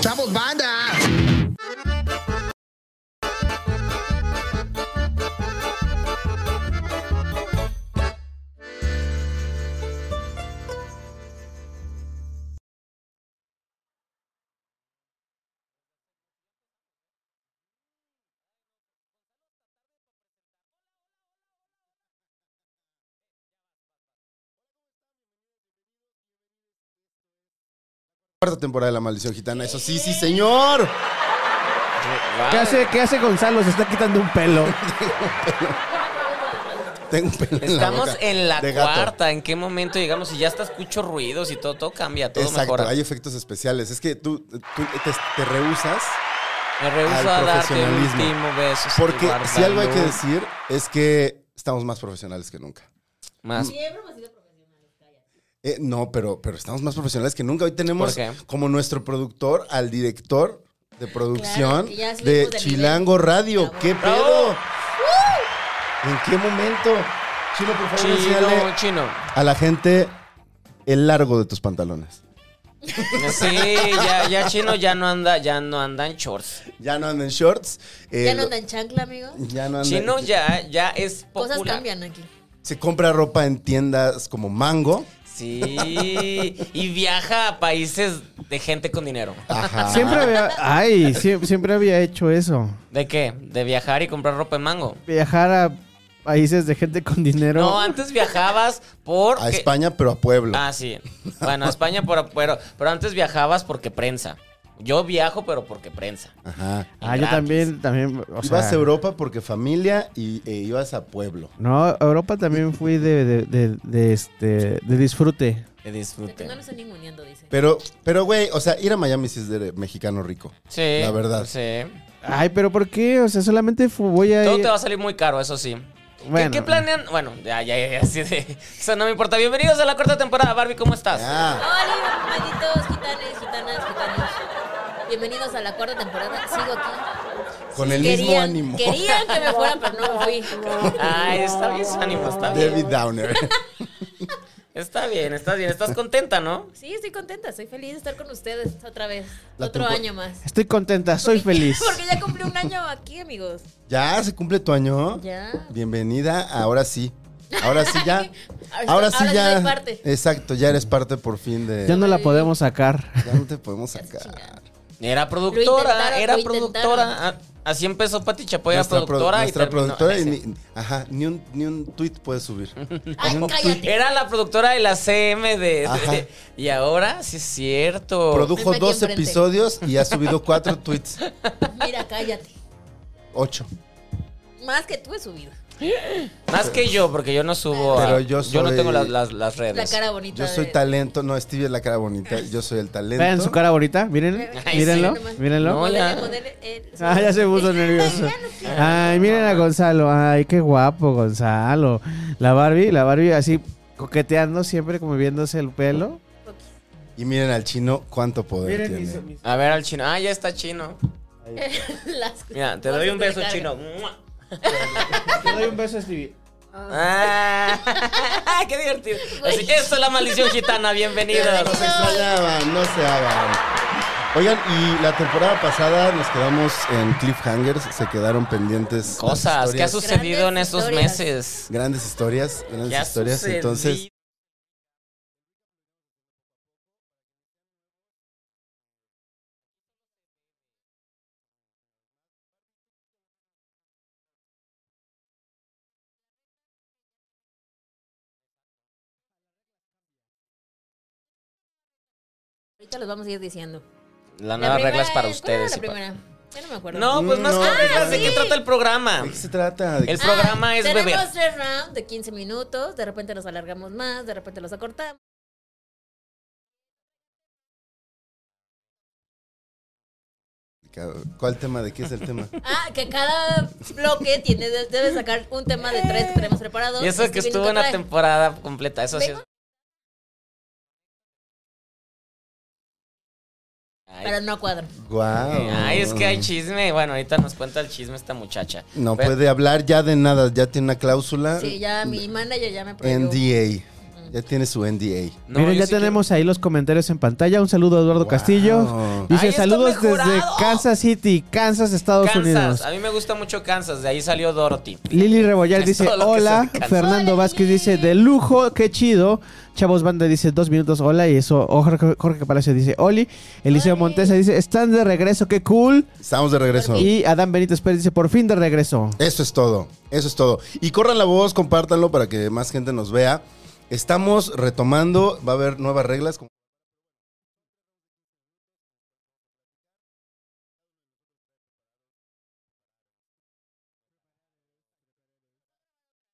¡Chavos, banda! Cuarta temporada de La Maldición Gitana, eso sí, sí, señor. ¿Qué hace, qué hace Gonzalo? Se está quitando un pelo. Tengo un pelo en Estamos la boca en la de gato. cuarta. ¿En qué momento llegamos? Y ya hasta escucho ruidos y todo, todo cambia, todo Exacto, mejora. hay efectos especiales. Es que tú, tú te, te rehusas Me rehuso al a darte el profesionalismo. último beso. porque Steve si algo hay que Bardalú. decir es que estamos más profesionales que nunca. Más. Eh, no, pero, pero estamos más profesionales que nunca. Hoy tenemos ¿Por qué? como nuestro productor al director de producción Claro, ya subimos de de nivel. Chilango Radio. Bravo. ¿Qué pedo? ¿En qué momento? Chino, por favor, enséñale Chino, chino. a la gente el largo de tus pantalones. Sí, ya, ya chino ya no anda, ya no anda en shorts. Ya no andan en shorts. eh, ¿Ya no anda en chancla, amigo? ya no anda- Chino ya, ya es popular. Cosas cambian aquí. Se compra ropa en tiendas como Mango. Sí. Y viaja a países de gente con dinero. Ajá. Siempre había, ay, sie- siempre había hecho eso. ¿De qué? De viajar y comprar ropa en mango. Viajar a países de gente con dinero. No, antes viajabas por. A España, pero a Pueblo. Ah, sí. Bueno, a España, pero, pero, pero antes viajabas porque prensa. Yo viajo, pero porque prensa. Ajá. ah, yo Gratis. también, también, o ibas sea, a Europa porque familia y eh, ibas a Pueblo. No, a Europa también fui de, de, de, de, este, de disfrute. Que De que disfruten. no lo están ninguneando, dice. Pero, pero güey, o sea, ir a Miami sí es de mexicano rico. Sí. La verdad. Sí. Ay, pero ¿por qué? O sea, solamente fu- voy a Todo ir... te va a salir muy caro, eso sí. ¿Qué- Bueno. ¿Qué, planean? Bueno, ya, ya, ya, así de. Eso no me importa. Bienvenidos a la cuarta temporada, Barbie, ¿cómo estás? Ah, ¡Hola, malditos gitanes, gitanas, gitanos! Bienvenidos a la cuarta temporada. Sigo aquí. con el querían, mismo ánimo. Querían que me fuera, pero no me fui. Ay, está bien, su ánimo, está David bien. Downer. Está bien, estás bien. Estás contenta, ¿no? Sí, estoy contenta. Soy feliz de estar con ustedes otra vez. La Otro tempo- año más. Estoy contenta, soy Porque- feliz. Porque ya cumplí un año aquí, amigos. ya se cumple tu año. Ya. Bienvenida, ahora sí. Ahora sí ya. Ahora- Ahora sí ahora ya. Eh, soy parte. Exacto, ya eres parte por fin de. Ya no la podemos sacar. ya no te podemos sacar. Era Lo productora, intentaron, era lo productora. Ah, Así empezó Pati Chapoy, era nuestra productora, productora. y nuestra terminó- productora Ay, y sí. ni, ajá, ni un ni un tweet puede subir. Ay, Ni un cállate. Era la productora de la CM de, Ajá. de- y ahora sí es cierto. Produjo Ven aquí dos enfrente. episodios y ha subido cuatro tweets. Mira, cállate. Ocho. Más que tú he subido. Más que yo, porque yo no subo. Pero a- yo no soy- tengo las, las- las La redes. cara bonita. Yo soy de- talento. No, Stevie es la cara bonita. Yo soy el talento. Vean su cara ahorita, miren, Ay, sí, mírenlo, nomás. mírenlo. No, Modele, ya. modele, eh, Ah, ya se puso nervioso. Ay, miren a Gonzalo. Ay, qué guapo, Gonzalo. La Barbie, la Barbie así coqueteando siempre como viéndose el pelo. Y miren al chino cuánto poder tiene. A ver al chino. Ah, ya está chino. Las- Mira, te doy un beso Carga. chino. ¡Mua! Te doy un beso, Stevie. Ah, qué divertido. Así que esto es la maldición gitana. Nos Bienvenidos. extrañaban, no se hagan. Oigan, y la temporada pasada nos quedamos en cliffhangers. Se quedaron pendientes. las Cosas que ha historias, sucedido en Grandes estos historias. meses. Grandes historias. ¿Qué ha Grandes historias. sucedido? Entonces. Ahorita los vamos a ir diciendo. La La nueva primera regla es para ¿cuál era ustedes. y La para- primera. Ya no me acuerdo. No, pues más No. que reglas, ¿de sí. qué trata el programa? ¿De qué se trata? ¿De qué El se- Ah, programa es tenemos beber. tres rounds de 15 minutos. De repente los alargamos más, de repente los acortamos. ¿Cuál tema? ¿De qué es el tema? Ah, que cada bloque tiene, de- debe sacar un tema de tres que tenemos preparado. Y eso que Steven estuvo nunca una trae. temporada completa. Eso sí. es- Este Vengo- Pero Ay, no cuadro. Guau. ay, es que hay chisme. Bueno, ahorita nos cuenta el chisme esta muchacha. No Pero- puede hablar ya de nada, ya tiene una cláusula. Sí, ya mi manager ya me prohibió. NDA. Ya tiene su NDA. No, Miren, yo ya sí tenemos ahí los comentarios en pantalla. Un saludo a Eduardo Wow. Castillo. Ahí Dice está saludos desde mejorado. Kansas City, Kansas, Estados quiero- Kansas. Unidos. A mí me gusta mucho Kansas. De ahí salió Dorothy. Lili Rebollar Es dice todo lo que hola. se alcanza. Fernando Hola, Vázquez Lili. dice de lujo, qué chido. Chavos Banda dice dos minutos, hola. Y eso, o Jorge, Jorge Palacio dice Oli. Eliseo Oli. Montesa dice están de regreso, qué cool. Estamos de regreso. Y Adán Benítez Pérez dice por fin de regreso. Eso es todo, eso es todo. Y corran la voz, compártanlo para que más gente nos vea. Estamos retomando, va a haber nuevas reglas. como-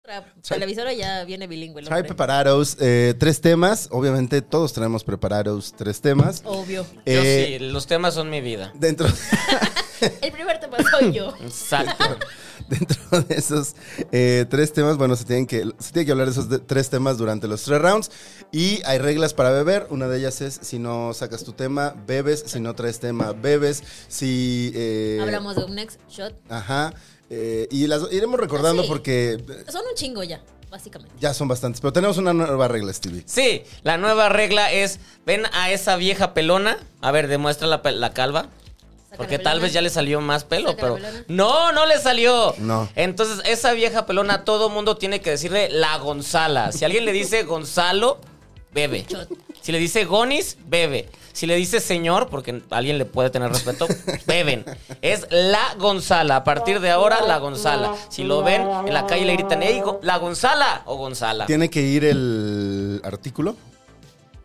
Otra televisora ya viene bilingüe. el Trae hombre. preparados eh, tres temas, obviamente todos tenemos preparados tres temas. Obvio. Yo Eh, sí, los temas son mi vida. Dentro, El primer tema soy yo. Exacto. dentro de esos eh, tres temas, bueno, se tienen que, se tiene que hablar de esos de- tres temas durante los tres rounds. Y hay reglas para beber. Una de ellas es si no sacas tu tema, bebes. Si no traes tema, bebes. Si... eh, Hablamos de un next shot. Ajá. eh, y las iremos recordando Sí. porque eh, Son un chingo ya, básicamente. ya son bastantes. Pero tenemos una nueva regla, Stevie. Sí, la nueva regla es, ven a esa vieja pelona. A ver, demuestra la, pel- la calva. Saca Porque la tal pelona. vez ya le salió más pelo, Saca pero... la pelona. No, no le salió. No. Entonces, esa vieja pelona, todo mundo tiene que decirle la Gonzala. Si alguien le dice Gonzalo, bebe. Si le dice Gonis, bebe. Si le dice señor, porque alguien le puede tener respeto, beben. Es la Gonzala. A partir de ahora, la Gonzala. Si lo ven en la calle le gritan, "Ey, Go- la Gonzala o Gonzala. Tiene que ir el artículo.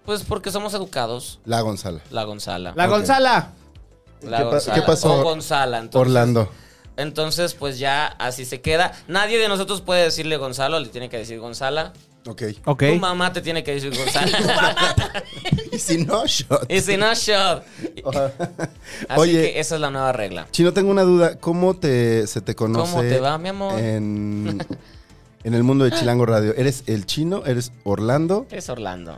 Pues porque somos educados. La Gonzala. La Gonzala. La Ok. Gonzala. La ¿Qué pa- Gonzala. qué pasó, O Gonzala, entonces. Orlando. Entonces, pues ya así se queda. Nadie de nosotros puede decirle Gonzalo, le tiene que decir Gonzala. Ok. Ok. Tu mamá te tiene que decir Gonzala. Mamá, Y si no, shot. y si no, shot. Así que Oye, esa es la nueva regla. si no tengo una duda, ¿cómo te, se te conoce? ¿Cómo te va, mi amor? eh, En, en el mundo de Chilango Radio. ¿Eres el chino? ¿Eres Orlando? Es Orlando.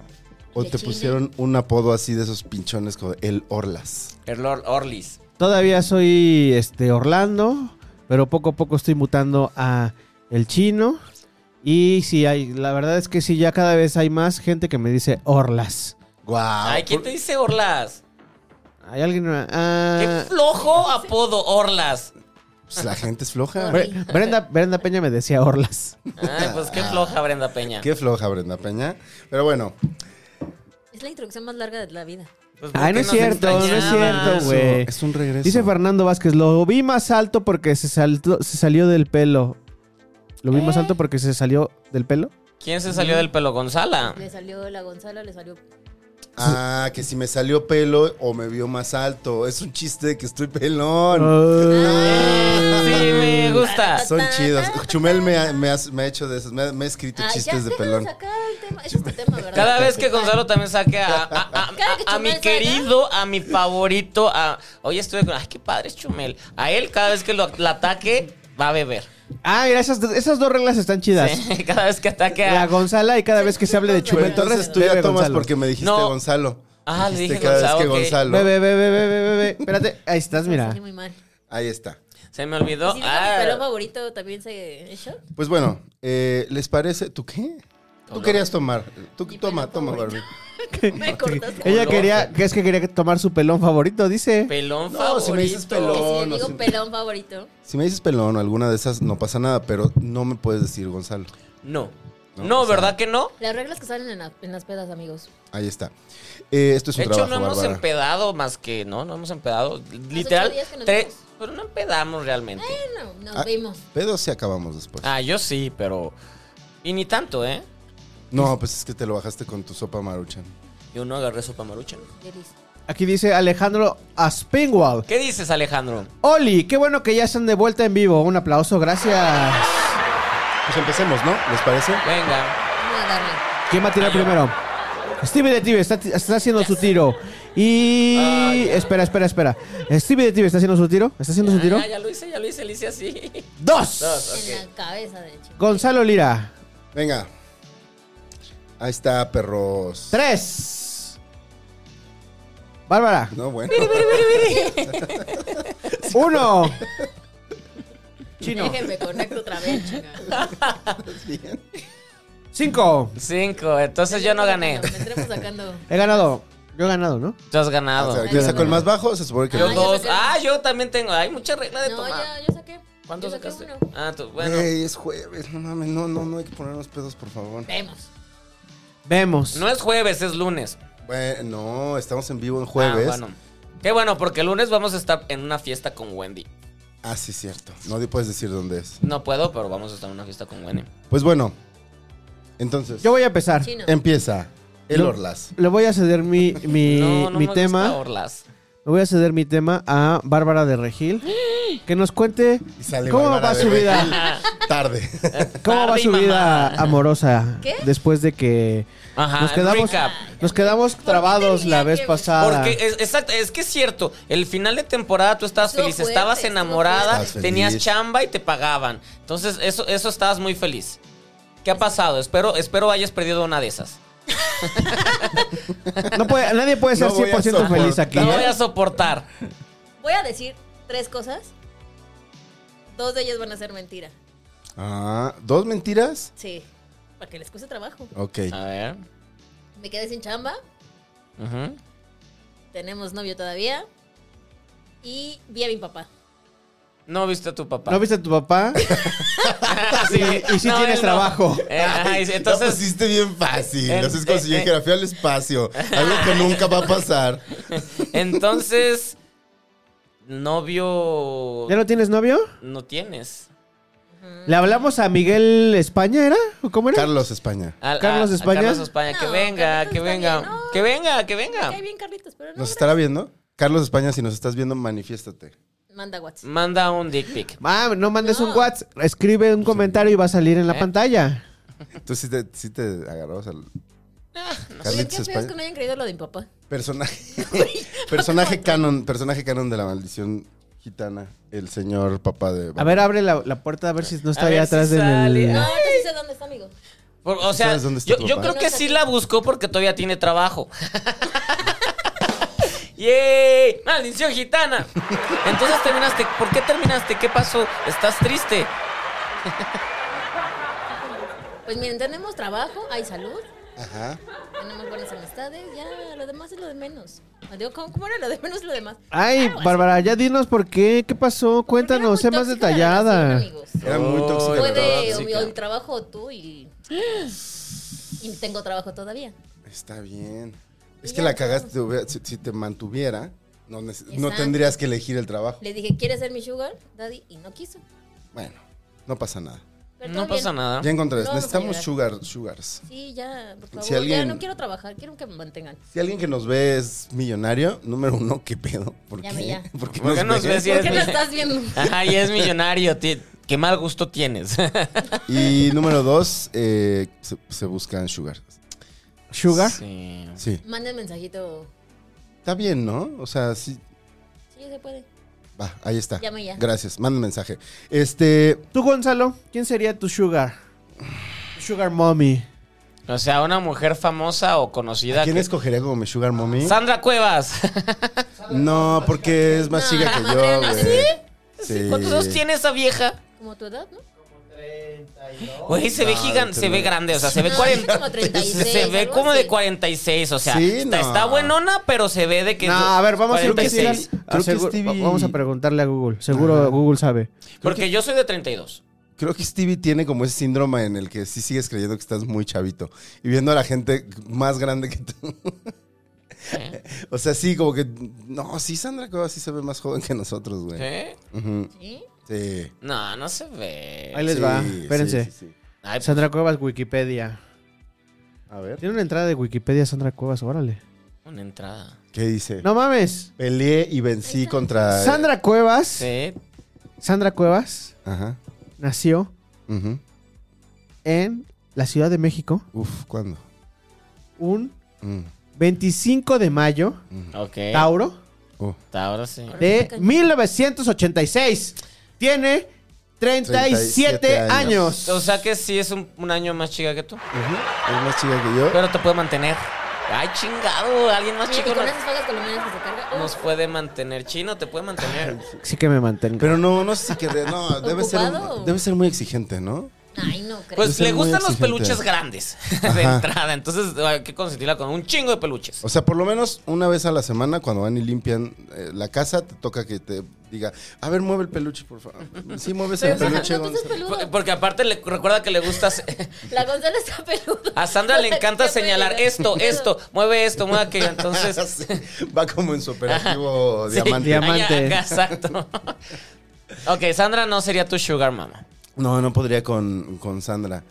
¿O El te chino. pusieron un apodo así de esos pinchones como el Orlas? El Lord Orlis. Todavía soy este Orlando, pero poco a poco estoy mutando a el chino. Y sí hay, la verdad es que sí, ya cada vez hay más gente que me dice Orlas. Guau. Ah, Ay, ¿quién te dice Orlas? Hay alguien. ah, Qué flojo apodo, Orlas. Pues la gente es floja. Bre- Brenda, Brenda Peña me decía Orlas. Ay, pues qué Ah. floja, Brenda Peña. Qué floja, Brenda Peña. Pero bueno, Es la introducción más larga de la vida. Pues, ¿por Ay, qué no es nos cierto, no es extrañabas? cierto, güey. es un regreso. Dice Fernando Vázquez, lo vi más alto porque se saltó, se salió del pelo. Lo vi más Eh. alto porque se salió del pelo. ¿Quién se salió del pelo? Gonzala. Le salió la Gonzala, le salió. Ah, que si me salió pelo o me vio más alto. Es un chiste de que estoy pelón. Ah. Ah. Sí, me gusta. Son chidos. Chumel me ha, me has- me ha hecho de esos. Me, ha- me ha escrito Ah, ya chistes de déjalo pelón. sacar el tema. Ese es tu tema, ¿verdad? Cada vez que Gonzalo también saque a, a- a- Cada que a- a mi Chumel querido, a mi favorito, a. Hoy estuve con. Ay, qué padre es Chumel. A él, cada vez que lo la ataque, va a beber. Ah, mira, esas, do- esas dos reglas están chidas. Sí, Cada vez que ataque La a. Gonzala y cada vez que se hable de Pero Chumel Torres, entonces tú ya bebe tomas Gonzalo. porque me dijiste No. Gonzalo. Ah, le Dijiste dije cada Gonzalo, vez que ok. Gonzalo. Bebe, bebe, bebe, bebe, bebe. Espérate, ahí estás, Me mira. sentí Muy mal. Ahí está. Se me olvidó. Si digo Ah, mi pelón favorito también se echó. Pues bueno, eh, ¿les parece? ¿Tú qué? Tú querías tomar. Tú Mi toma, pelón toma, favorito. Barbie. Me cortaste. Ella quería, que es que quería tomar su pelón favorito, dice. pelón No, favorito. si me dices Que pelón. si no le digo sé. pelón favorito. Si me dices pelón o alguna de esas, no pasa nada, pero no me puedes decir Gonzalo. No. No, No, o sea, ¿verdad que no? Las reglas que salen en, la- en las pedas, amigos. Ahí está. Eh, esto es De un hecho, trabajo, no hemos Bárbara. empedado más que. No, no hemos empedado. Literal. ocho días que nos tres- vimos. Eh. Pero no empedamos realmente. Bueno, nos Ah, vimos. Pedos sí acabamos después. Ah, yo sí, pero. Y ni tanto, ¿eh? No, pues es que te lo bajaste con tu sopa maruchan. Yo no agarré sopa marucha. Delis. Aquí dice Alejandro Aspinwall. ¿Qué dices, Alejandro? Oli, qué bueno que ya están de vuelta en vivo. Un aplauso, gracias. Pues empecemos, ¿no? ¿Les parece? Venga. Vamos a darle. ¿Quién va a tirar primero? Stevie de Tive está, está haciendo su tiro. Y. Ah, Espera, espera, espera. Stevie de Tive está haciendo su tiro. ¿Está haciendo su tiro? Ah, ya lo hice, ya lo hice, le hice así. ¡Dos! Dos, ok. En la cabeza, de hecho. Gonzalo Lira. Venga. Ahí está, perros. Tres. Bárbara. No, bueno. Uno. Chino. Déjenme conecto otra vez, chinga. Bien. Cinco. Cinco, entonces yo no gané. Me entremos sacando. He ganado. Yo he ganado, ¿no? Tú has Ah, O sea, ganado. ¿Quién sacó el más bajo? Se supone que Yo Ah, no. ya dos. saqué. Ah, yo también tengo. Hay mucha regla de No, tomar. ya, yo saqué. ¿Cuánto Yo saqué sacaste? uno. Ah, tú, bueno. Eh, Güey, es jueves. No mames, no, no, no hay que ponernos pedos, por favor. Vemos. Vemos. No es jueves, es lunes. Bueno, estamos en vivo en jueves. Ah, bueno. Qué bueno, porque el lunes vamos a estar en una fiesta con Wendy. Ah, sí, cierto. No di- puedes decir dónde es. No puedo, pero vamos a estar en una fiesta con Wendy. Pues bueno, entonces Yo voy a empezar. Chino. Em- empieza el No. Orlas. Le voy a ceder mi, mi, no, no mi me gusta tema. Orlas. Le voy a ceder mi tema a Bárbara de Regil. Que nos cuente Y sale cómo Bárbara va de su vida. Regil. Tarde. ¿Cómo va Barbie, su vida mamá. amorosa? ¿Qué? Después de que Ajá, nos quedamos, recap. nos quedamos trabados tenía la vez que- pasada. Porque es, exacto, es que es cierto, el final de temporada tú estabas Estuvo feliz, fuerte, estabas estuvo enamorada, fuerte. Estabas tenías feliz. chamba y te pagaban. Entonces, eso, eso estabas muy feliz. ¿Qué ha pasado? Espero, espero hayas perdido una de esas. No puede- nadie puede ser No voy a 100% feliz aquí. No ¿Qué? voy a soportar. Voy a decir tres cosas. Dos de ellas van a ser mentira. Ah, ¿Dos mentiras? Sí. Para que les cueste trabajo. Ok. A ver. Me quedé sin chamba. Ujú. Tenemos novio todavía. Y vi a mi papá. No viste a tu papá. ¿No viste a tu papá? Sí. Y- y sí tienes él trabajo. Eh, ajá, y- Entonces, entonces, pusiste bien fácil. En- Así es como si yo eh, dijera, fui al espacio. Algo que nunca va a pasar. entonces, novio ¿Ya no tienes novio? no tienes. ¿Le hablamos a Miguel España, era? ¿O ¿Cómo era? Carlos España. Al- ¿Carlos a- a España? Carlos España, que No, venga, Carlitos que está venga, bien, no. que venga, que Me venga. cae bien, Carlitos, pero no. ¿Nos gracias. estará viendo? Carlos España, si nos estás viendo, manifiéstate. Manda Mm, WhatsApp. Manda un dick pic. Ah, no mandes No. un WhatsApp, escribe un comentario y va a salir en la Eh. pantalla. Tú sí te, sí te agarrabas al. Ah, Oye, Carlitos qué feo es que España. no hayan creído lo de mi papá. Personaje. personaje canon. Personaje canon de la maldición gitana. El señor papá de. A ver, abre la, la puerta a ver si no está A ahí ver atrás Ah. si del. sale. No, entonces sí Ah, sé dónde está, amigo. Por- o sea, ¿Sabes dónde está yo, tu yo papá? creo que sí la buscó porque todavía tiene trabajo. ¡Yay! ¡Maldición gitana! Entonces terminaste. ¿Por qué terminaste? ¿Qué pasó? ¿Estás triste? Pues miren, tenemos trabajo, hay salud, Ajá. tenemos buenas amistades, ya lo demás es lo de menos. Digo, ¿cómo, cómo era lo de menos es lo demás? Ay, pues, Algo así. Bárbara, ya dinos por qué, qué Porque era pasó, muy cuéntanos, sé más tóxica la detallada. relación, amigos. Era muy Oh, tóxica. la Fue verdad. de o mi, tóxica. o mi trabajo o tú y. Y tengo trabajo todavía. Está bien. Es Y que ya, la cagaste, te hubiera- si, si te mantuviera, no, neces- no Exacto. tendrías que elegir el trabajo. Le dije, ¿quieres ser mi sugar, daddy? Y no quiso. Bueno, no pasa nada. Pero No todo pasa bien. nada. Ya encontré, No vamos a necesitamos llorar. sugar, sugars. Sí, ya, por favor. Si alguien- Ya no quiero trabajar, quiero que me mantengan. Si alguien que nos ve es millonario, número uno, ¿qué pedo? ¿Por Ya qué? ve, ya. ¿Por qué ¿Por qué nos ve? ves? Sí, ¿Por eres qué no mi- estás viendo? Ajá, y es millonario. ti- Qué mal gusto tienes. Y número dos, eh, se, se buscan sugar. Sugar. Sí. Sí. Manden mensajito. Está bien, ¿no? O sea, sí. Sí, se puede. Va, ahí está. Llame ya. Gracias, manda un mensaje. Este, Tú, Gonzalo, ¿quién sería tu sugar? Sugar mommy. O sea, una mujer famosa o conocida. ¿a quién que- escogería como mi sugar mommy? Sandra Cuevas. No, porque es más No, ¿Ah, chica que no, yo, no, güey. Sí. ¿Cuántos años tiene esa vieja? Como tu edad, ¿no? Güey, se ve No, gigante, se ve tremendo. grande, o sea, se ve No, 40. tiene como 36, se ve algo como así. de 46, o sea, Sí, está, no. está buenona, pero se ve de que No, a ver, vamos a Creo que investigar. sí. Ah, Creo que seguro- Stevie- Vamos a preguntarle a Google. Seguro Google sabe. Porque yo soy de 32. Creo que Stevie tiene como ese síndrome en el que sí sigues creyendo que estás muy chavito y viendo a la gente más grande que tú. o sea, sí, como que. No, sí, Sandra Cuevas sí se ve más joven que nosotros, güey. ¿Eh? Ujú, Sí. Sí. No, no se Ahí ve. les Sí, va. sí, Espérense. sí, sí. Ay, Sandra Cuevas, Wikipedia. A ver. Tiene una entrada de Wikipedia, Sandra Cuevas, órale. pues, una entrada. ¿Qué dice? No mames. Peleé y vencí contra. Sandra Cuevas. Sí. Sandra Cuevas Ajá. nació ujú. en la Ciudad de México Uf, ¿cuándo? un Mm, 25 de mayo, Ok. Tauro, uh, Ahora sí. de 1986. Tiene 37, 37 años. años. O sea que sí es un, un año más chica que tú. ujú, Es más chica que yo. Pero te puede mantener. Ay, chingado. Alguien más Oye, chico y con no- esas fagas colombianas que se carga. nos puede mantener. Chino, te puede mantener. Sí que me mantengo. Pero no, no sé si querría. No, debe ser, ¿Ocupado? debe ser muy exigente, ¿no? Oh, Ay, no creo. Pues Yo soy le muy gustan los exigente. peluches grandes de Ajá. entrada. Entonces hay que consentirla con un chingo de peluches. O sea, por lo menos una vez a la semana, cuando van y limpian eh, la casa, te toca que te diga, a ver, mueve el peluche, por favor. Sí, mueve ese Pero, Gonzalo, peluche. no, tú estás Gonzalo. peludo. Por- Porque aparte le recuerda que le gusta. La Gonzalo está peluda. A Sandra le encanta Qué señalar peligro. esto, esto, mueve esto, mueve aquello. Entonces. Ah, Sí, Va como en su operativo Sí. diamante. Diam- Diamante. Ay, ya, exacto. ok, Sandra no sería tu sugar mama. No, no podría con, con Sandra.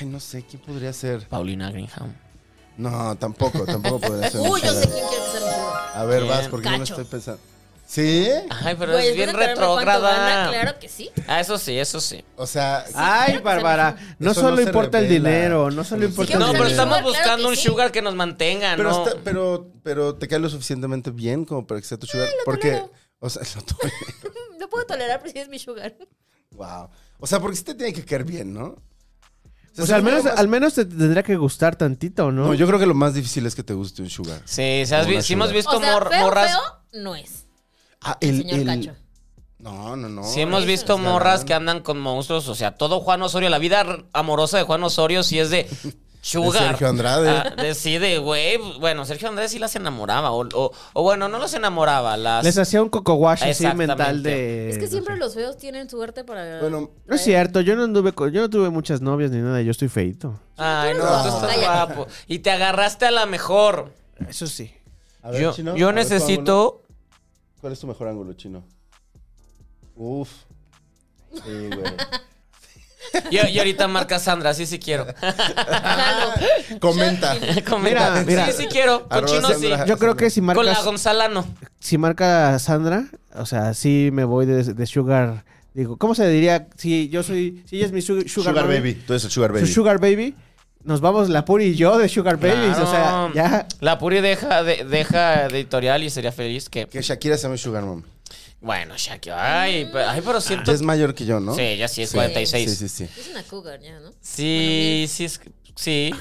Ay, no sé, ¿quién podría ser? Paulina Greenham. No, tampoco, tampoco podría ser. Uy, yo sé Sandra. quién quiere que sea mi sugar. A ver, ¿Quién? vas, porque yo no Cacho. Ah. estoy pensando. ¿Sí? Ay, pero Güey, es bien espérate, pero ¿cuánto gana? retrógrada. Claro que sí. Ah, eso sí, eso sí. O sea, Ah, Ay, Bárbara, no Eso solo no se importa el revela. dinero, no solo Sí, importa que el No, usar pero el dinero. estamos sugar, claro buscando que un sí. sugar que nos mantenga, pero, Ah, ¿no? está- pero, pero te cae lo suficientemente bien como para que sea tu sugar. porque, tolero. o sea, lo tolero. No puedo tolerar, pero sí es mi sugar. Wow. O sea, porque sí te tiene que caer bien, ¿no? O sea, al según yo menos, lo más- al menos te tendría que gustar tantito, ¿no? No, yo creo que lo más difícil es que te guste un sugar. Sí, si, has Una vi- sí hemos sugar. visto O sea, mor- feo, morras. feo no es. Ah, El, el- señor el- Cacho. No, no, no. Sí hemos visto galán. morras que andan con monstruos, o sea, todo Juan Osorio, la vida r- amorosa de Juan Osorio sí es de sugar. De Sergio Andrade. Ah, de- sí, de güey. Bueno, Sergio Andrade sí las enamoraba, o, o- o bueno, no las enamoraba, las... Les hacía un coco wash así Exactamente. mental de. Es que siempre no sé. los feos tienen suerte para. Bueno, No es cierto, yo no anduve con- yo no tuve muchas novias ni nada, yo estoy feito. Ay, no, No. tú estás Cállate. guapo. Y te agarraste a la mejor. Eso sí. a ver, yo Chino, yo a ver tu ángulo. necesito... ¿Cuál es tu mejor ángulo, chino? Uf. Sí, güey. Y, y ahorita marca Sandra, sí, sí quiero. Comenta. Comenta. Mira, mira. Sí, sí quiero. Con Arroba chino sí. Sandra. Yo creo que si Con la marcas Gonzalano. si marca Sandra, o sea, sí me voy de, de sugar, digo, ¿cómo se diría si yo soy si ella es mi su- sugar, Sugar Baby. Tú eres el Sugar su Baby. sugar baby? Nos vamos la Puri y yo de sugar babies, o sea, Claro. ya La Puri deja, de- deja editorial y sería feliz que... Que Shakira sea mi Sugar Mom. Bueno, Shakira. Ay, pe- ay, pero siento... Ah, Ya es mayor que yo, ¿no? Sí, ya sí es 46. Sí, sí, sí. Es una cougar ya, ¿no? Sí, sí, es- sí.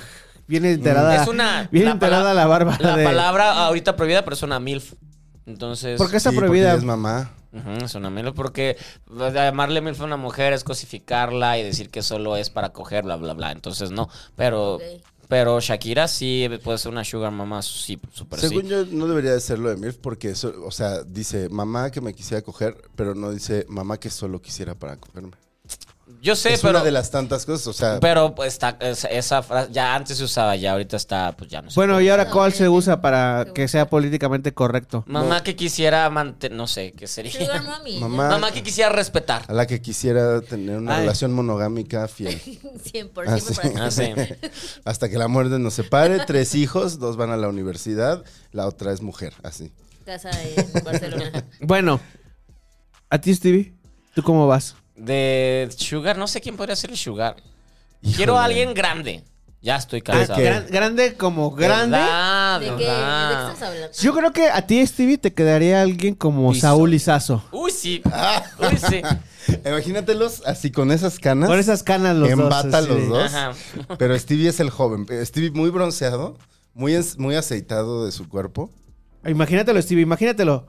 viene enterada. Es una- viene la enterada pala- la barba La de palabra ahorita prohibida, pero es una MILF. Entonces... ¿Por qué está Sí, porque prohibida? ella es mamá. Ujú, es una MILF porque llamarle MILF a una mujer es cosificarla y decir que solo es para coger, bla, bla, bla. Entonces, no. Pero... Ok. Pero Shakira sí puede ser una sugar mamá, sí, súper sí. Según yo, no debería de ser lo de MILF porque eso, o sea, dice mamá que me quisiera coger, pero no dice mamá que solo quisiera para cogerme. Yo sé, es pero... una de las tantas cosas, o sea, Pero pues, está, esa, esa frase ya antes se usaba, ya ahorita está, pues ya no sé. Bueno, ¿y ahora No, cuál se eh, usa para que sea políticamente correcto? mamá que quisiera mantener, no sé, ¿qué Sugar sería? mommy. mamá, Mamá que quisiera respetar. a la que quisiera tener una Ay. relación monogámica fiel. 100% Ah, sí. para Ah, sí. Hasta que la muerte nos separe, tres hijos, dos van a la universidad, la otra es mujer, así. casa en Barcelona. Bueno, a ti Stevie, ¿tú cómo vas? De Sugar, no sé quién podría ser el Sugar. Quiero a alguien grande. Ya estoy cansado. ¿qué? Gran- grande como grande. Eh, ¿Verdad? ¿De qué, ¿De qué ¿Verdad? estás hablando? Yo creo que a ti Stevie te quedaría alguien como Piso. Saúl Izazo. Uy, sí. Ah. Uy, sí. Imagínatelos así con esas canas. Con esas canas los en dos. bata así de- los dos. Ajá. Pero Stevie es el joven. eh, Stevie muy bronceado, muy, ens- muy aceitado de su cuerpo. Imagínatelo, Stevie, imagínatelo.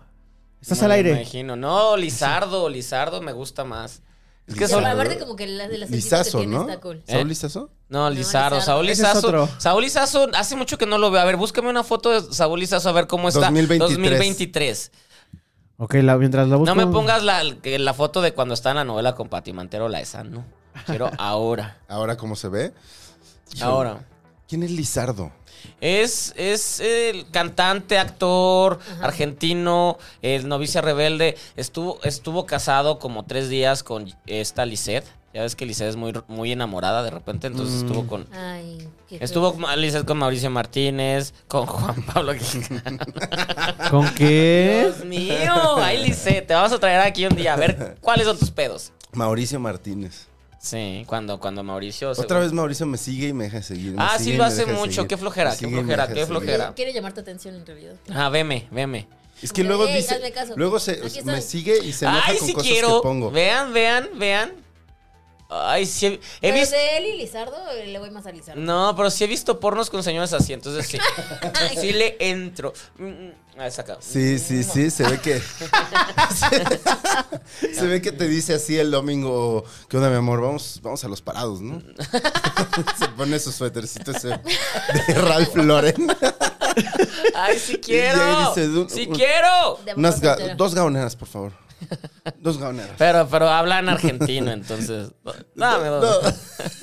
Estás Me al lo aire. imagino. No, Lizardo, Lizardo me gusta más. Es que Y Lizardo. son... ¿Eh? aparte como que la de las Lizazo, que tiene ¿no? está cool. ¿Saúl Lizazo? No, Lizardo. Lizardo. Saúl Ese es Lizazo. otro. Saúl Lizazo, hace mucho que no lo veo. A ver, búscame una foto de Saúl Lizazo a ver cómo está. 2023. 2023. Ok, la- mientras lo busco. No me pongas la, que la foto de cuando está en la novela con Pati Manterola. Esa no. Quiero ahora. Ahora, ¿cómo se ve? Ahora. ¿Quién es Lizardo? Es, es el cantante, actor, argentino, el novicia rebelde. Estuvo, estuvo casado como tres días con esta Lisette. Ya ves que Lizeth es muy, muy enamorada de repente, entonces Mm. estuvo con... Ay, qué feo. Estuvo ma- Lizeth con Mauricio Martínez, con Juan Pablo Quintana. ¿Con qué? Dios mío, ay Lizeth, te vamos a traer aquí un día a ver cuáles son tus pedos. Mauricio Martínez. Sí, cuando, cuando Mauricio... se- Otra vez Mauricio me sigue y me deja seguir. me Ah, sigue y sí, lo me hace deja mucho. seguir. Qué flojera, Me qué sigue y me flojera, deja qué seguir. flojera. Quiere llamar tu atención en realidad. Ah, veme, veme. Es que luego Ey, dice, hazme caso. luego se, Aquí estoy. me sigue y se enoja Ay, con sí cosas quiero. que pongo. Vean, vean, vean. Ay, sí. He, he Pero visto. de él y Lizardo eh, le voy más a Lizardo. No, pero sí he visto pornos con señores así, entonces sí. sí le entro. Mm, mm. Ah, saca. Sí, sí, sí, se ve que. se, se ve que te dice así el domingo, ¿qué onda, mi amor? Vamos, vamos a los parados, ¿no? se pone su suétercito ese de Ralph Lauren. Ay, sí ya quiero. dices, un- sí un- quiero. De Unas boca ga- entera. dos gaoneras, por favor. Dos gaoneras. Pero, pero hablan argentino, entonces. Dame dos.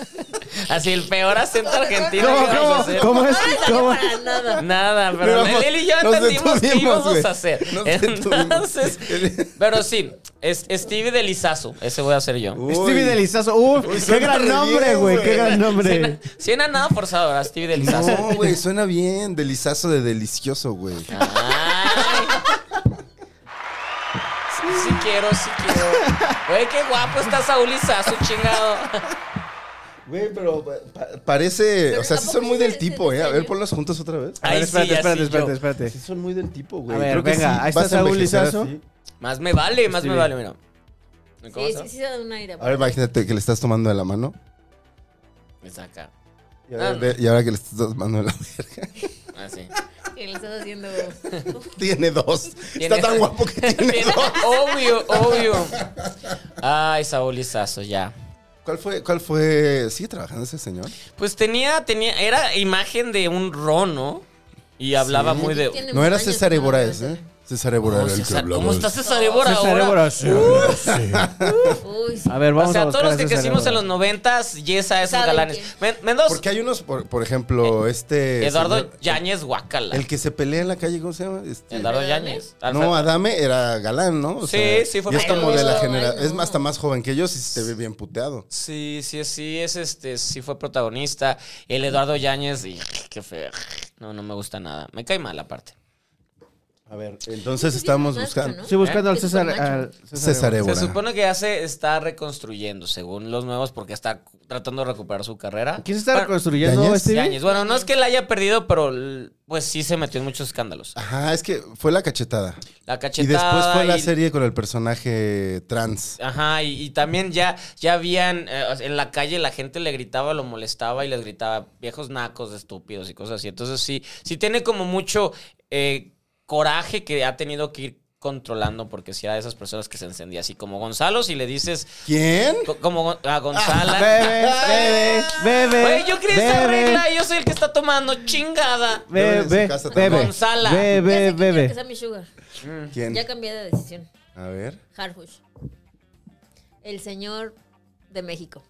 Así el peor acento argentino. ¿Cómo, que vamos a cómo, hacer. cómo es? ¿Cómo? Para nada. Nada, pero Pero vamos, él y yo nos entendimos qué detuvimos, íbamos güey. a hacer. Nos Entonces, detuvimos. pero sí, es Stevie de Lizazo, ese voy a hacer yo. Uy. Stevie de Lizazo. Uf, qué suena gran re nombre, bien, güey. güey. Qué gran nombre. Suena, suena nada forzado, ¿verdad? Stevie de Lizazo. No, güey, suena bien. Delizazo de delicioso, güey. Ay. Sí, sí quiero, sí quiero. Güey, qué guapo está Saúl Lizazo, chingado. Güey, pero pa- parece. Pero O sea, sí tampoco son muy dice del este tipo, ¿eh? A ver, diseño. ponlos juntos otra vez. A Ay, ver, sí, espérate, ya espérate, sí, espérate, yo. espérate. Sí, son muy del tipo, güey. A ver, Creo que venga, sí, ahí está vas a Saúl envejecer Lizazo. así. Más me vale, más me Stevie. vale, mira. ¿Cómo Sí, está? sí, sí se da un aire. Ahora imagínate que le estás tomando de la mano. Me saca. Y ahora, Ah, no. ve- y ahora que le estás tomando de la verga. Así. Que le estás haciendo. Tiene dos. Tiene- Está tan guapo que tiene, Tiene- dos. obvio, obvio. Ay, Saúl Lizazo, ya. ¿Cuál fue, ¿Cuál fue? ¿Sigue trabajando ese señor? Pues tenía, tenía, era imagen de un rono y hablaba muy de... Tiene No era muchos años César que no Ébora ese, veo. ¿eh? César Ébora Oh, era el que César, hablaba. ¿Cómo está César Évora César ahora? Évora, sí. Uy, sí. A ver, vamos o sea, a buscar todos los que a César crecimos en Évora. los noventas, yes a esos ¿Saben galanes. quién? Men- Mendoza, Porque hay unos, por, por ejemplo, este. Eh, Eduardo señor- Yáñez Guacala. El que se pelea en la calle, ¿cómo se llama? Este- Eduardo ¿Adame? Yáñez. No, Alfredo. Adame era galán, ¿no? Sí, sí, fue Y es muy como de la famoso. generación. Ay, no. Es más, hasta más joven que ellos y se te ve bien puteado. Sí, sí, sí, es este, sí fue protagonista. El Eduardo Yáñez, y qué feo. No, no me gusta nada. Me cae mal aparte. A ver, Pues entonces estamos Macho, buscando. ¿no? Estoy buscando ¿Eh? al Es César, macho. al César Se Évora. supone que ya se está reconstruyendo, según los nuevos, porque está tratando de recuperar su carrera. ¿Quién se está Bueno, reconstruyendo, ¿Yañez? Stevie? Yáñez. Bueno, no es que la haya perdido, pero l- pues sí se metió en muchos escándalos. Ajá, es que fue la cachetada. La Ah, Y cachetada. después fue la y- serie con el personaje trans. Ajá, y, y también ya, ya habían, eh, o sea, en la calle la gente le gritaba, lo molestaba y les gritaba viejos nacos, estúpidos y cosas así. Entonces sí, sí tiene como mucho eh, coraje que ha tenido que ir controlando porque si era de esas personas que se encendía así como Gonzalo, si le dices ¿Quién? co- como Gon- a Gonzala... Bebe, bebe, bebe. Güey, yo creí esa bebe, regla, yo soy el que está tomando chingada. Yo en su Bebe, casa bebe. también. Gonzala. Ya sé Bebe, que quiero que bebe. sea mi sugar. ¿Quién? Ya cambié de decisión. A ver. Harfush. El señor de México.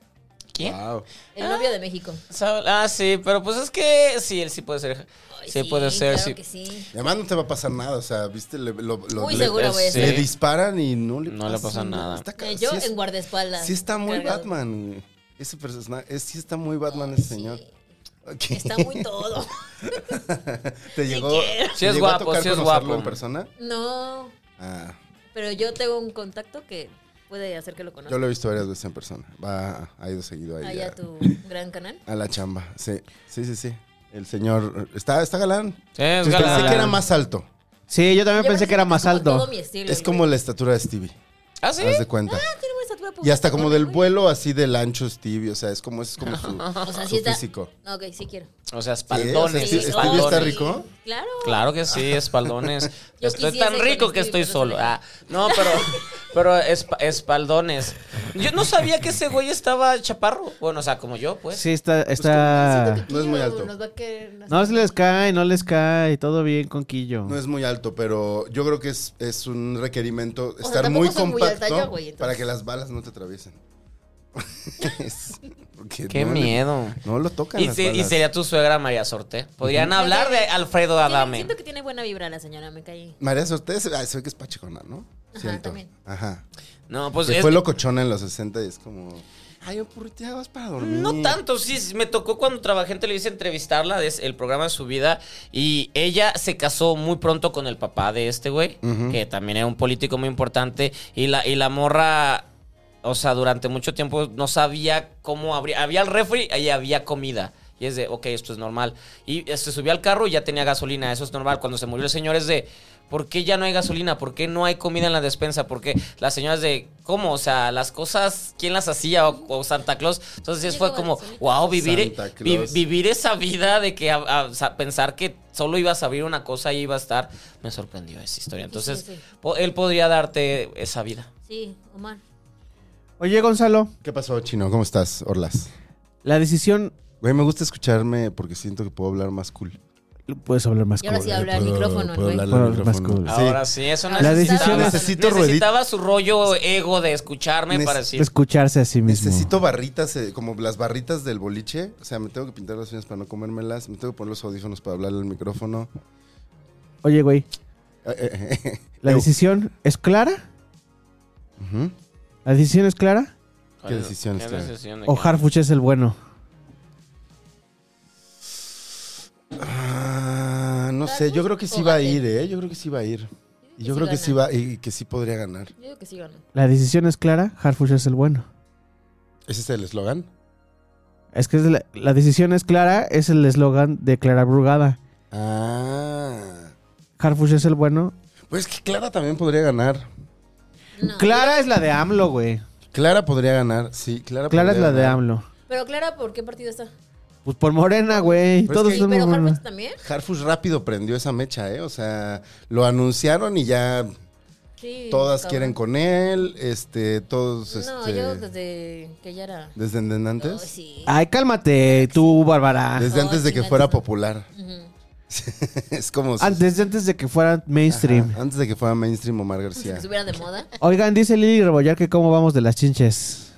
¿Quién? Wow. El novio de México. Saúl- Ah, sí, pero pues es que sí, él sí puede ser. Ay, sí, puede ser, claro sí. que sí. Y además no te va a pasar nada, o sea, viste, le, lo, lo- Muy le- seguro voy a sí. le ser. disparan y no le No le pasa nada. Está ca- Eh, yo sí es- en guardaespaldas. Sí está muy cargado. Batman, güey. Ese personaje, es- sí está muy Batman ese señor. Ok. Está muy todo. ¿Te llegó, quiero. te Sí es llegó a guapo, tocar sí es conocerlo guapo. en persona? No, Ah, pero yo tengo un contacto que puede hacer que lo yo conozca. lo he visto varias veces en persona. Va, ha ido seguido ahí Allá a- a tu gran canal. a la chamba. Sí, sí, sí, sí. El señor, está, está galán. Sí, es Pensé galán. que era más alto. Sí, yo también Yo pensé que era más como Todo alto. mi estilo. Es el como la estatura de Stevie, Ah, sí. haz de cuenta. güey. Tiene una estatura Y hasta como del güey. vuelo así del ancho Stevie, o sea, es como, es como su, O sea, su sí está. físico. Ok, sí quiero. O sea, Sí, espaldones. sí, Stevie Stevie está espaldones. rico. Claro. Claro que sí, espaldones. Yo estoy quisiese tan rico con que Stevie, estoy pero no solo. sale. Ah, no, pero, pero esp- espaldones. Yo no sabía que ese güey estaba chaparro. Bueno, o sea, como yo, pues. Sí, está, está. No es muy alto. Nos va a querer hacer- No se les cae, no les cae. Todo bien con Quillo. No es muy alto, pero yo creo que es, es un requerimiento sea, estar tampoco muy soy muy alta compacto yo, güey, entonces. para que las balas no te atraviesen. Es- porque Qué no le- miedo. no lo tocan Y, las se- y balas. sería tu suegra María Sorte. Podrían hablar de Alfredo Tiene- Adame. Siento que tiene buena vibra la señora, me caí. María Sorte se, ah, se ve que es pachicona, ¿no? Ajá, Siento. también. Ajá. No, pues Que es- fue locochona en los 60 y es como... Ay, un purriteabas para dormir. No tanto, sí, sí, me tocó cuando trabajé en televisión entrevistarla, des- el programa de su vida, y ella se casó muy pronto con el papá de este güey, que también era un político muy importante, y la, y la morra, o sea, durante mucho tiempo no sabía cómo abrir, había el refri y había comida. Y es de, ok, esto es normal. Y eh, se subió al carro y ya tenía gasolina, eso es normal. Cuando se murió el señor es de, ¿por qué ya no hay gasolina? ¿Por qué no hay comida en la despensa? Porque las señoras de, ¿cómo? O sea, las cosas, ¿quién las hacía? O, o Santa Claus. Entonces Llegaba fue como, solito. wow, vivir, eh, Santa vi- Claus. vivir esa vida de que a- a- o sea, pensar que solo ibas a abrir una cosa y iba a estar, me sorprendió esa historia. Entonces, sí, sí. po- él podría darte esa vida. Sí, Omar. Oye, Gonzalo, ¿Qué pasó, Chino? ¿Cómo estás, Orlas? la decisión. Güey, me gusta escucharme porque siento que puedo hablar más cool. Puedes hablar más Y ahora sí cool. habla al Puedo- micrófono, el puedo güey. hablarle Puedo al hablar más micrófono. cool. Sí. Ahora sí, eso La necesitaba- decisión- Necesito necesitaba su rollo ego de escucharme Nece- para decir. Escucharse a sí mismo. Necesito barritas, eh, como las barritas del boliche. O sea, me tengo que pintar las uñas para no comérmelas. Me tengo que poner los audífonos para hablarle al micrófono. Oye, güey, Eh, eh, eh, ¿la eh. decisión es clara? Ujú. ¿La decisión es clara? ¿Qué decisión ¿Qué es clara? decisión de ¿O qué? Harfuch es el bueno? Ah, no sé, yo creo que sí va a ir, ¿eh? Yo creo que sí va a ir. Y yo creo que sí gana. va y que sí podría ganar. Yo digo que sí gana. ¿La decisión es clara? Harfuch es el bueno. ¿Ese es el eslogan? Es que es la, la decisión es clara es el eslogan de Clara Brugada. Ah. Harfuch es el bueno. Pues que Clara también podría ganar. No. Clara es la de AMLO, güey. Clara podría ganar, sí. Clara, Clara es podría la de ganar. AMLO. Pero Clara, ¿por qué partido está? Pues por Morena, güey. Pero es Todos que- Sí, son pero Morena. Harvard también. Harfus rápido prendió esa mecha, ¿eh? O sea, lo anunciaron y ya Sí. todas cabrón. quieren con él, este, todos, No, este, yo desde que ya era. desde desde No, antes, sí. Ah, Ay, cálmate, tú, Bárbara. desde Oh, antes de que chinga, fuera entonces no. popular. Ujú. es como si- Antes, antes de que fuera mainstream. Ajá, antes de que fuera mainstream Omar García. Que estuvieran de moda. Oigan, dice Lili Rebollar que cómo vamos de las chinches.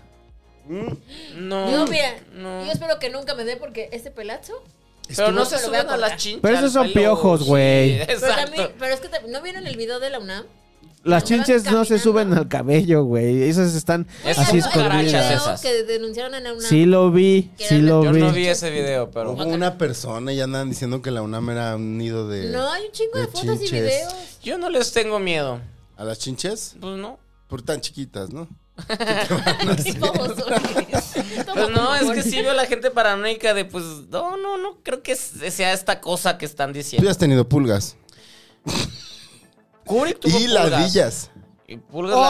No. Yo, mira, no. yo espero que nunca me dé porque este pelazo. Pero no Estuvo- se Pero voy a suben a cortar. las chinchas. Pero esos son pelo. piojos, güey. Sí, Pero exacto. también, pero es que te- no vieron el video de la UNAM. Las Pero chinches van no se caminando. suben al cabello, güey. Esas están Esas así son escondidas. cucarachas video esas. que denunciaron en la UNAM. Sí lo vi, sí lo Yo vi. no vi ese video, pero. Hubo una persona y andaban diciendo que la UNAM era un nido de No, hay un chingo de, De fotos y chinches. videos. Yo no les tengo miedo. a las chinches Pues no. por tan chiquitas, ¿no? Qué babosones. Toma, Pues no, por es favor. que sí veo a la gente paranoica de pues. No, no, no creo que s- sea esta cosa que están Tú ya diciendo. has tenido pulgas Kubrick tuvo y pulgas. ladillas. Y pulgas, ¡Ah!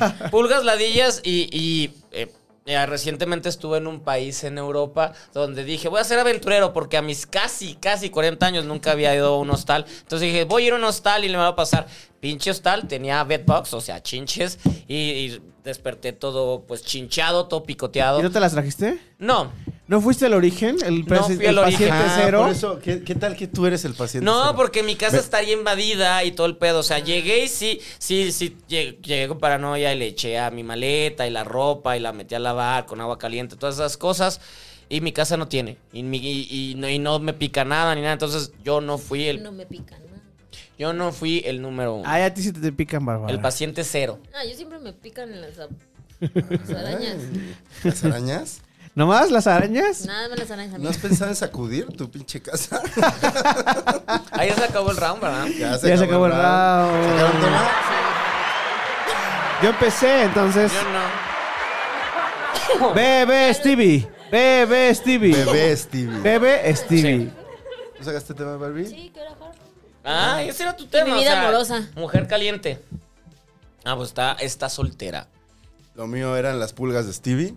ladillas. Ah, Pulgas, ladillas y. y, eh, eh, recientemente estuve en un país en Europa donde dije, voy a ser aventurero porque a mis casi, casi 40 años nunca había ido a un hostal. Entonces dije, voy a ir a un hostal y le va a pasar. Pinche hostal, tenía bedbugs, o sea, chinches, y, y desperté todo pues chinchado, todo ¿Y picoteado. no te las trajiste? No, ¿no fuiste al origen? El, No presi- fui al el origen. paciente Ah, cero. por eso, ¿qué, qué tal que tú eres el paciente? No, cero? porque mi casa está ahí invadida y todo el pedo. O sea, llegué y sí, sí, sí, llegué, llegué con paranoia y le eché a mi maleta y la ropa y la metí a lavar con agua caliente, todas esas cosas. Y mi casa no tiene. Y, mi- y- y no, y no me pica nada ni nada. Entonces yo no fui el, No me pican. ¿no? yo no fui el número uno. Ay, a ti sí te, te pican, Bárbara. El paciente cero. Ah, yo siempre me pican las, a- las arañas. ¿Las arañas? ¿Nomás las arañas? Nada más las arañas. a mí. ¿No has pensado en sacudir tu pinche casa? Ahí ya se acabó el round, ¿verdad? Ya se acabó el round. ¿Sacaron tema? Yo empecé, entonces. Yo no. Bebé Stevie. Bebé Stevie. Bebé Stevie. Bebé Stevie. ¿Tú sacaste tema, Barbie? Sí, que era hard. Ah, ese era tu tema. mi o vida sea, amorosa. Mujer caliente. Ah, pues está, está soltera. Lo mío eran las pulgas de Stevie.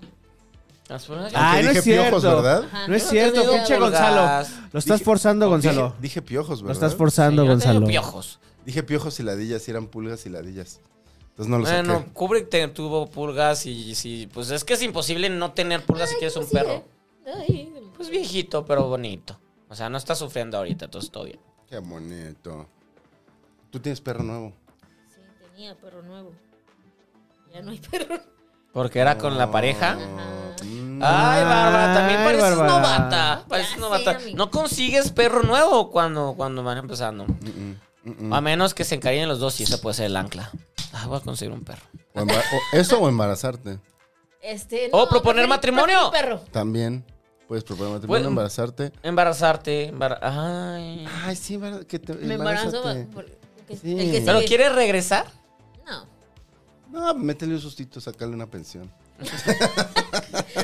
Las pulgas- Ah, Ay, Aunque no es dije piojos, cierto. ¿verdad? Ajá. No es Yo cierto, tenía pinche pulgas. Gonzalo. Lo estás Dije- forzando, Gonzalo. Dije, dije piojos, Lo ¿verdad? estás forzando, Sí, yo tengo Gonzalo. piojos. Dije piojos y ladillas, y eran pulgas y ladillas. Entonces no lo saqué. Bueno, Kubrick te- tuvo pulgas y, sí, pues es que es imposible no tener pulgas si quieres un Sí, perro. ¿eh? Ay, Pues viejito, pero bonito. O sea, no está sufriendo ahorita, entonces todo bien. Qué bonito. Tú tienes perro nuevo. Sí, tenía perro nuevo. Ya no hay perro. Porque era con la pareja. Oh, mm. Ay, Bárbara, también Ay, pareces Bárbara. novata. Pareces Ya sé, novata. amigo. No consigues perro nuevo cuando, cuando van empezando. Mm. A menos que se encariñen Ah, los dos y ese puede ser el ancla. Ah, voy a conseguir un perro. O embar- o- eso o embarazarte. Este, ¿O proponer prefiero- Oh, matrimonio? prefiero un perro. También puedes proponer matrimonio, Bueno. embarazarte. Embarazarte. embar- Ay. Ay, sí, verdad, que te Me embarazo. embarázate. por- que- Sí. el que ¿Pero sigue. quieres regresar? No. No, métele un sustito, sacarle una pensión.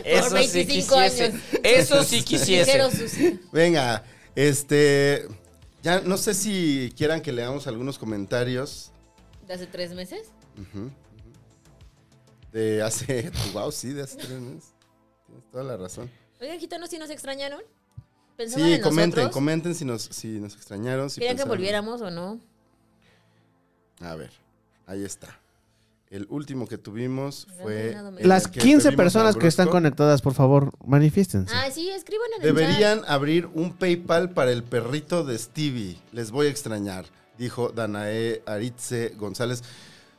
Eso sí 25 quisiese. años. Eso sí quisiese. Ligero sucio. Venga, este. Ya no sé si quieran que leamos algunos comentarios ¿De hace tres meses? de hace. Wow, sí, de hace tres meses. Tienes toda la razón. Oigan, gitanos, ¿sí nos extrañaron? Pensaban Sí, en comenten, nosotros. comenten si nos, si nos extrañaron. Si ¿Querían que pensaron. volviéramos o no? A ver, ahí está. El último que tuvimos fue. Ganado, me- en Las el que 15 tuvimos personas que están Lambrusco. conectadas, por favor, manifiéstense. Ah, sí, escriban en el chat. Deberían abrir un PayPal para el perrito de Stevie. Les voy a extrañar, dijo Danae Aritze González.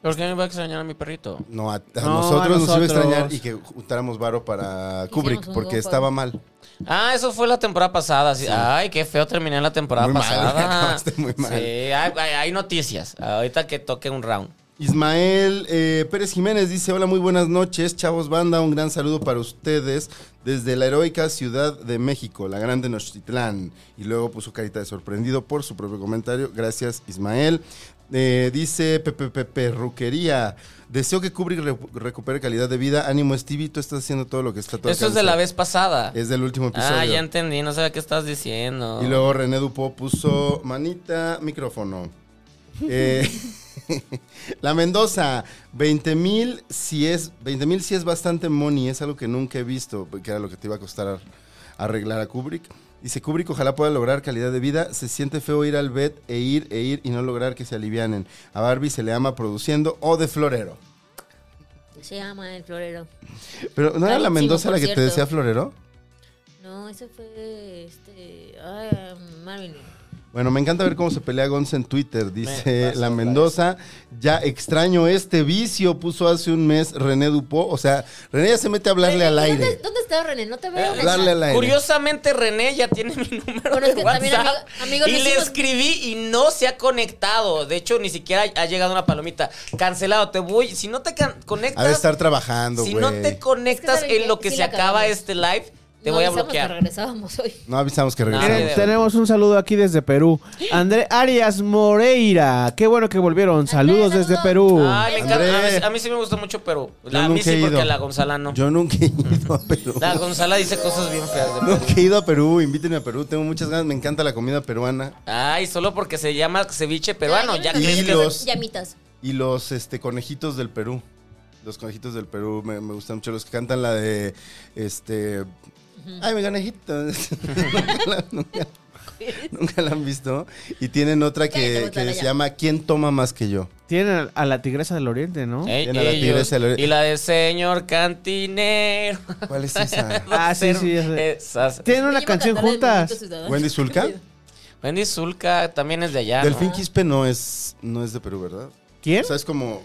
¿Por qué me va a extrañar a mi perrito? No, a, a No, nosotros, a nos iba a nosotros. extrañar y que juntáramos varo para Kubrick un porque grupo. estaba mal. Ah, eso fue la temporada pasada. sí. Ay, qué feo terminé la temporada Muy mal, pasada. acabaste muy mal. Sí, hay, hay- hay noticias. Ahorita que toque un round. Ismael eh, Pérez Jiménez dice, hola, muy buenas noches, chavos banda, un gran saludo para ustedes desde la heroica Ciudad de México, la gran Tenochtitlán. Y luego puso carita de sorprendido por su propio comentario. Gracias, Ismael. Eh, dice Pepe Pepe Ruquería, deseo que Kubrick re- recupere calidad de vida. Ánimo, Stevie, tú estás haciendo todo lo que está a tu Eso es de la alcance". vez pasada. Es del último episodio. Ah, ya entendí. No sé qué estás diciendo. Y luego René Dupó puso manita, micrófono. Eh, la Mendoza, 20 mil si es, 20 mil si es bastante money, es algo que nunca he visto, que era lo que te iba a costar ar- arreglar a Kubrick. Dice Kubrick, ojalá pueda lograr calidad de vida. Se siente feo ir al bed e ir e ir y no lograr que se alivianen. A Barbie se le ama produciendo o de florero. Se llama el florero. Pero ¿no era la Carísimo, Mendoza la por que te cierto. decía florero? No, ese fue este. Ay, Marvin. Bueno, me encanta ver cómo se pelea Gonza en Twitter, dice la Mendoza. Ya extraño este vicio, puso hace un mes René Dupó. O sea, René ya se mete a hablarle René, al ¿Dónde, aire. dónde está René? No te Eh, veo. René. Hablarle al aire. Curiosamente, René ya tiene mi número Bueno, es de que también, WhatsApp. amigo- amigo, y le le hicimos- escribí y no se ha conectado. De hecho, ni siquiera ha llegado una palomita. Cancelado, te voy. Si no te can- Ha de conectas, estar trabajando, si güey. no no, te conectas Es que, ¿saben en lo qué? que Sí se la acaba cagamos. este live, te No voy a avisamos que bloquear. Ah, regresábamos hoy. avisamos que Nada. regresamos. Miren, tenemos un saludo aquí desde Perú. André Arias Moreira. Qué bueno que volvieron. Saludos desde saludos. Perú. Ay, me encanta. A André. mí, a mí sí me gustó mucho Perú. Yo a mí nunca sí, he porque ido. la Gonzala no. Yo nunca he ido a Perú. La Gonzala dice cosas bien feas de Perú. Nunca he ido a Perú, invítenme a Perú. Tengo muchas ganas, me encanta la comida peruana. Ay, solo porque se llama ceviche peruano. Ay, Ya me Y crees imagino que. los- Llamitas. Y los este, conejitos del Perú. Los conejitos del Perú me, me gustan mucho. Los que cantan la de. Este. Ay, mi conejito. nunca, la, nunca- nunca la han visto. Y tienen otra Cállate, que, botana, que se ya. llama ¿Quién toma más que yo? Tienen a, a la tigresa del oriente, ¿no? Ey, Tiene la ellos. tigresa del- y la de señor cantinero. ¿Cuál es esa? Ah, sí, sí, esa. Esas. Tienen una Lleva canción cantada de Movimiento juntas. Ciudadano. ¿Wendy Zulka? Wendy Zulka también es de allá. Delfín ¿no? Quispe no es, no es de Perú, ¿verdad? ¿Quién? O sea, es como.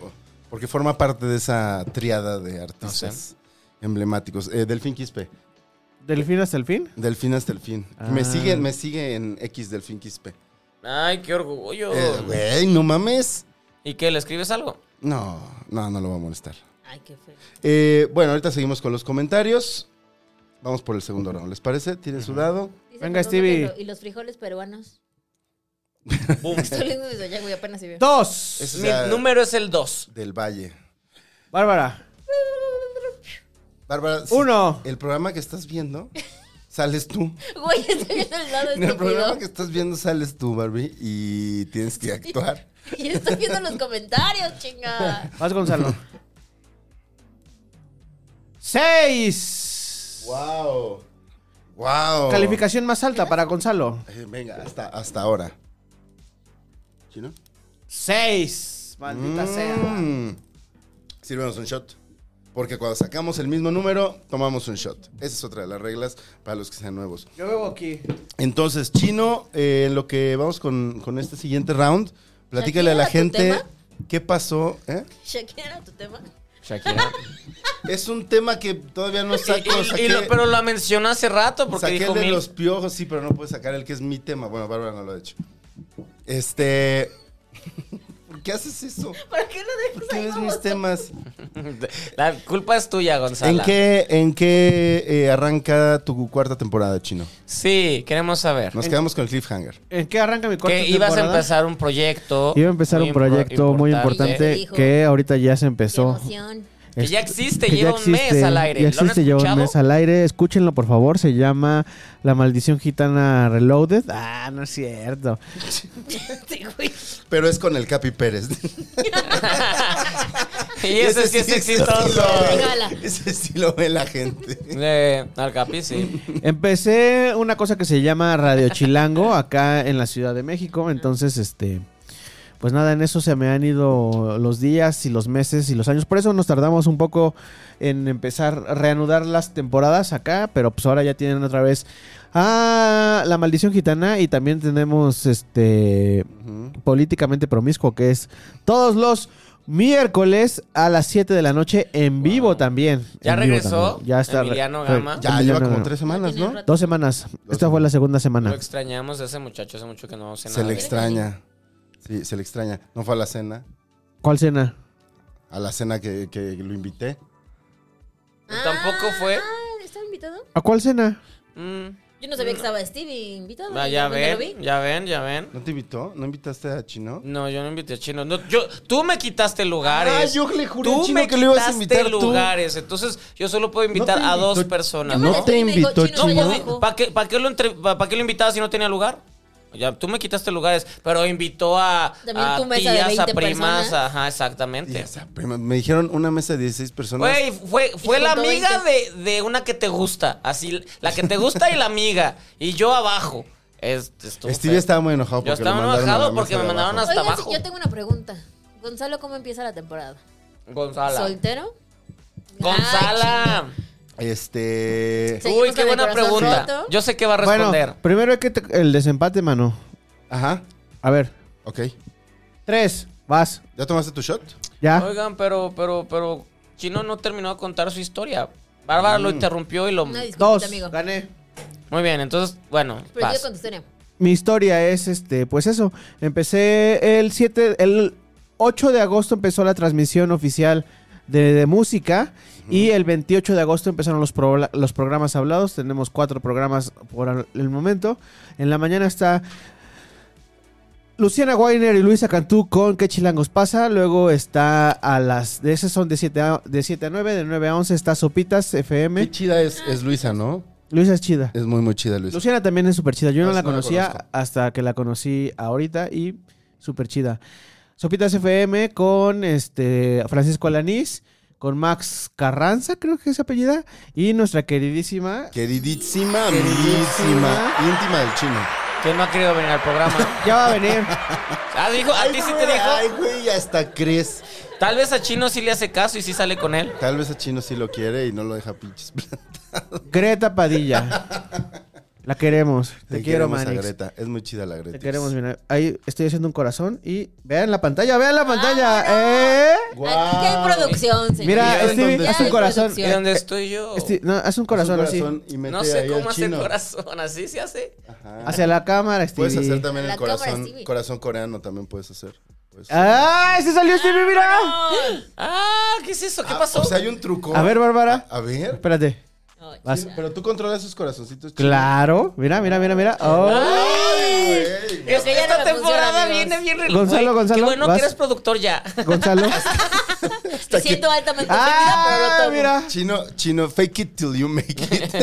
Porque forma parte de esa triada de artistas emblemáticos. Eh, Delfín Quispe. ¿Delfín hasta el fin? Delfín hasta el fin. Ah. Me, sigue, me sigue en X Delfín Quispe. Ay, qué orgullo. Eh, Güey, no mames. ¿Y qué? ¿Le escribes algo? No, no, no lo va a molestar. Ay, qué feo. Eh, bueno, ahorita seguimos con los comentarios. Vamos por el segundo round, ¿les parece? Tiene su dado. Dice Fernando Venga, que Stevie. lo- Y los frijoles peruanos. Boom. Estoy leyendo desde allá, güey, apenas si veo. Dos. Es- o Mi sea, número es el 2. Del Valle. Bárbara. Bárbara. si- Uno. El programa que estás viendo, sales tú. Güey, estoy viendo el lado En el programa estúpido. que estás viendo, sales tú, Barbie, y tienes que actuar. Y estoy viendo los comentarios, chinga. Vas, Gonzalo. Seis. ¡Wow! ¡Wow! Calificación más alta para Gonzalo. Eh, venga, hasta, hasta ahora. ¿Chino? Seis. Maldita sea. Mm. Sírvenos un shot. Porque cuando sacamos el mismo número, tomamos un shot. Esa es otra de las reglas para los que sean nuevos. Yo bebo aquí. Entonces, Chino, eh, en lo que vamos con, con este siguiente round, platícale a la ¿Shakira, tu gente tema? qué pasó. ¿eh? Shakira era tu tema. Shakira. Es un tema que todavía no saco. Y- y- y lo- saqué- pero la mencionó hace rato porque saqué el dijo de mil. los piojos, sí, pero no puedo sacar el que es mi tema. Bueno, Bárbara no lo ha hecho. Este... ¿Por qué haces eso? ¿Por qué no ¿Por dejas qué ahí ves como mis temas? La culpa es tuya, Gonzalo. ¿En qué, en qué eh, arranca tu cuarta temporada, Chino? Sí, queremos saber. Nos quedamos con el cliffhanger. ¿En qué arranca mi cuarta que ibas a temporada? empezar un proyecto. Iba a empezar muy un proyecto muy importante. importante que ahorita ya se Qué empezó. emoción. Que ya existe, que lleva un mes al aire. Ya ¿Lo han existe, lleva un escuchado? mes al aire. Escúchenlo, por favor. Se llama La Maldición Gitana Reloaded. Ah, no es cierto. Sí, güey. Pero es con el Capi Pérez. Y ese sí es exitoso. Regala. Ese sí lo ve la gente. Eh, al Capi, sí. Empecé una cosa que se llama Radio Chilango acá en la Ciudad de México. Entonces, este. Pues nada, en eso se me han ido los días y los meses y los años. Por eso nos tardamos un poco en empezar a reanudar las temporadas acá. Pero pues ahora ya tienen otra vez a La Maldición Gitana. Y también tenemos este. Políticamente Promiscuo, que es todos los miércoles a las 7 de la noche en vivo también. ¿Ya En vivo regresó también. Ya está. re- Emiliano re- Gama? Ya Emiliano lleva como Gama. tres semanas, ¿no? Dos semanas. Esta semanas. fue la segunda Lo semana. extrañamos de ese muchacho, hace mucho que no se Se nada. le de él. extraña. Sí, se le extraña. No fue a la cena. ¿Cuál cena? A la cena que, que lo invité. Tampoco fue. Ah, ¿Estaba invitado? ¿A cuál cena? Mm. Yo no sabía que estaba Stevie invitado. Ah, yo ya nunca Ah, lo ven, vi. ya ven, ya ven. ¿No te invitó? ¿No invitaste a Chino? No, yo no invité a Chino. No, yo, tú me quitaste lugares. Ah, yo le juré a tú Chino me que lo ibas a quitaste invitar tú. lugares. Entonces, yo solo puedo invitar te a dos invitó- personas. No te invitó, No, Chino. pues, ¿para qué, para qué lo entre- pa- para qué lo invitabas si no tenía lugar? Ya, tú me quitaste lugares, pero invitó a, También a tu mesa de tías, a 20 primas, personas. ajá, exactamente. Y esa prima- me dijeron una mesa de 16 personas. Güey, fue, fue Y la juntó amiga de, de una que te gusta, así, la que te gusta y la amiga, y yo abajo. Es, estuvo Stevie feo. estaba muy enojado Yo porque lo estaba mandaron a la enojado mesa porque me de mandaron abajo. hasta Oigan, abajo. sí, yo tengo una pregunta. Gonzalo, ¿cómo empieza la temporada? Gonzala. ¿Soltero? Ay, Gonzala. Este. Sí. Uy, Ah, Seguimos qué con el buena corazón pregunta. roto. Yo sé que va a Bueno, responder. primero hay que te- el desempate, mano. Ajá. A ver, Ok. tres, vas. ¿Ya tomaste tu shot? Ya. Oigan, pero, pero, pero Chino no terminó de contar su historia. Bárbara Mm. lo interrumpió y lo. ching. Una disculpa, Dos. amigo. Gané. Muy bien, entonces, bueno, Pero vas. sigue Pues con tu historia. Mi historia es este, pues eso. Empecé el 7, el 8 de agosto empezó la transmisión oficial de, de música. Y el 28 de agosto empezaron los, prola- los programas hablados. Tenemos cuatro programas por al- el momento. En la mañana está Luciana Weiner y Luisa Cantú con ¿Qué chilangos pasa? Luego está a las... De esas son de 7 a, de 7 a 9, de 9 a 11 está Sopitas Qué FM. chida es, es Luisa, ¿no? Luisa es chida. Es muy, muy chida, Luisa. Luciana también es súper chida. Yo no Casi la Ah, no la conocía conozco. hasta que la conocí ahorita y súper chida. Sopitas FM con este Francisco Alanís, con Max Carranza, creo que es su apellida, y nuestra queridísima. Queridísima, Queridísima. amiguísima, íntima del chino. Que no ha querido venir al programa. Ya va a venir. Ah, dijo, a ti sí te Ay, dijo. güey, hasta crees. Tal vez a Chino sí le hace caso y sí sale con él. Tal vez a Chino sí lo quiere y no lo deja pinches. plantas. Greta Padilla. La queremos. Te, quiero, queremos a Manix. Greta. Es muy chida la Greta. Te queremos, mira. Ahí estoy haciendo un corazón y vean la pantalla, vean la pantalla. ¿eh? Guau. Aquí ya hay producción, señor. Mira, Ya en Stevie, donde haz un estoy. corazón. ¿Y dónde estoy yo? Stevie, ¿eh? no, haz un Haz un corazón así. corazón y mete No ahí sé al cómo hace el chino. corazón. Así se hace. Ajá. Hacia la cámara, Stevie. Puedes hacer también La el cámara, corazón, Stevie. corazón coreano, también puedes hacer. Puedes hacer. ¡Ah! ¡Se salió Stevie, mira! Ah, ¿qué es eso? ¿Qué Ah, pasó? O sea, hay un truco. A ver, Bárbara. A ver. Espérate. Ay, Vas. Pero tú controlas esos corazoncitos. chino. Claro. Mira, mira, mira, mira. Oh. Ah. Ay, Güey. es que ya esta no me funciona, temporada amigos. viene bien rel- Gonzalo, Güey, Qué Gonzalo, bueno vas. que eres productor ya. Gonzalo. Me siento altamente ofendida, pero ¡Ah! lo tomo. Mira. Chino, chino, fake it till you make it.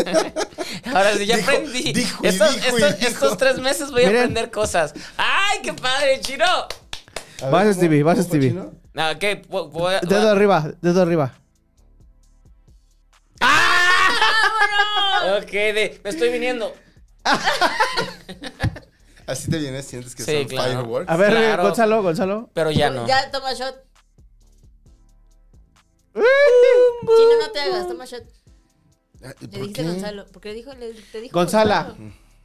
Ahora sí, ya Dijo, aprendí. dijo y estos, dijo y estos- dijo. estos tres meses voy Miren. a aprender cosas. ¡Ay, qué padre, chino! A Vas, ¿cómo- Stevie, vas, cómo fue, Stevie. Chino? No, ¿qué? Voy- voy a- Dedo arriba, dedo arriba. Ok, de- me estoy viniendo. Así te vienes, sientes que Sí, son claro. fireworks. A ver, Claro. Gonzalo, Gonzalo. Pero ya no. Ya, toma shot. Uh. Chino, no te hagas, toma shot. Ah, ¿y Le por dijiste qué? Gonzalo. Porque le dijo, le, te dijo Gonzala. Gonzalo.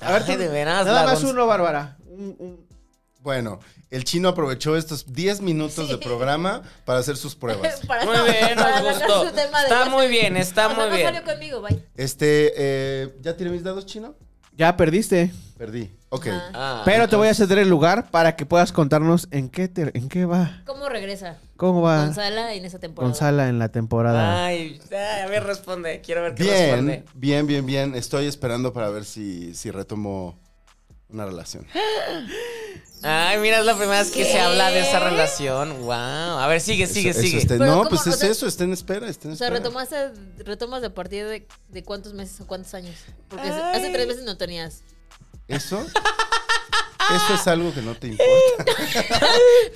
A ver, de veras. Nada la más Gonz- uno, Bárbara. Un- un- Bueno, el chino aprovechó estos 10 minutos de programa para hacer sus pruebas. Para- Muy bien, nos para sacar gustó. su tema de- Está muy bien, está O sea, muy no bien. salió conmigo, bye. Este, eh, ¿ya tiré mis dados, chino? Ya perdiste. Perdí. Ok. Ajá. Ah, Pero te voy a ceder el lugar para que puedas contarnos en qué, ter- en qué va. ¿Cómo regresa ¿Cómo va Ah, Gonzala, Gonzala en esa temporada? en la temporada? Ay, ay, a ver, responde. Quiero ver qué Bien, responde. bien, bien, bien. Estoy esperando para ver si, si retomo una relación. Ay, mira, es la primera vez que se habla de esa relación. Wow. A ver, sigue, sigue, Eso- eso sigue. está- Pero no, ¿cómo? pues O es sea- eso, está en espera, está en O sea, espera. retomaste, retomas a partir de, de cuántos meses o cuántos años. Porque hace- hace tres meses no tenías. ¿Eso? Eso es algo que no te importa.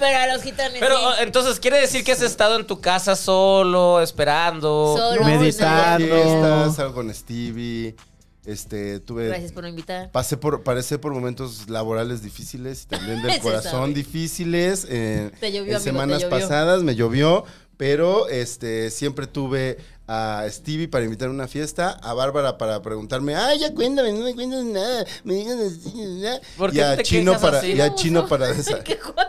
Pero a los gitanes. Pero sí. o- entonces, ¿quiere decir que has estado en tu casa solo, esperando? oh, Solo, Ah, meditar. no, Fiestas, algo con Stevie. Este, tuve. Gracias por invitar. Pasé por, pasé por momentos laborales difíciles y también del Se corazón sabe. difíciles. eh, Te llovió, en amigo, te semanas llovió. pasadas me llovió, pero este siempre tuve a Stevie para invitar a una fiesta, a Bárbara para preguntarme, ay, ya cuéntame, no me cuentas nada, me digas así, nada". ¿Por y qué a te Chino quejas para, así? y a Chino para desa- ¿Qué guapo.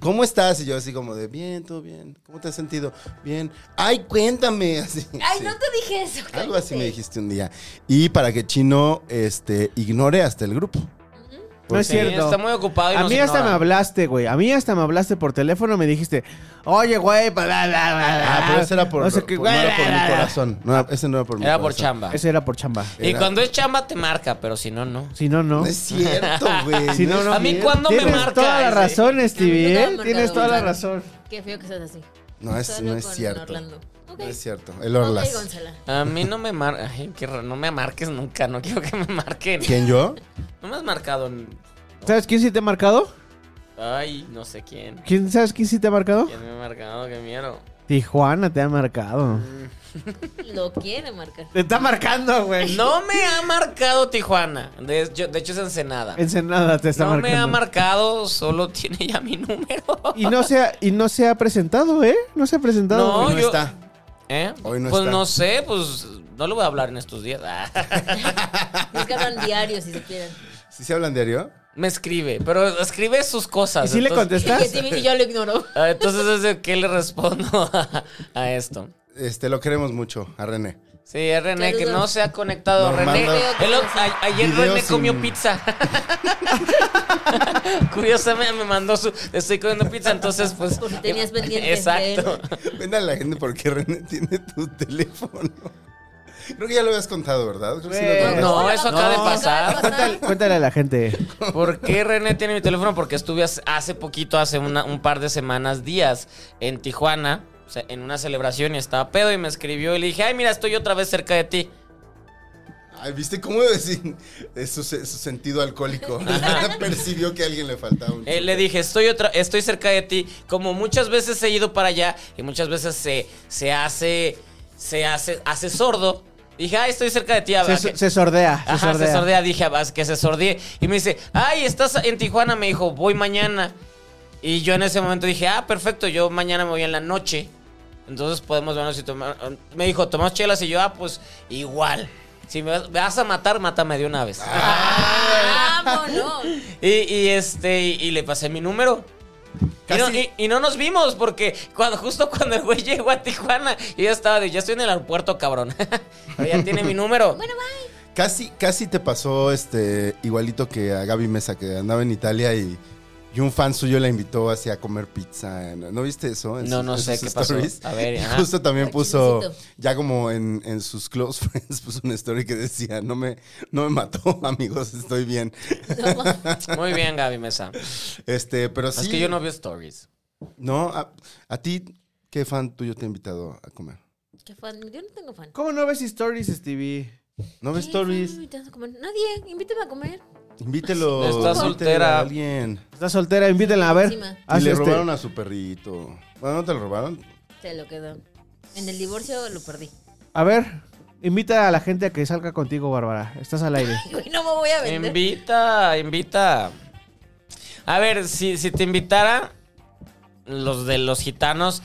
¿Cómo estás? Y yo así como de bien, todo bien. ¿Cómo te has sentido? Bien. Ay, cuéntame. Así, Ay, sí. no te dije eso. Algo así cállate. me dijiste un día. Y para que Chino este, ignore hasta el grupo. No pues es Sí, cierto. Está muy ocupado y A nos mí hasta me ignora. hablaste, güey. A mí hasta me hablaste por teléfono. Me dijiste, oye, güey. bla, bla, bla, bla, Ah, pero ese era por, no sé qué, por- no era por bla, bla, mi bla". corazón. No, era- ese no era por mi Era por corazón. chamba. Ese era por chamba. Y Era- cuando es chamba te marca, pero si no, no. Si no, no. No es cierto, güey. Si no, es no. A mí cierto. cuando me ¿eh? Tienes marca. toda la ese. razón, Stevie. te ¿eh? han marcado, Tienes toda la Gonzalo. razón. Qué feo que seas así. No es, Solo no es con cierto. Orlando. Ok. No es cierto. El Orlas. Ok, Gonzala. A mí no me marca. Ay, qué raro. No me marques nunca. No quiero que me marquen. ¿Quién yo? No me has marcado. en- ¿Sabes quién sí te ha marcado? Ay, no sé quién. ¿Quién sabes quién sí te ha marcado? ¿Quién me ha marcado? Qué miedo. Tijuana te ha marcado. Lo quiere marcar. Te está marcando, güey. No me ha marcado Tijuana. De, yo- de hecho, es Ensenada. Ensenada te está no marcando. me ha marcado, solo tiene ya mi número. y no se ha, y no se ha presentado, ¿eh? No se ha presentado. No, Hoy no yo- está. ¿Eh? Hoy no pues está. no sé, pues no lo voy a hablar en estos días. Ah. Es que hablan diario si se quieren. ¿Sí se hablan diario? Me escribe, pero escribe sus cosas. ¿Y si le entonces- Y que contestas? sí, y yo lo ignoro. Ah, Entonces, es de ¿qué le respondo a, a esto? Este, lo queremos mucho a René. Sí, a René, que Saludos. no se ha conectado. Nos René, manda el o- a- ayer videos René comió sin- pizza. Curiosamente me mandó su. Estoy comiendo pizza, entonces, pues. Porque tenías pendientes de Exacto. Vende a la gente porque René tiene tu teléfono. Creo que ya lo habías contado, ¿verdad? Creo que sí lo Güey. contaste. No, eso acaba de No. pasar. Cuéntale, cuéntale a la gente. ¿Por qué René tiene mi teléfono? Porque estuve hace- hace poquito, hace una- un par de semanas, días, en Tijuana, o sea, en una celebración y estaba pedo y me escribió y le dije, ay, mira, estoy otra vez cerca de ti. Ay, ¿viste cómo decir? Es su, su sentido alcohólico? Percibió que a alguien le faltaba un Eh, le dije, estoy otra, estoy cerca de ti. Como muchas veces he ido para allá y muchas veces se, se hace, se hace, hace sordo. Dije, ay, estoy cerca de ti. a- a Se, que- se sordea. Se Ajá, sordea. se sordea, dije, "Ah, que se sordee. Y me dice, ay, estás en Tijuana, me dijo, voy mañana. Y yo en ese momento dije, ah, perfecto, yo mañana me voy en la noche. Entonces podemos vernos y tomar. Me dijo, tomamos chelas y yo, ah, pues igual. Si me vas, me vas a matar, mátame de una vez. Vámonos. Y, y, este, y, y le pasé mi número. Y no, y- y no nos vimos porque cuando, justo cuando el güey llegó a Tijuana, yo ya estaba de, ya estoy en el aeropuerto, cabrón. Pero ya tiene mi número. Bueno, bye. Casi, casi te pasó este igualito que a Gaby Mesa, que andaba en Italia y, y un fan suyo la invitó así a comer pizza. ¿No, ¿No viste eso? en No, no sé qué pasó. A ver, Y ajá. justo también Ay, puso, chismecito. ya como en, en sus close friends, puso una story que decía, no me, no me mató, amigos, estoy bien. Muy bien, Gaby Mesa. Este, pero sí. Es que yo no veo stories. No, a, a ti, ¿qué fan tuyo te ha invitado a comer? ¿Qué fan? Yo no tengo fan. ¿Cómo no ves stories, Stevie? ¿No ves ¿Qué stories? fan me invitas a comer? Nadie, invítame a comer. Invítelo. Está invítelo soltera. A alguien. Está soltera, invítenla a ver. Encima. Y Haz le este- robaron a su perrito. Bueno, ¿no te lo robaron? Se lo quedó. En el divorcio lo perdí. A ver, invita a la gente a que salga contigo, Bárbara. Estás al aire. Güey, no me voy a vender. Invita, invita. A ver, si, si te invitara los de los gitanos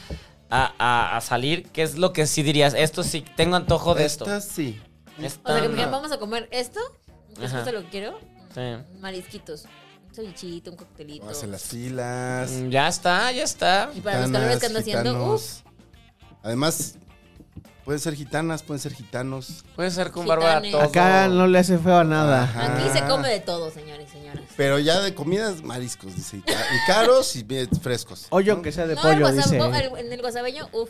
a, a- a salir, ¿qué es lo que sí dirías? Esto sí, tengo antojo de esto. Esta sí. o Esta sea, que me digan, no. vamos a comer esto, que es Ajá. justo lo que quiero. Sí. Marisquitos. Un cevichito, un coctelito. Hace las filas. Mm, Ya está, ya está. Y para los calores que ando haciendo, uff. Además, Pueden ser gitanas, pueden ser gitanos. Puede ser con Gitanes. Bárbara todo. Acá no le hace feo a nada. Ajá. Aquí se come de todo, señores y señoras. Pero ya de comidas, mariscos, dice. Y, ca- y caros y bien frescos. Hoyo que sea de No, el pollo, guasa- dice. el- en el guasabeño, uff,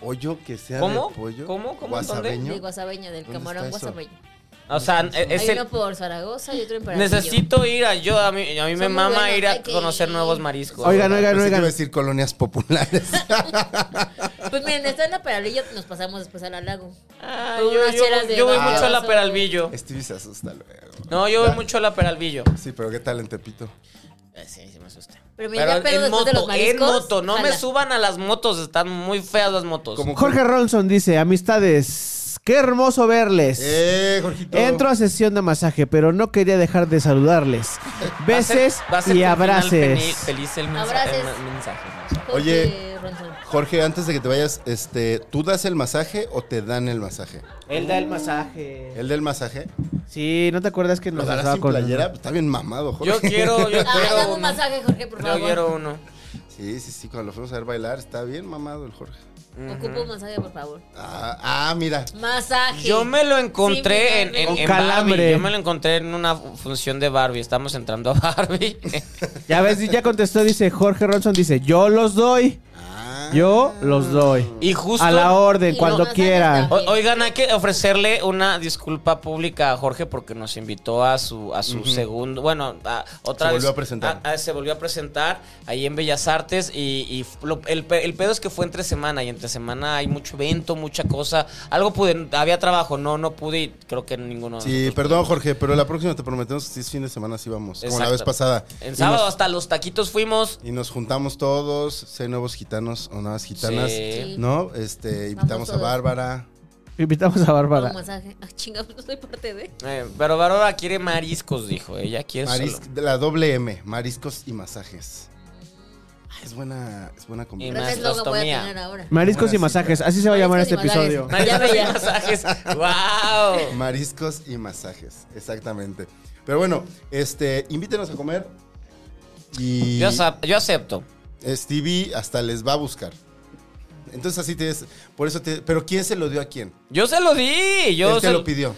Hoyo que sea ¿Cómo? de pollo. ¿Cómo? ¿Cómo? ¿En dónde? guasabeño. del guasabeño, del ¿Dónde camarón está eso? guasabeño. O sea, e, es Hay el... uno por Zaragoza y otro en Paraguay. Necesito ir a yo, a mí, a mí me Son muy mama buenos, ir a hay que conocer ir. nuevos mariscos. Oigan, Pensé oigan, que oigan. iba a decir colonias populares. Pues miren, está en la peralilla, nos pasamos después al lago. Ah, Con yo, unas chelas yo, de yo voy vaso. mucho a la Peralvillo. Stevie se asusta luego. No, yo voy mucho a la Peralvillo. Sí, pero ¿qué tal en Tepito? Eh, Sí, sí me asusta. Pero mira, ya pedo en después de los moto, en mariscos, moto. No me jala. suban a las motos, están muy feas las motos. Como- Jorge Ronson dice, amistades, qué hermoso verles. ¡Eh, Jorgito! Entro a sesión de masaje, pero no quería dejar de saludarles. Va a ser- Beses va a ser y un final abraces. feliz- Feliz el mensa- el Abraces. mensaje. mensaje. Jorge Ah, Oye. Ronson. Jorge, antes de que te vayas, este, ¿tú das el masaje o te dan el masaje? Él da el masaje. ¿El del masaje? Sí, ¿no te acuerdas que ¿Lo nos darás pasaba sin con playera? Pues Está bien mamado, Jorge. Yo quiero, yo Ay, quiero dame un uno. masaje, Jorge, por Ah, favor. Yo quiero uno. Sí, sí, sí, cuando lo fuimos a ver bailar, está bien mamado el Jorge. Ocupo un masaje, por favor. Ah, ah, mira. Masaje. mm. Yo me lo encontré Sí, en, mi Barbie. en- Con en calambre. Barbie. Yo me lo encontré en una función de Barbie. Estamos entrando a Barbie. Ya ves, ya contestó, dice Jorge Ronson, dice, yo los doy, Ah. yo los doy. y justo. A la orden, Y cuando los masajes quieran. O- Oigan, hay que ofrecerle una disculpa pública a Jorge porque nos invitó a su a su segundo, bueno, a- otra Se vez volvió a presentar. a- a- se volvió a presentar ahí en Bellas Artes y, y f- lo- el, pe- el pedo es que fue entre semana y entre semana hay mucho evento, mucha cosa, algo pude, había trabajo, no, no pude y creo que ninguno. de Sí, nosotros perdón, Jorge, pero la próxima te prometemos que si es fin de semana sí vamos, como la Exacto. vez pasada. En Y sábado nos- hasta los taquitos fuimos. Y nos juntamos todos, seis nuevos gitanos o nuevas gitanas, Sí. ¿no? Este, invitamos a todos. Bárbara. Invitamos a Un Bárbara. masaje. Ah, chingados, no soy parte de. Eh, pero Bárbara quiere mariscos, dijo. Ella quiere Maris- solo. de la doble M, mariscos y masajes. Ah, es buena, es buena Y combinación. Creo que es lo que voy mastostomía. a tener ahora. Mariscos y Buenas masajes, así se va a llamar este Mariscos y masajes. episodio. Ya veía. masajes. ¡Wow! Mariscos y masajes, exactamente. Pero bueno, este, invítenos a comer y Yo, acep- yo acepto. Stevie hasta les va a buscar. Entonces así te es, por eso te, pero ¿quién se lo dio a quién? Yo se lo di. Yo Él te se- lo pidió.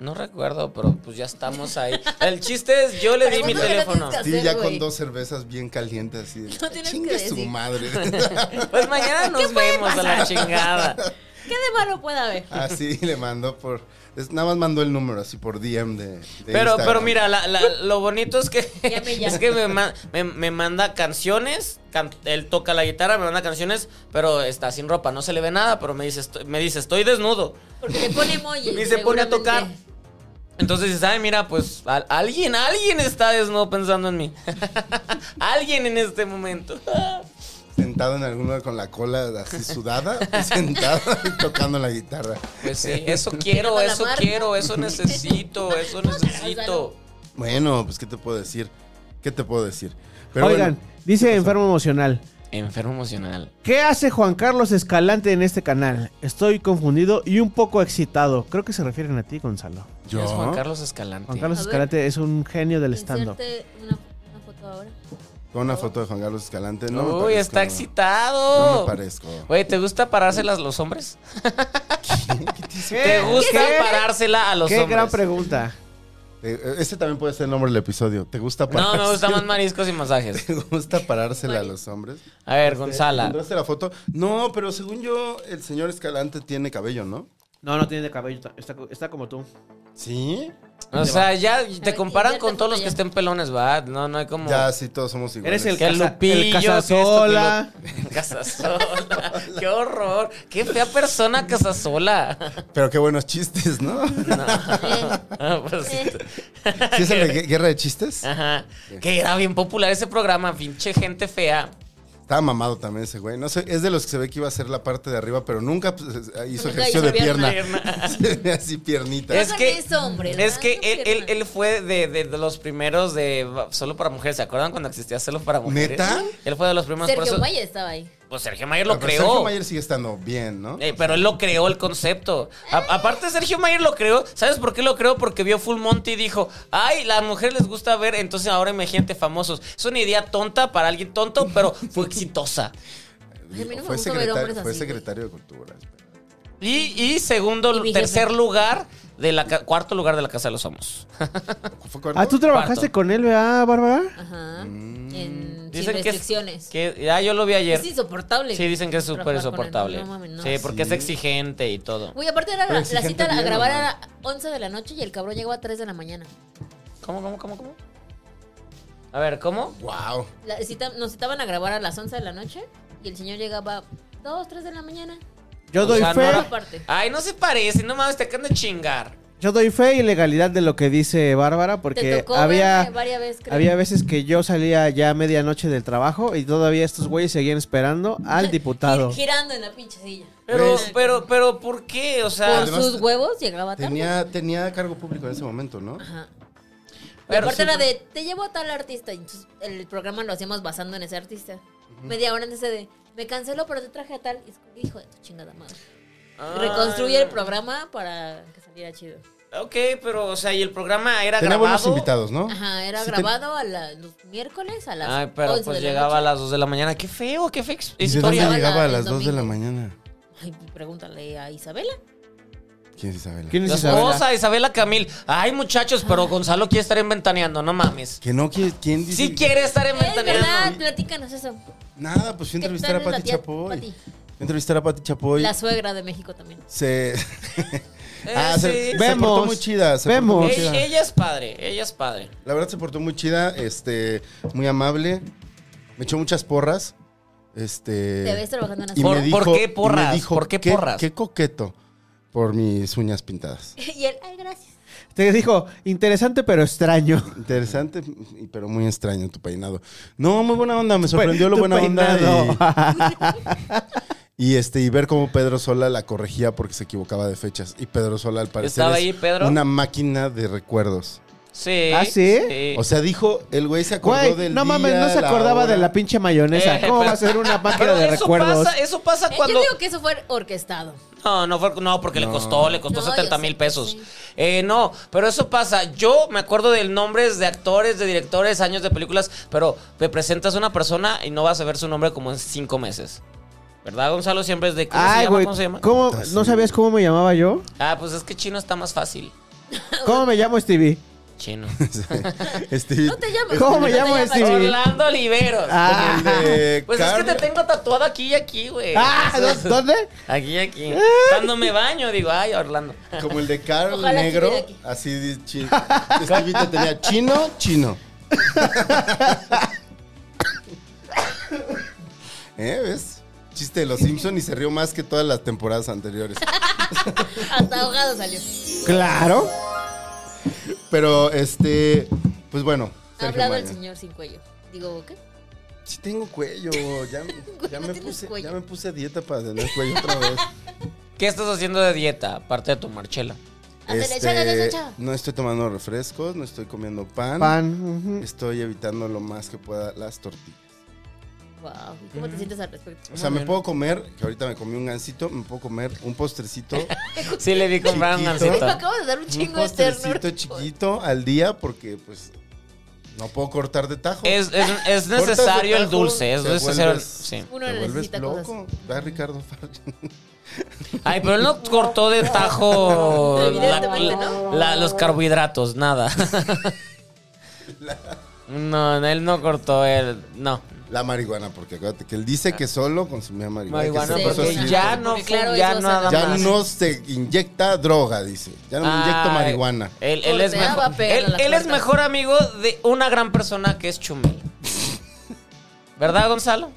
No recuerdo, pero pues ya estamos ahí. El chiste es, yo le di mi Pregunta que no teléfono. tienes Stevie ya hacer, con güey? dos cervezas bien calientes así. de, No tienes "Chingue que su decir". madre. Pues mañana nos vemos a la chingada. ¿Qué de malo puede haber? así Ah, le mandó por es- nada más mandó el número así por DM de, de Pero, Instagram. pero mira, la- la- lo bonito es que Ya me llama. es que me, ma- me- me manda canciones, can- él toca la guitarra, me manda canciones, pero está sin ropa, no se le ve nada, pero me dice, estoy, me dice, estoy desnudo. Porque le pone emoji. Y se pone a seguramente. tocar. Entonces dices, ay, mira, pues al- alguien, alguien está desnudo pensando en mí. alguien en este momento. sentado en algún lugar con la cola así sudada, sentado y tocando la guitarra. Pues sí, eso quiero, Mira, eso Malamar. gonzalo. quiero, eso necesito, eso necesito. Bueno, pues qué te puedo decir? ¿Qué te puedo decir? Oigan, bueno, dice enfermo emocional. Enfermo emocional. ¿Qué hace Juan Carlos Escalante en este canal? Estoy confundido y un poco excitado. Creo que se refieren a ti, Gonzalo. yo Es Juan Carlos Escalante. Juan Carlos A ver. Escalante es un genio del stand-up. Inserte una, una foto ahora. con una foto de Juan Carlos Escalante, no me Uy, parezco. está No me excitado. parezco. Güey, ¿te gusta parárselas los hombres? ¿Te gusta ¿Qué? parársela a los Qué hombres? gran pregunta. Eh, eh, Ese también puede ser el nombre del episodio. ¿Te gusta No, parársela? me gustan más mariscos y masajes. ¿Te gusta parársela a los hombres? A ver, Gonzalo. Gonzala. la foto? No, pero según yo, el señor Escalante tiene cabello, ¿no? No, no tiene de cabello. Está, está como tú. ¿Sí? O sea, ya te ver, comparan invierte con todos los foto que ya. estén pelones, va. No, no hay como. Ya, sí, todos somos iguales. Eres el, Que el caza- Lupillo, el que esto, que lo- cazasola. Casasola. Qué horror. Qué fea persona Casasola. Pero qué buenos chistes, ¿no? Ah, pues, ¿Sí es el de gue- Guerra de Chistes? Ah. Ajá. Que era bien popular ese programa, pinche gente fea. Estaba mamado también ese güey. No sé, es de los que se ve que iba a hacer la parte de arriba, pero nunca pues, hizo Nunca ejercicio hizo de pierna. pierna. Se ve así piernita. Es- que es hombre, es ¿verdad? que Qué él, él- pierna. él fue de, de- de los primeros de va- Solo para Mujeres. ¿Se acuerdan cuando existía Solo para Mujeres? ¿Neta? Él fue de los primeros. por Sergio eso- Maya estaba ahí. Pues Sergio Mayer lo Pero creó. Sergio Mayer sigue estando bien, ¿no? Eh, pero él lo creó el concepto. A- aparte, Sergio Mayer lo creó. ¿Sabes por qué lo creó? Porque vio Full Monty y dijo: Ay, las mujeres les gusta ver, entonces ahora imagínate famosos. Es una idea tonta para alguien tonto, pero fue exitosa. Ay, a mí no me fue gusta ver secretario, hombres fue así, secretario de Cultura. espera. Y, y segundo, Y mi jefe. tercer lugar, de la ca- cuarto lugar de la Casa de los Homos. ¿Fue cuarto? Ah, tú trabajaste Cuarto. con él, ¿verdad, Bárbara? Ajá. En, sin Mm. Dicen que es- restricciones. Que, ya yo lo vi ayer. Es insoportable. Sí, dicen que es súper trabajar con él. insoportable. No mames, no. Sí, porque es exigente y todo. Güey, aparte era Pero la, la exigente cita a bien, grabar ¿no? a las 11 de la noche y el cabrón llegó a 3 de la mañana. ¿Cómo, cómo, cómo, cómo? A ver, ¿cómo? Wow. La cita- nos citaban a grabar a las 11 de la noche y el señor llegaba 2, 3 de la mañana. Yo O Pues doy sea, no fe, era- Aparte. Ay, no se parece, no mames, te acaban de chingar. yo doy fe y legalidad de lo que dice Bárbara, Te porque tocó había, verme varias veces, creo. había veces que yo salía ya a medianoche del trabajo y todavía estos güeyes seguían esperando al diputado. Gi- Girando en la pinche silla. Pero, ¿Ves? pero, pero, ¿por qué? O sea, Por además, sus huevos llegaba tarde. Tenía, tenía cargo público en ese momento, ¿no? ¿Ah, Ajá. Pero sí, Aparte era de, te llevo a tal artista. y entonces el programa lo hacíamos basando en ese artista. Media hora antes de, me canceló, pero te traje a tal. Y es como, hijo de tu chingada madre. ah, Reconstruye el programa para que saliera chido. Ok, pero, o sea, y el programa era Tenía buenos grabado. invitados, ¿no? Ajá, era Oh. Sí, te- grabado a la- los miércoles a las Ay, pero 11 pues de la llegaba a noche. las 2 de la mañana. Qué feo, qué fea ex- ¿Y de dónde historia. Llegaba llegaba a el las 2 de la domingo. mañana? Ay, pues, pregúntale a Isabela. ¿Quién es Isabela? ¿Quién es La Isabela? esposa Isabela Camil. Ay, muchachos, pero Gonzalo quiere estar inventaneando, no mames. Que no, ¿quién, quién dice? Sí quiere estar Es Eh, verdad, inventaneando. platícanos eso. Nada, pues fui a ¿Qué entrevistar a tal es la Pati tía Chapoy. Eh, Pati? Fui a entrevistar a Pati Chapoy. La suegra de México también. Se. Eh, Ah, Eh, sí. se, se Vemos. portó muy chida. se portó Ah, Vemos. muy Ella, chida. ella es padre, ella es padre. La verdad se portó muy chida, este, muy amable. Me echó muchas porras. Este. Te ves trabajando en y las Por- me dijo, por qué y me porras? dijo, ¿Por qué porras? Qué coqueto por mis uñas pintadas. Y él, ay, gracias. Eh, Te dijo, interesante pero extraño. Interesante, y- pero muy extraño tu peinado. No, muy buena onda, me sorprendió lo Tu buena peinado. onda. Y, y, este, y ver cómo Pedro Sola la corregía porque se equivocaba de fechas. Y Pedro Sola, al parecer, ¿Estaba es ahí Pedro? una máquina de recuerdos. Sí. ¿Ah, sí? O sea, dijo, el güey se acordó Güey, del no mames, día, no se acordaba de hora. la pinche mayonesa. Eh, ¿Cómo pero- va a ser una máquina Pero de eso recuerdos? pasa, eso pasa Eh, cuando. Yo digo que eso fue orquestado. No, no, fue- no, porque le costó, le costó No, yo 70 sé mil que pesos. sí. Eh, no, pero eso pasa. Yo me acuerdo de nombres de actores, de directores, años de películas, pero me presentas a una persona y no vas a ver su nombre como en cinco meses. ¿Verdad, Gonzalo? Siempre es de ¿cómo se Ay, llama? güey, ¿Cómo se llama? ¿cómo- ¿no sabías cómo me llamaba yo? Ah, pues es que chino está más fácil. ¿Cómo me llamo Stevie? Chino. Steve- No te llames. ¿Cómo no me te llamo llamas. Stevie? Orlando Oliveros. Ah, el de Pues es que Carmen. te tengo tatuado aquí y aquí, güey. Ah, ¿dó- ¿dónde? Aquí, aquí. Cuando me baño, digo, ay, Orlando. Como el de Carl Ojalá Negro, estuviera aquí. así de chino. Stevie te tenía chino, chino. ¿Eh? ¿Ves? Chiste de los Simpson y se rió más que todas las temporadas anteriores. Hasta ahogado salió. Claro. Pero este, pues bueno. Ha Sergio hablado el Mayer. señor sin cuello. Digo, ¿qué? Sí tengo cuello, ya, ya no me tienes puse, cuello. ya me puse a dieta para tener cuello otra vez. ¿Qué estás haciendo de dieta? Aparte de tu marchela. Ándale, échale, échale, échale. Este, no estoy tomando refrescos, no estoy comiendo pan, Pan. ujú. estoy evitando lo más que pueda las tortillas. Wow. ¿Y ¿Cómo te sientes al respecto? O sea, me puedo comer, que ahorita me comí un gansito, me puedo comer un postrecito, Sí, le vi comprar un Chiquito. gansito. Me acabo de dar un un chingo de ternura. postrecito chiquito al día porque pues no puedo cortar de tajo. Es, es, es Cortas de necesario el tajo, dulce, es te necesario el... vuelves- Sí. Uno te vuelves necesita cosas. loco. Va Ricardo Farri. Ay, pero él no cortó de tajo la- Evidentemente, ¿no? la- los carbohidratos, nada. No, él no cortó el... No. La marihuana, porque acuérdate que él dice que solo consumía marihuana. que Marihuana, se porque pasó porque así. ya no, Porque claro, ya eso no nada se- Ya más. no se inyecta droga, dice. Ya no me inyecto Ay, marihuana. Él, él es, Ordeaba mejor, pera él- a las él es puertas. mejor amigo de una gran persona que es Chumel. ¿Verdad, Gonzalo?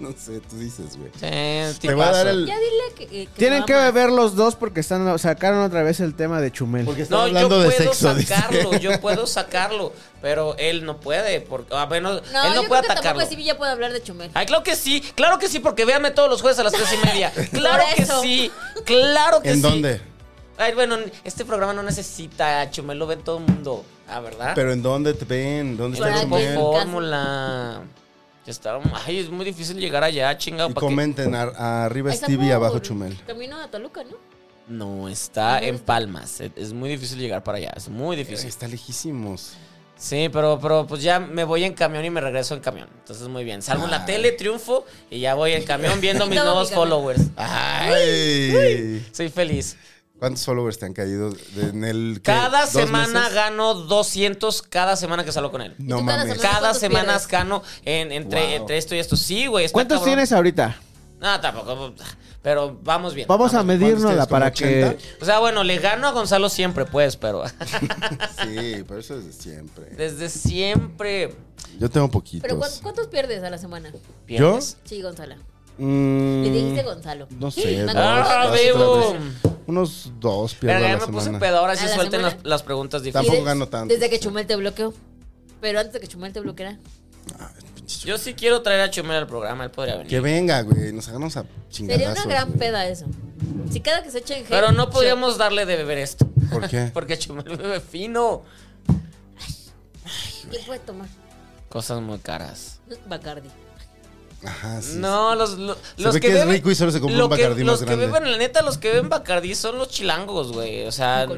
No sé, tú dices, güey. Sí, Te voy a dar tipazo. el... Ya dile que. eh, que Tienen lo que amas. beber los dos porque están sacaron otra vez el tema de Chumel. Porque están No, yo hablando puedo de sexo, dice. sacarlo, yo puedo sacarlo, pero él no puede, porque a menos No, él yo no creo puede que atacarlo. tampoco Stevie ya puede hablar de Chumel. Ay, claro que sí, claro que sí, porque véanme todos los jueves a las tres y media. Claro Por que eso. sí, claro que ¿En sí. dónde? Ay, bueno, este programa no necesita a Chumel, lo ve todo el mundo. Ah, ¿verdad? Pero ¿en dónde te ven? ¿Dónde Por está aquí. Chumel? Por- Fórmula. Ya está. Ay, es muy difícil llegar allá, chingado. Y ¿pa' qué? comenten ar- arriba Ahí está Stevie por abajo Chumel. Camino a Toluca, ¿no? No, está en Palmas. Es- Es muy difícil llegar para allá. Es muy Ay, difícil. Está lejísimos. Sí, pero, pero pues ya me voy en camión y me regreso en camión. Entonces, muy bien. Salgo en la tele, triunfo y ya voy en camión viendo mis Toma mi nuevos camión. followers. Ay. Soy feliz. ¿Cuántos followers te han caído de- en el qué, Cada dos semana meses? gano 200 cada semana que salgo con él. No ¿Y tú cada mames. semana? Cada ¿Cuántos semana pierdes? gano en- entre, Wow. entre esto y esto. Sí, güey. está ¿Cuántos cabrón. tienes ahorita? No, tampoco. pues, Pero vamos bien. Vamos a bien. medirnosla ¿Cuántos para tienes? ¿Como que. Ah, O sea, bueno, le gano a Gonzalo siempre, pues, pero Sí, pero eso es de siempre. desde siempre Yo tengo poquitos. ¿Pero ¿cuán- cuántos pierdes a la semana? pierdes. Sí, Gonzalo. Mm, Le dijiste Gonzalo. No sé. Ah, dos, ¡Ah, dos, vivo! tres. Unos dos pierdo Pero a ya la me puse semana. pedo, ahora sí ¿A la suelten las, semana? las preguntas difíciles. Tampoco Y de- gano tanto, Desde que sí. Chumel te bloqueó. Pero antes de que Chumel te bloqueara. Yo sí quiero traer a Chumel al programa, él podría venir. Que venga, güey. Nos hagamos a chingadazos. Sería una gran güey. peda eso. Si cada que se echen hate. Pero no podríamos darle de beber esto. ¿Por qué? Porque Chumel bebe fino. ¿Quién puede tomar? Cosas muy caras. Bacardi. Ajá, sí. No, los, lo- Se los ve que, que es beben- rico y solo se compra lo un que- Bacardí Los más que grande. beben, la neta, los que beben Bacardí son los chilangos, güey. O sea, n-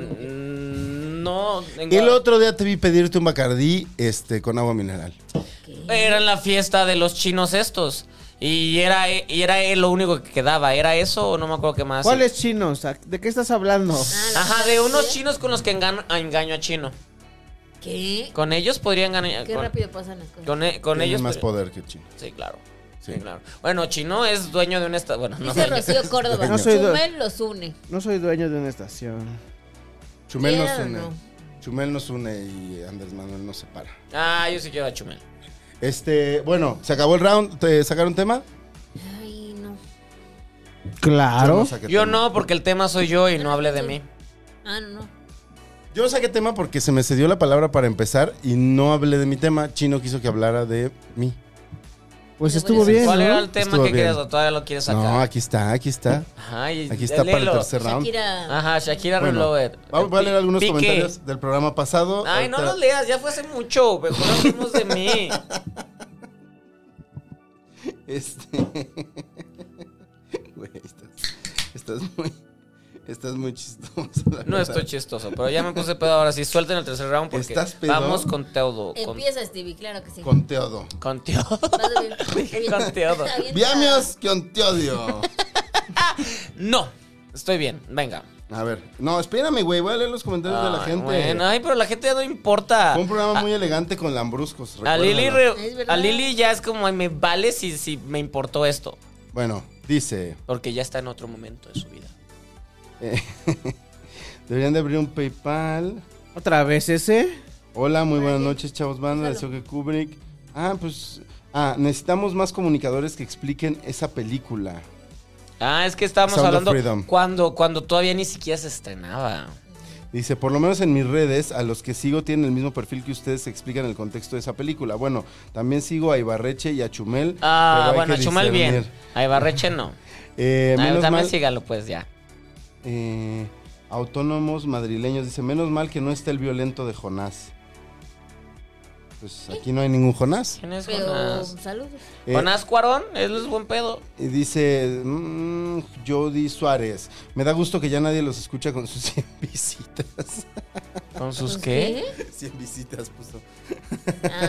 no. en El Guadalajara- otro día te vi pedirte un bacardí este, con agua mineral. Era en la fiesta de los chinos estos. Y era, y era él lo único que quedaba. ¿Era eso o no me acuerdo qué más? ¿Cuáles chinos? Ah, ¿De qué estás hablando? Ah, Ajá, de unos chinos con los que engan- engaño a chino. ¿Qué? Con ellos podrían ganar. Qué con, rápido pasan las cosas. Con, e- con Tienen ellos. más podría- poder que chino. Sí, claro. Sí, Sí. claro. Bueno, Chino es dueño de un estado. Bueno, no. Dice Rocío Córdoba. No soy Chumel los une. No soy dueño de una estación. Chumel nos Quieran o une. no. eh, Chumel nos une y Andrés Manuel nos separa. Ah, yo sí quiero a Chumel. Este, bueno, se acabó el round. ¿Te sacaron tema? Ay, no. Yo Claro. no saqué Yo tema. no, porque el tema soy yo y no hablé de mí. Ah, no, no. Yo saqué tema porque se me cedió la palabra para empezar y no hablé de mi tema. Chino quiso que hablara de mí. Pues Te estuvo voy a bien. ¿Cuál ¿no? era el tema Estuvo que bien. querías o todavía lo quieres sacar? No, aquí está, aquí está. Ajá, y Aquí está para el léelo. tercer round. Shakira. Ajá, Shakira Bueno, Relover. va- voy a leer algunos Piqué. comentarios del programa pasado. Ay, no Ahorita- los leas, ya fue hace mucho. Mejor hablemos de mí. Este. Güey, estás, estás muy. Estás muy chistoso. la No verdad. estoy chistoso, pero ya me puse pedo ahora sí. Suelten el tercer round porque ¿Estás pedo? vamos con Teodo. Con, Empieza, Stevie, claro que sí. Con te odo. con Teodo. Vas a ver. con Teodo. Avienta- Viamios, con te odio. No, estoy bien, venga. A ver. No, espérame, güey. Voy a leer los comentarios de la Ay, gente. Bueno, ay, pero la gente ya no importa. Fue un programa muy elegante con lambruscos. A Lili, recuérdenlo. re- Es verdad. a Lili ya es como, ay, me vale si, si me importó esto. Bueno, dice. Porque ya está en otro momento de su vida. eh, deberían de abrir un PayPal. ¿Otra vez ese? Hola, muy buenas noches, chavos banda. Deseo que Kubrick. Ah, pues. Ah, necesitamos más comunicadores que expliquen esa película. Ah, es que estábamos Sound of hablando Freedom. cuando, cuando todavía ni siquiera se estrenaba. Dice, por lo menos en mis redes, a los que sigo tienen el mismo perfil que ustedes explican el contexto de esa película. Bueno, también sigo a Ibarreche y a Chumel. Ah, pero hay bueno, que Chumel bien. discernir. A Ibarreche no. Eh, Ah, menos también mal, sígalo, pues ya. eh, autónomos madrileños. Dice, menos mal que no está el violento de Jonás. Pues aquí no hay ningún Jonás. ¿Quién es Pero, Jonás? saludos. Eh, Jonás Cuarón, él es buen pedo. Y dice mm, Jody Suárez, me da gusto que ya nadie los escucha con sus 100 visitas. ¿Con sus qué? 100 visitas puso.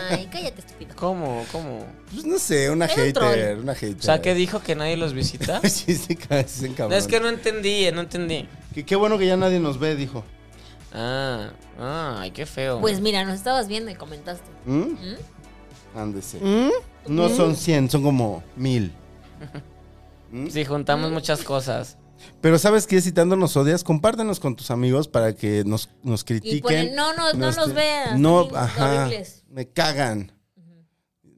Ay, cállate, estúpido. ¿Cómo? ¿Cómo? Pues no sé, una Era un troll. hater, una hater. O sea, que dijo que nadie los visita. sí, se ca- sí se No, encabrona. es que no entendí, eh, no entendí. Que qué bueno que ya nadie nos ve, dijo. Ah, ah, ay, qué feo. Pues mira, nos estabas viendo y comentaste. ¿Mm? Ándese. No son 100, son como 1000. Sí, mm. juntamos muchas cosas. Pero sabes que si tanto nos odias, compártenos con tus amigos para que nos, nos critiquen. Y ponen, no, no, no Nos- los veas. No, también, ajá. horribles. Me cagan.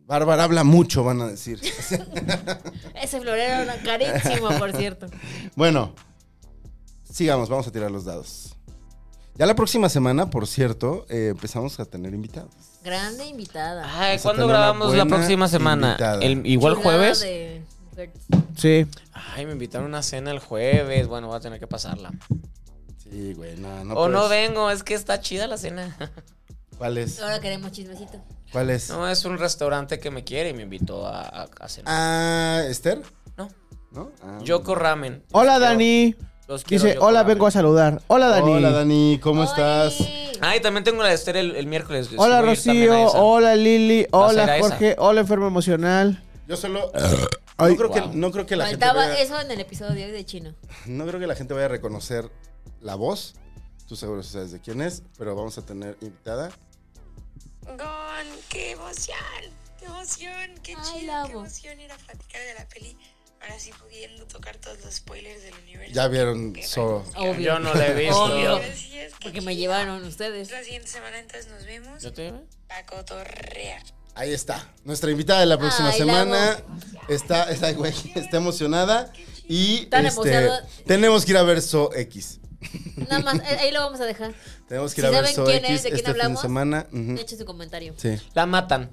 Bárbara habla mucho, van a decir. Ese florero era carísimo, por cierto. Bueno, sigamos, vamos a tirar los dados. Ya la próxima semana, por cierto, eh, empezamos a tener invitados. Grande invitada. Ay, Vamos a ¿cuándo tener una grabamos la buena próxima semana? invitada. El- Ah, ¿Igual Chulada jueves? de mujeres. Sí. Ay, me invitaron a una cena el jueves. Bueno, voy a tener que pasarla. Sí, güey, no, no. o no puedes. vengo, es que está chida la cena. ¿Cuál es? Ahora queremos chismecito. ¿Cuál es? No, es un restaurante que me quiere y me invitó a, a- a cenar. Ah, Esther, No, ¿no? Ah. Yoko Ramen. Los Hola, quiero- Dani. los quiero, Dice, Yoko hola, Ramen. vengo a saludar. Hola, Dani. Hola, Dani, ¿cómo Oli. estás? Ah, y también tengo la de Esther el, el miércoles. Sí, Hola voy a ir también a Rocío, esa. hola Lili, será hola esa. Jorge, hola enfermo emocional. Yo solo. Ay. no, creo que, Wow. no, creo que la gente Faltaba vaya- eso en el episodio de hoy de chino. no creo que la gente vaya a reconocer la voz. Tú seguro sabes de quién es, pero vamos a tener invitada. Gon, qué emoción, qué emoción, qué Ay, la chido, qué amo. emoción ir a platicar de la peli. Ahora sí pudiendo tocar todos los spoilers del universo. Ya vieron Qué Zorro. Obvio. Yo no la he visto. Obvio. Gracias, qué Porque me chido. llevaron ustedes. La siguiente semana entonces nos vemos. ¿Yo te llevé? Paco Torrea. Ahí está. Nuestra invitada de la próxima Ay, la semana está, está, güey, está emocionada. Y Tan este, emocionado. tenemos que ir a ver So X. Nada más, eh, ahí lo vamos a dejar. Tenemos que Si ir a ver saben So quién X es, de quién este fin de hablamos, semana. Ujú. Echen su comentario. Sí. La matan.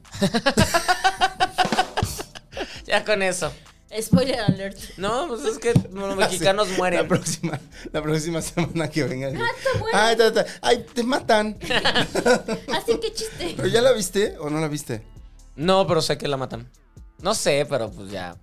ya con eso. Spoiler alert. No, pues es que los mexicanos Ah, Sí. mueren. La próxima, la próxima semana que vengan. te mueren. Ay, ta, ta. Ay, te matan. Así que Ah, chiste. ¿Pero ya la viste o no la viste? No, pero sé que la matan. No sé, pero pues ya.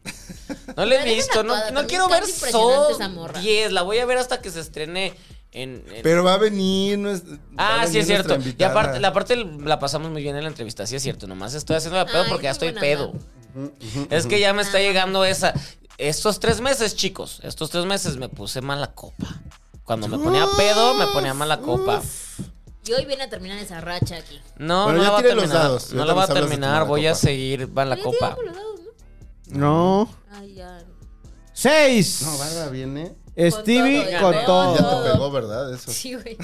No la Pero he dejen visto. No, actuada, no también quiero está ver impresionante So esa morra. 10. La voy a ver hasta que se estrene en. en- Pero va a venir. No es, va ah, a sí, venir es nuestra cierto. Y invitada. aparte, la parte la pasamos muy bien en la entrevista. Sí, es cierto. Nomás estoy haciendo la pedo Ay, porque ya qué estoy buena pedo. onda. Es que ya me está llegando esa. Estos tres meses, chicos. Estos tres meses me puse mala copa. Cuando me ponía pedo, me ponía mala copa. Y hoy viene a terminar esa racha aquí. No, Bueno, no ya la va a tiré los terminar. dados. No Ya la va a nos hablas de tu terminar. mala Voy a copa. seguir van la Pero ya copa. llevamos los dados, ¿no? No. Ay, ya. Seis. No, Bárbara viene. Stevie Con todo, con todo. Ya Oh. te pegó, ¿verdad? Eso. Sí, güey.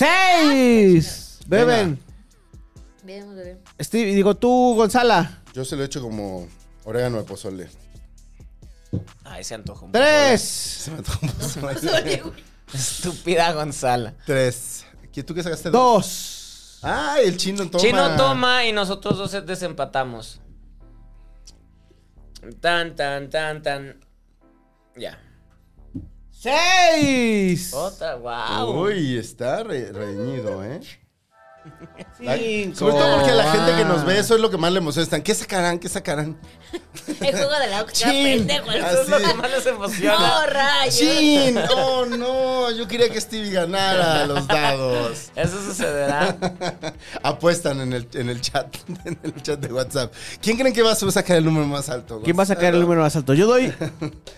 Seis. Beben. Veamos, bebé. Stevie, digo tú, Gonzala. Yo se lo he hecho como orégano al pozole. Ay, se antojó. un Tres. Se me antojó un pozole. Sorry, güey. poco. Estúpida Gonzala. Tres. ¿Qué- ¿Tú qué sacaste? Dos. Ah, el chino toma. Chino toma y nosotros dos desempatamos. Tan, tan, tan, tan. Ya. Seis. Otra, wow. Uy, está re- reñido, ¿eh? Ay, Cinco. Sobre todo porque a la gente que nos ve, Ah. eso es lo que más le emociona. Están, ¿Qué sacarán? ¿Qué sacarán? El juego de la oca. Chin. pendejo. el Así. juego. Eso es lo que más les emociona. No, rayos. ¡Chin! ¡Oh, no! Yo quería que Stevie ganara los dados. Eso sucederá. Apuestan en el, en el chat, en el chat de WhatsApp. ¿Quién creen que va a sacar el número más alto? ¿Quién va a sacar el número más alto? Yo doy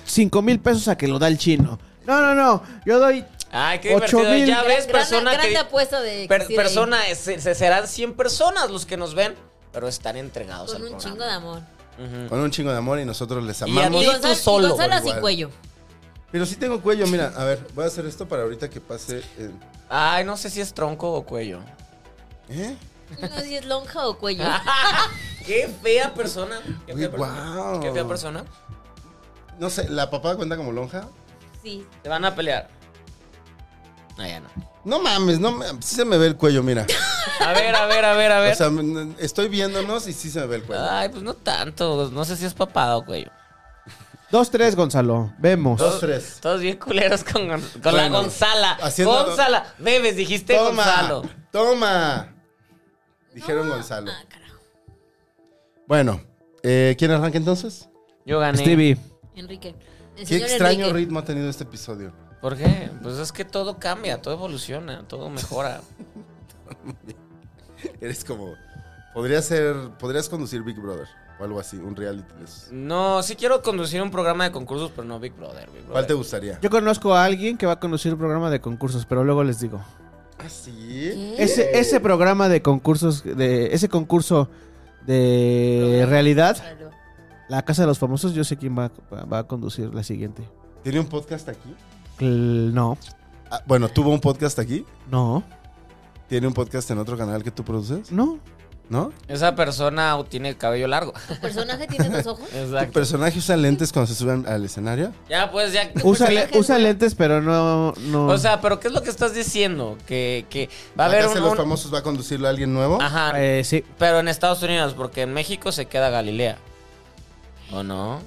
cinco mil pesos a que lo da el chino. No, no, no. Yo doy. Ay, qué Ocho divertido. mil. Ya ves, Gran- gran- persona gran que- apuesta de per- existir ahí. persona, se, se- serán 100 personas los que nos ven, pero están entregados Con al un chingo programa. de amor. Con un chingo de amor y nosotros les Y a amamos. ti- Y tú Gonzalo, solo, y Gonzalo por sin igual. cuello. Pero sí tengo cuello, mira, a ver, voy a hacer esto para ahorita que pase. eh, Ay, no sé si es tronco o cuello. ¿Eh? No sé si es lonja o cuello. Qué fea persona. Qué Uy, fea persona. guau. Qué fea persona. No sé, ¿la papada cuenta como lonja? Sí. Te van a pelear. Ah, ya no. No mames, no mames, sí se me ve el cuello, mira. A ver, a ver, a ver, a ver. O sea, mm, estoy viéndonos y sí se me ve el cuello. Ay, pues no tanto. No sé si es papado o cuello. Dos, tres, Gonzalo. Vemos. Dos, tres. Todos bien culeros con, Gon- con la Bueno, Gonzala. haciendo- Gonzala. Bebes, dijiste Toma, Este Gonzalo. toma. Dijeron Gonzalo. Ah, carajo. Bueno, eh, ¿quién arranca entonces? Yo gané. Stevie. Enrique. El Qué señor extraño Enrique. ritmo ha tenido este episodio. ¿Por qué? Pues es que todo cambia, todo evoluciona, todo mejora. Eres como. Podría ser. Podrías conducir Big Brother o algo así, un reality de esos. No, sí quiero conducir un programa de concursos, pero no Big Brother. Big ¿Cuál Brother. te gustaría? Yo conozco a alguien que va a conducir un programa de concursos, pero luego les digo. ¿Ah, sí? ¿Qué? Ese, ese programa de concursos, de ese concurso eh, de eh, realidad, Gonzalo. La Casa de los Famosos, yo sé quién va, va a conducir la siguiente. ¿Tiene un podcast aquí? Cl- No, Ah, bueno, ¿tuvo un podcast aquí? no, ¿Tiene un podcast en otro canal que tú produces? no. ¿No? Esa persona tiene cabello largo. ¿Tu personaje tiene dos ojos? ¿Tu Exacto. personaje usa lentes cuando se suben al escenario? Ya, pues ya. Usa, pues, le- ya- usa lentes, pero no, no. O sea, pero ¿qué es lo que estás diciendo? Que, que va a ¿La haber Casa un. Ah. de los un- famosos va a conducirlo a alguien nuevo? Ajá. Eh, sí. Pero en Estados Unidos, porque en México se queda Galilea. ¿O no?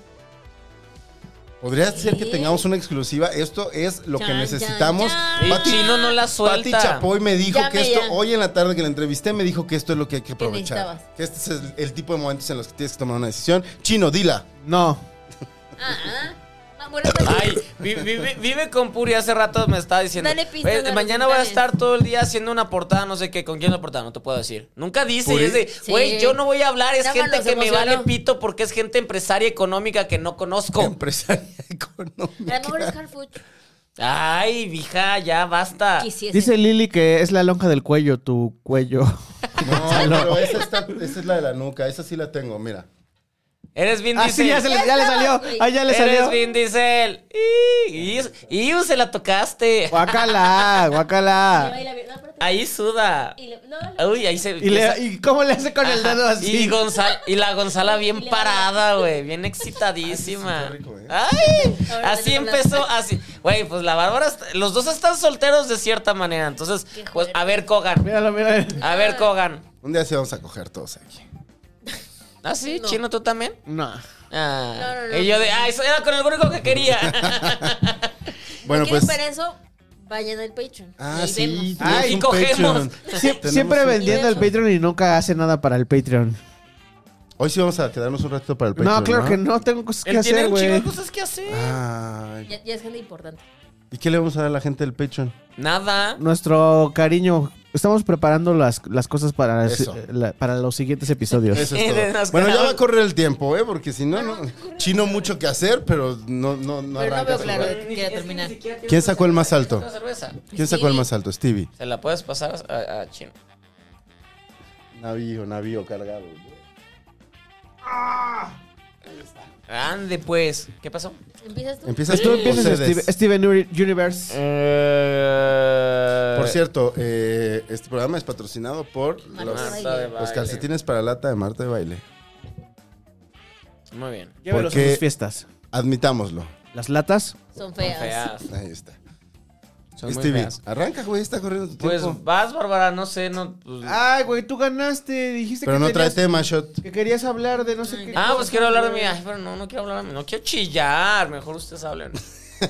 Podría ser que Sí. tengamos una exclusiva. Esto es lo que Chan, necesitamos. chan, El chan. Pati- chino no la Pati suelta. Chapoy me dijo Llame que esto, ya. hoy en la tarde que la entrevisté, me dijo que esto es lo que hay que aprovechar. necesitabas? Que este es el, el tipo de momentos en los que tienes que tomar una decisión. Chino, dila. No. Ah, ah. Ah, pura Ay, vi- vive, vive con Puri hace rato me estaba diciendo. Dale pistas "Oye, a los mañana voy a invitados". estar todo el día haciendo una portada, no sé qué, con quién la portada, no te puedo decir. Nunca dice, y es de, Sí. güey, yo no voy a hablar, es Nada más gente los que me vale emocionó. pito porque es gente empresaria económica que no Em- conozco. Empresaria Ah, A lo mejor es económica. Harfood. Ay, vija, ya Ah, basta. Quisiese. Dice Lili que es la lonja del cuello, tu cuello. No, pero esa, está- esa es la de la nuca, esa sí la tengo, mira. Eres bien Ah, sí, ya, se le, ya le salió. Ah, ya le Eres salió. Vin Diesel. Y, y, y se la tocaste. Guacala, Y guacala. baila bien. No, espérate. Ahí suda. Y le- no, no. Uy, ahí se. ¿Y, le- ¿y cómo le hace con el Ajá. dedo así? Y, Gonzal- y la Gonzala Y bien le- parada, güey, bien Ay, excitadísima. sí, está rico, ¿eh? Ay, Ahora así vete con la- empezó, así. Güey, pues la Bárbara, está- los dos están solteros de cierta manera, entonces, Qué Ah. pues joder. a ver Kogan, Míralo, míralo. a ver Kogan. Un día sí vamos a coger todos aquí. ¿Ah, sí? No. ¿Chino tú también? No. Ah. No, no, no. Y yo de, ay, eso era con el único que quería. Bueno, Si pues. quieren ver eso, vayan al Patreon. Ah, Ahí sí. vemos. tenemos Ay, un cogemos. Patreon. Sie- Tenemos siempre un- vendiendo el Patreon y nunca hace nada para el Patreon. Hoy sí vamos a quedarnos un ratito para el Patreon. No, claro que no, tengo cosas que Él tiene hacer, un chingo de güey. cosas que hacer. Ay, Ya, ya es gente importante. ¿Y qué le vamos a dar a la gente del Patreon? Nada. Nuestro cariño, estamos preparando las, las cosas para, Eso. la- para los siguientes episodios. Eso Eh, de es todo. las Bueno, ya caras. va a correr el tiempo, ¿eh? Porque si no, no. Chino mucho que hacer, pero no, no, no Pero no arranca veo su claro radio. de qué quiera terminar. ¿Quién sacó el más alto? Una cerveza. ¿Quién sacó el Stevie. más alto? Stevie. Se la puedes pasar a, a Chino. Navío, navío cargado. Ande, pues. ¿Qué pasó? ¿Empiezas tú? ¿Empiezas Este, tú? Tú empiezas o cedes? este, Steve- Steven Uri- Universe. eh, Por cierto, eh, este programa es patrocinado por los, de Marta de los baile. calcetines para lata de Marta de Baile. Muy bien. Llévelos porque- a sus fiestas. Admitámoslo. Las latas. Son feas. Feas. Ahí está. Son muy Stevie, feas. arranca, güey, está corriendo tu Pues tiempo. vas, Bárbara, no sé, no. pues- ah, Ay, güey, tú ganaste. Dijiste Pero que, no trae tenías- tema, Shot. que querías hablar de no sé qué. pues cosa, quiero hablar de mí. güey. Ay, pero no, no quiero hablar de mí. No quiero chillar. Mejor ustedes hablen.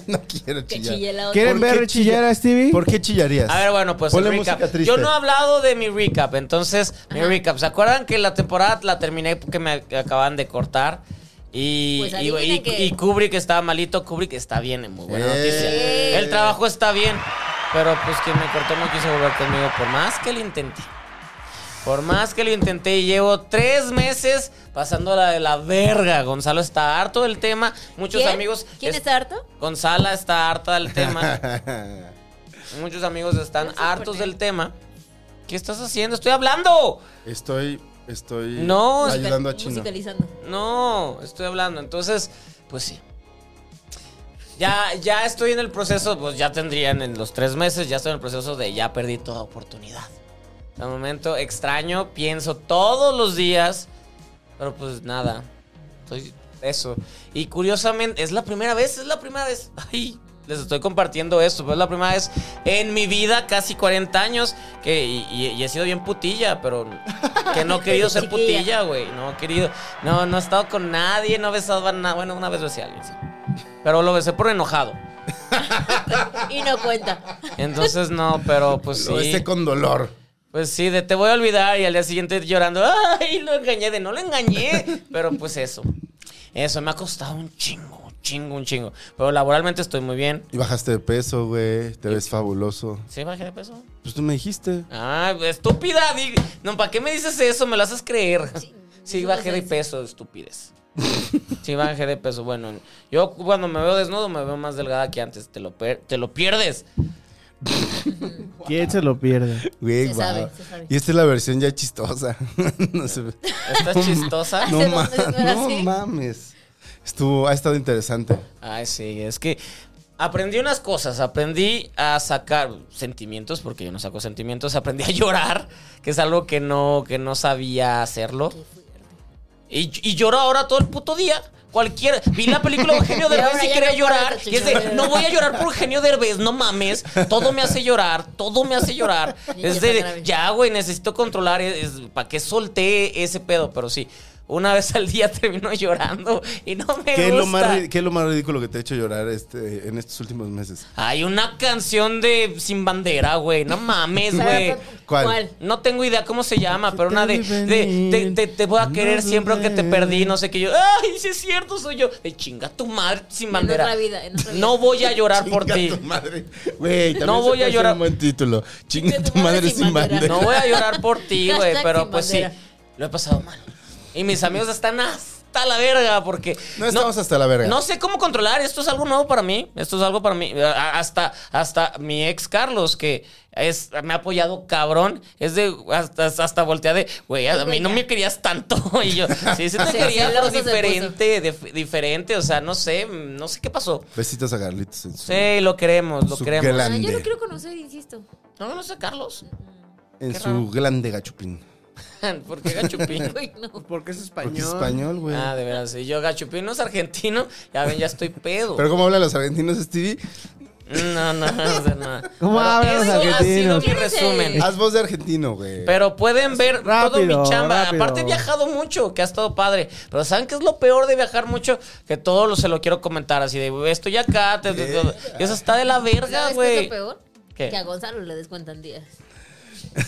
no quiero Que chillar. chille la otra. ¿Quieren ¿Por qué ver chillar chilla- a Stevie? ¿Por qué chillarías? A ver, bueno, pues Ponle el música recap. triste. Yo no he hablado de mi recap, entonces, mi recap. ¿Se acuerdan que la temporada la terminé porque me acaban de cortar? Y, Pues y, adivinen y- que- y Kubrick estaba malito. Kubrick está bien, es muy buena Eh. noticia. El trabajo está bien, pero pues quien me cortó no quiso volver conmigo, por más que lo intenté. Por más que lo intenté y llevo tres meses pasando la de la verga. Gonzalo está harto del tema. Muchos ¿Quién? amigos. ¿Quién es- está harto? Gonzala está harta del tema. Ah. Muchos amigos están hartos del tema. ¿Qué estás haciendo? Estoy hablando. estoy, estoy No, pues ayudando a Chino. Musicalizando. No, estoy hablando. Entonces, pues sí. Ya, ya estoy en el proceso, pues ya tendrían en los tres meses, ya estoy en el proceso de ya perdí toda oportunidad. De momento extraño, pienso todos los días, pero pues nada. Soy eso. Y curiosamente, es la primera vez, es la primera vez. Ay, les estoy compartiendo esto, pero es la primera vez en mi vida, casi 40 años, que y, y- y he sido bien putilla, pero que no he querido ser Chiquilla. putilla, güey. No he querido. No, no he estado con nadie, no he besado a nada. Bueno, una vez besé a alguien, sí. Pero lo besé por enojado. Y no cuenta. Entonces no, pero pues Lo sí. besé con dolor. Pues sí, de te voy a olvidar y al día siguiente llorando, ay, lo engañé, de no lo engañé, pero pues eso. Eso me ha costado un chingo, un chingo, un chingo. Pero laboralmente estoy muy bien. Y bajaste de peso, güey. Te ves fabuloso. ¿Sí bajé de peso? Pues tú me dijiste. Ah, estúpida, di- no, ¿para qué me dices eso? Me lo haces creer. Sí, eso bajé no de sé. peso, estúpides. Sí, bajé de peso. Bueno, yo cuando me veo desnudo me veo más delgada que antes. Te lo, per- te lo pierdes. ¿Quién se lo pierde? Güey, Se guau. sabe, se sabe. Y esta es la versión ya chistosa. no sé. ¿Estás chistosa? No, Hace ma- dos meses no era no así. mames. Estuvo, ha estado interesante. Ay, sí, es que aprendí unas cosas. Aprendí a sacar sentimientos, porque yo no saco sentimientos. Aprendí a llorar, que es algo que no, que no sabía hacerlo. Qué fuerte. Y, y lloro ahora todo el puto día. Cualquier. Vi la película de Eugenio Y ahora Derbez y ya quería no llorar. puedes, Y es de, chingada. no voy a llorar por Eugenio Derbez, no mames. Todo me hace llorar, todo me hace llorar. Y Es ya está de, grave. ya, güey, necesito controlar. Es, ¿Para qué solté ese pedo? Pero sí. una vez al día termino llorando y no me ¿Qué es, gusta. lo más, ri- qué es lo más ridículo que te ha hecho llorar este, en estos últimos meses? Hay una canción de Sin Bandera, güey. No mames, güey. ¿Cuál? No tengo idea cómo se llama, pero una de, debe de- te, venir, te- te voy a no querer siempre aunque te dudé. perdí, no sé qué. Yo, ay, sí es cierto, soy yo. De chinga tu madre, sin En bandera. otra vida, en otra vida. No voy a llorar por Chinga ti. tu madre. Güey, también No se voy a puede ser llorar. un buen título. Chinga tu madre sin bandera. No voy a llorar por ti, güey, Hashtag pero sin pues sí, bandera. lo he pasado mal. Y mis amigos están hasta la verga porque... No estamos hasta la verga. No sé cómo controlar, esto es algo nuevo para mí, esto es algo para mí, A- hasta, hasta mi ex Carlos que es, me ha apoyado cabrón, es de hasta, hasta voltea de, güey, a mí no me querías tanto y yo, sí, sí te Sí, quería, sí, pero luego se diferente, dif- diferente, o sea, no sé, no sé qué pasó. Besitos a Carlitos. en su- Sí, lo queremos, lo su queremos. Ah, yo glande. lo quiero conocer, insisto. No, no, no sé, Carlos. En Qué su glande gachupín. ¿Por qué Gachupín, güey? Porque es español. Porque es español, güey. Pues, Ah, de veras, sí. Yo Gachupín no es argentino. Ya ven, ya estoy pedo. Pero ¿cómo hablan los argentinos, Stevie? No, no, no, sé, no. ¿Cómo Pero hablan los eso ha sido argentinos? mi resumen. Haz voz de argentino, güey. Pero pueden ver todo Rápido, mi chamba. rápido. Aparte he viajado mucho, que ha estado padre. Pero ¿saben qué es lo peor de viajar mucho? Que todo lo, se lo quiero comentar así de, "Güey, estoy acá. te- te- te- y eso está de la verga, ¿Sabes qué es güey. lo peor? ¿Qué? Que a Gonzalo le descuentan días.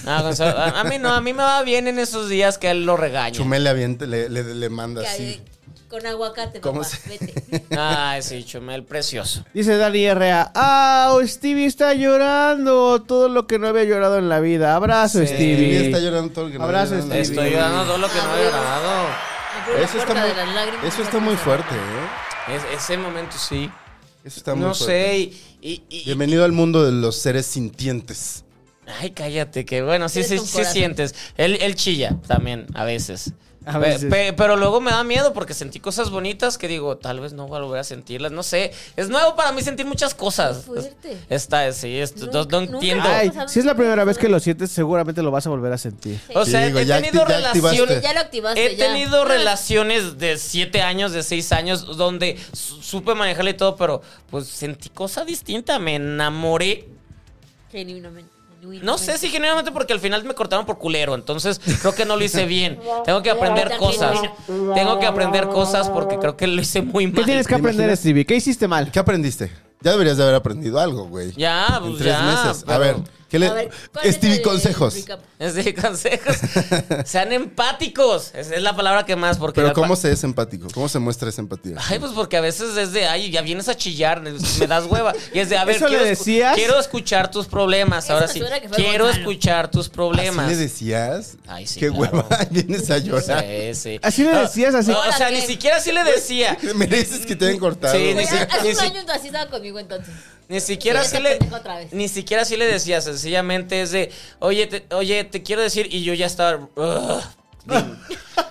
Ah, Gonzalo, a, a mí no, a mí me va bien en esos días que él lo regaña. Chumel le, avienta- le, le- le manda Que así. hay- Con aguacate, Ah, ¿Cómo papá. se- Vete. Ay, sí, Chumel, precioso. Dice Dani R.A. ¡Ah! Stevie está llorando. Todo lo que no había llorado en la vida. Abrazo, Sí. Stevie está Stevie. llorando todo lo que no Abrazo, había llorado. Stevie. Estoy llorando todo lo que no he llorado. Abrió la Eso está puerta muy, de las lágrimas eso y está la muy puso. fuerte, ¿eh? Es- ese momento sí. Eso está muy No fuerte. sé, y, y- y- Bienvenido al mundo de los seres sintientes. Ay, cállate, que bueno, sí, Eres sí, un sí corazón. sientes. Él, él chilla también, a veces. A Pe- veces. pe- pero luego me da miedo porque sentí cosas bonitas que digo, tal vez no volveré a sentirlas, no sé. Es nuevo para mí sentir muchas cosas. Qué fuerte. Está, sí, esto, no, Nunca- no nunca entiendo. Ay, si es la primera vez que lo sientes, seguramente lo vas a volver a sentir. O Sí, sea, digo, he ya tenido acti- ya activaste. relaciones. Ya lo activaste. He ya. Ah, tenido relaciones de 7 años, de 6 años, donde su- supe manejarle todo, pero pues sentí cosa distinta. Me enamoré Genuinamente. genuinamente. No sé si generalmente porque al final me cortaron por culero, entonces creo que no lo hice bien. Tengo que aprender cosas. Tengo que aprender cosas porque creo que lo hice muy ¿Qué mal. tienes que ¿Te aprender, imaginas? Stevie? ¿Qué hiciste mal? ¿Qué aprendiste? Ya deberías de haber aprendido algo, güey. Ya, En pues tres ya. meses. A pero- ver, ¿qué le... A ver, ¿cuál es Stevie, el consejos. recap? Sí, consejos. Sean empáticos. Esa es la palabra que más porque Pero la- ¿cómo se es empático? ¿Cómo se muestra esa empatía? Ay, pues porque a veces es de, ay, ya vienes a chillar, me das hueva. Y es de, a ver, ¿Eso le quiero, escu- decías? quiero escuchar tus problemas. Eso Ahora me sí, suena que fue quiero Gonzalo. escuchar tus problemas. ¿Así le decías? Ay, sí, Qué claro. hueva, vienes a llorar. Sí, sí. Así le Ah, decías, así. O sea, ni siquiera así le decía. Mereces que te hayan cortado. Sí, güey. Ni Oye, si- Hace ni un si- año así estaba conmigo entonces. Ni siquiera Sí, así ese le. pendejo otra vez. Ni siquiera así le decía, sencillamente es de, oye, te, oye, te quiero decir, y yo ya estaba. "Ugh".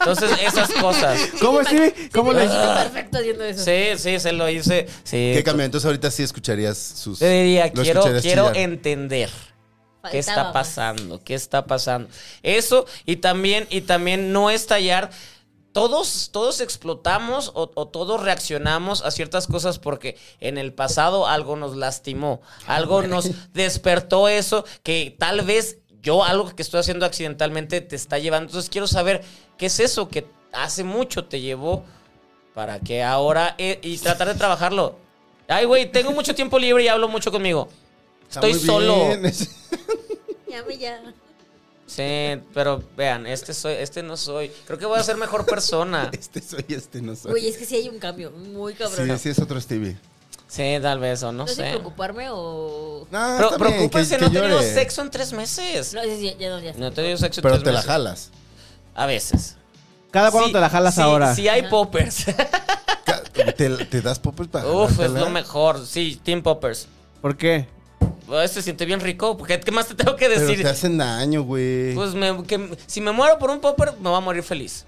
Entonces, esas cosas. ¿Cómo, Stevie? ¿Cómo Sí, le Ah. me imagino perfecto haciendo eso. Sí, sí, se lo hice. Sí. ¿Qué cambió? Entonces ahorita sí escucharías sus... Yo diría, lo quiero, escucharías quiero chillar. entender. ¿Qué Faltaba está más. pasando? ¿Qué está pasando? Eso, y también, y también no estallar. Todos, todos explotamos o, o todos reaccionamos a ciertas cosas porque en el pasado algo nos lastimó, algo nos despertó eso que tal vez yo algo que estoy haciendo accidentalmente te está llevando. Entonces quiero saber qué es eso que hace mucho te llevó para que ahora eh, y tratar de trabajarlo. Ay, güey, tengo mucho tiempo libre y hablo mucho conmigo. Está Estoy muy solo. bien. Llame ya. Sí, pero vean, este soy, este no soy. Creo que voy a ser mejor persona. Este soy, este no soy. Oye, es que sí hay un cambio muy cabrón. sí, sí, es otro Stevie. Sí, tal vez, o no, No sé si sé. preocuparme o. No, Ah, Pero está bien, preocúpense, que- no he que tenido llore. sexo en tres meses. No, sí, sí, ya no, ya. No he tenido sexo en Pero tres te la meses. jalas. A veces. ¿Cada cuándo Sí, te la jalas sí, ahora? Sí, hay Ajá. poppers. Ca- ¿Te, te das popes para Uf, es jalártela? lo mejor. Sí, team poppers. ¿Por qué? Ay, Se siente bien rico. porque ¿Qué más te tengo que Pero decir? te hacen daño, güey. Pues me- que- si me muero por un popper, me voy a morir feliz.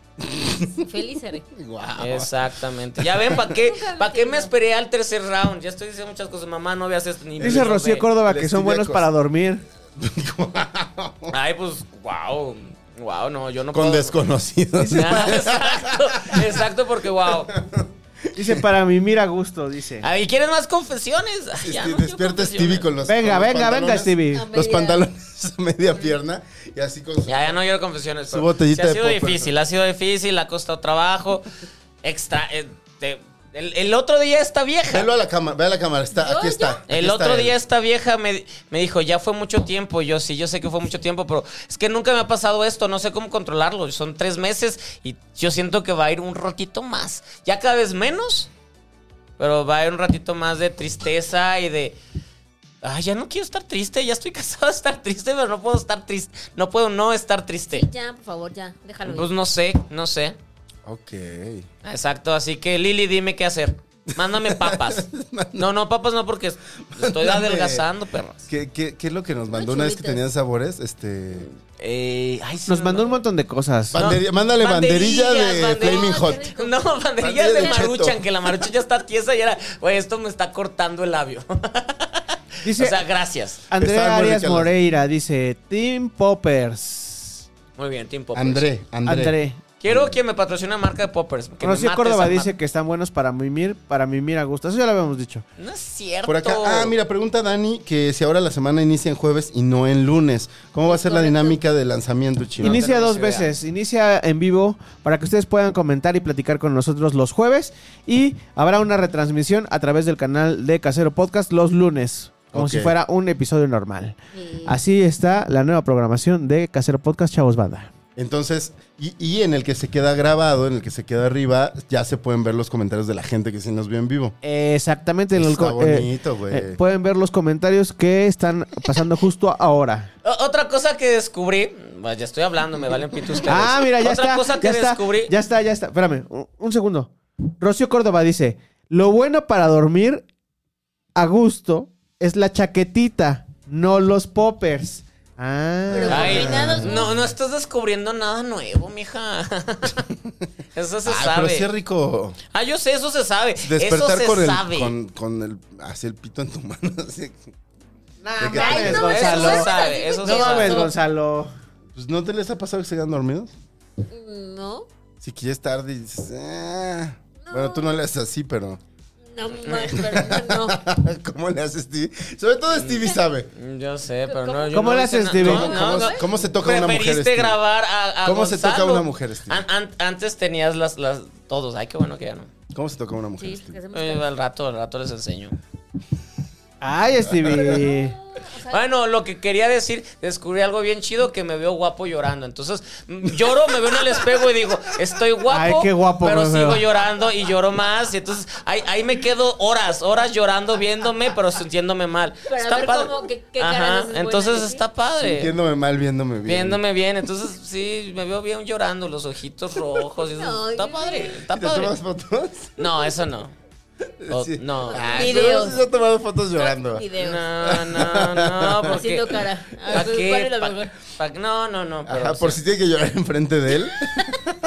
Feliz seré. Guau. Exactamente. Ya ven, ¿para qué, Nunca lo ¿pa qué me entiendo. esperé al tercer round? Ya estoy diciendo muchas cosas. Mamá, no veas esto. Ni Dice ni lo Rocío ve. Córdoba Le que son escribí buenos cosas. para dormir. Ay, pues, wow. Wow, no, yo no Con puedo. desconocidos. Ah, Exacto, exacto, porque wow. Dice para mí, mira gusto, dice. Ah, Ay, ¿quieren Ah, más confesiones? Ay, ya no Este, quiero despierta confesiones. Stevie con los Venga, con los venga, venga, pantalones- Stevie. No. Los Mira. pantalones esa media pierna y así con su... Ya, ya no quiero confesiones. Su pero botellita sí de ha sido popper. difícil, ha sido difícil, ha costado trabajo. Extra. eh, te- el, el otro día esta vieja. Velo a la cámara, ve a la cámara, está, Yo, aquí está. aquí El está otro él. día esta vieja me, me dijo, ya fue mucho tiempo. Yo sí, yo sé que fue mucho tiempo, pero es que nunca me ha pasado esto, no sé cómo controlarlo. Son tres meses y yo siento que va a ir un ratito más. Ya cada vez menos, pero va a ir un ratito más de tristeza y de... Ay, ya no quiero estar triste, ya estoy casado de estar triste, pero no puedo estar triste, no puedo no estar triste. Ya, por favor, ya, déjalo. Este. Pues ir. no sé, no sé. Ok. Exacto, así que Lili, dime qué hacer. Mándame papas. No, no, papas no, porque estoy Mándame- adelgazando, perras. ¿Qué, qué, qué es lo que nos mandó Unos una vez que chulitos. tenían sabores? Este... Eh, ay, sí, Nos no, mandó un no. montón de cosas. No, Banderilla- mándale banderilla de banderillas, Flaming banderillas. Hot. Hot. No, Banderilla banderillas de de Cheto. maruchan, que la maruchan ya está tiesa y era, güey, esto me está cortando el labio. Dice o sea, gracias. Estaban Andrea muy Arias ricas las- Moreira, dice Team Poppers. Muy bien, tiempo. pues. André, André. André. Quiero que me patrocine una marca de poppers. Que me Rocío mate Córdoba esa dice marca. que están buenos para mimir, para mimir a gusto. Eso ya lo habíamos dicho. No es cierto. Por acá, ah, mira, pregunta Dani que si ahora la semana inicia en jueves y no en lunes. ¿Cómo va a ser la Correcto. dinámica de lanzamiento, chino? Inici- Inicia tenemos dos idea. veces. Inicia en vivo para que ustedes puedan comentar y platicar con nosotros los jueves. Y habrá una retransmisión a través del canal de Casero Podcast los lunes. Como Ok. si fuera un episodio normal. Sí. Así está la nueva programación de Casero Podcast Chavos Banda. Entonces, y, y en el que se queda grabado, en el que se queda arriba, ya se pueden ver los comentarios de la gente que sí nos vio en vivo. Exactamente. en el Está co- eh, bonito, güey. eh, pueden ver los comentarios que están pasando justo ahora. O- Otra cosa que descubrí, bueno, ya estoy hablando, me valen pitos ustedes. Ah, mira, ya Otra está. cosa que ya está, descubrí. Ya está, ya está. Espérame, un, un segundo. Rocío Córdoba dice: Lo bueno para dormir a gusto es la chaquetita, no los poppers. Pero Ah. Ay, combinados, no, no estás descubriendo nada nuevo, mija. Eso se Ay, sabe. Ah, pero sí es rico Ah, yo sé, eso se sabe. despertar eso se con sabe. el, con, con el, así el pito en tu mano. así. Nah, ¿De mames, qué? no, Gonzalo. Eso se sabe, eso se No mames, sabe. Gonzalo. Pues, ¿No te les ha pasado que se quedan dormidos? Mm, No, Si quieres tarde y dices, "Ah". No. Bueno, tú no le haces así, pero... no, más, pero no. no. ¿Cómo le haces, Stevie? Sobre todo Stevie sabe. Mm, Yo sé, pero ¿Cómo- no. yo cómo no le hice haces, na- Steven? no, ¿Cómo, no, cómo- no. cómo se toca una mujer, Preferiste Steven? grabar a, a ¿Cómo se toca Gonzalo? una mujer, Steven? An- an- antes tenías las, las. Todos. Ay, qué bueno que ya no. ¿Cómo se toca una mujer, Sí, Stevie? que hacemos Eh, al rato, al rato les enseño. Ay, Stevie. Bueno, lo que quería decir, descubrí algo bien chido que me veo guapo llorando. Entonces, mm, lloro, me veo en el espejo y digo, estoy guapo, Ay, qué guapo pero me sigo veo. llorando y lloro más. Y entonces ahí, ahí me quedo horas, horas llorando, viéndome, pero sintiéndome mal. Pero a ver cómo, qué- qué cara Ajá, nos es buena, entonces ¿sí? está padre. Viéndome mal, viéndome bien. Viéndome bien, entonces sí, me veo bien llorando, los ojitos rojos. y eso. No, está yo- padre, está ¿Y ¿Te padre. tomas fotos? No, eso no. O- Sí. No. Ay, Videos. yo sí he tomado fotos llorando. Videos. No, no, no, porque... Haciendo cara. A ¿Pa' ver, qué? ¿cuál es la Pa- mejor? pa- no, no, no. pero Ajá, por sí. si tiene que llorar enfrente de él.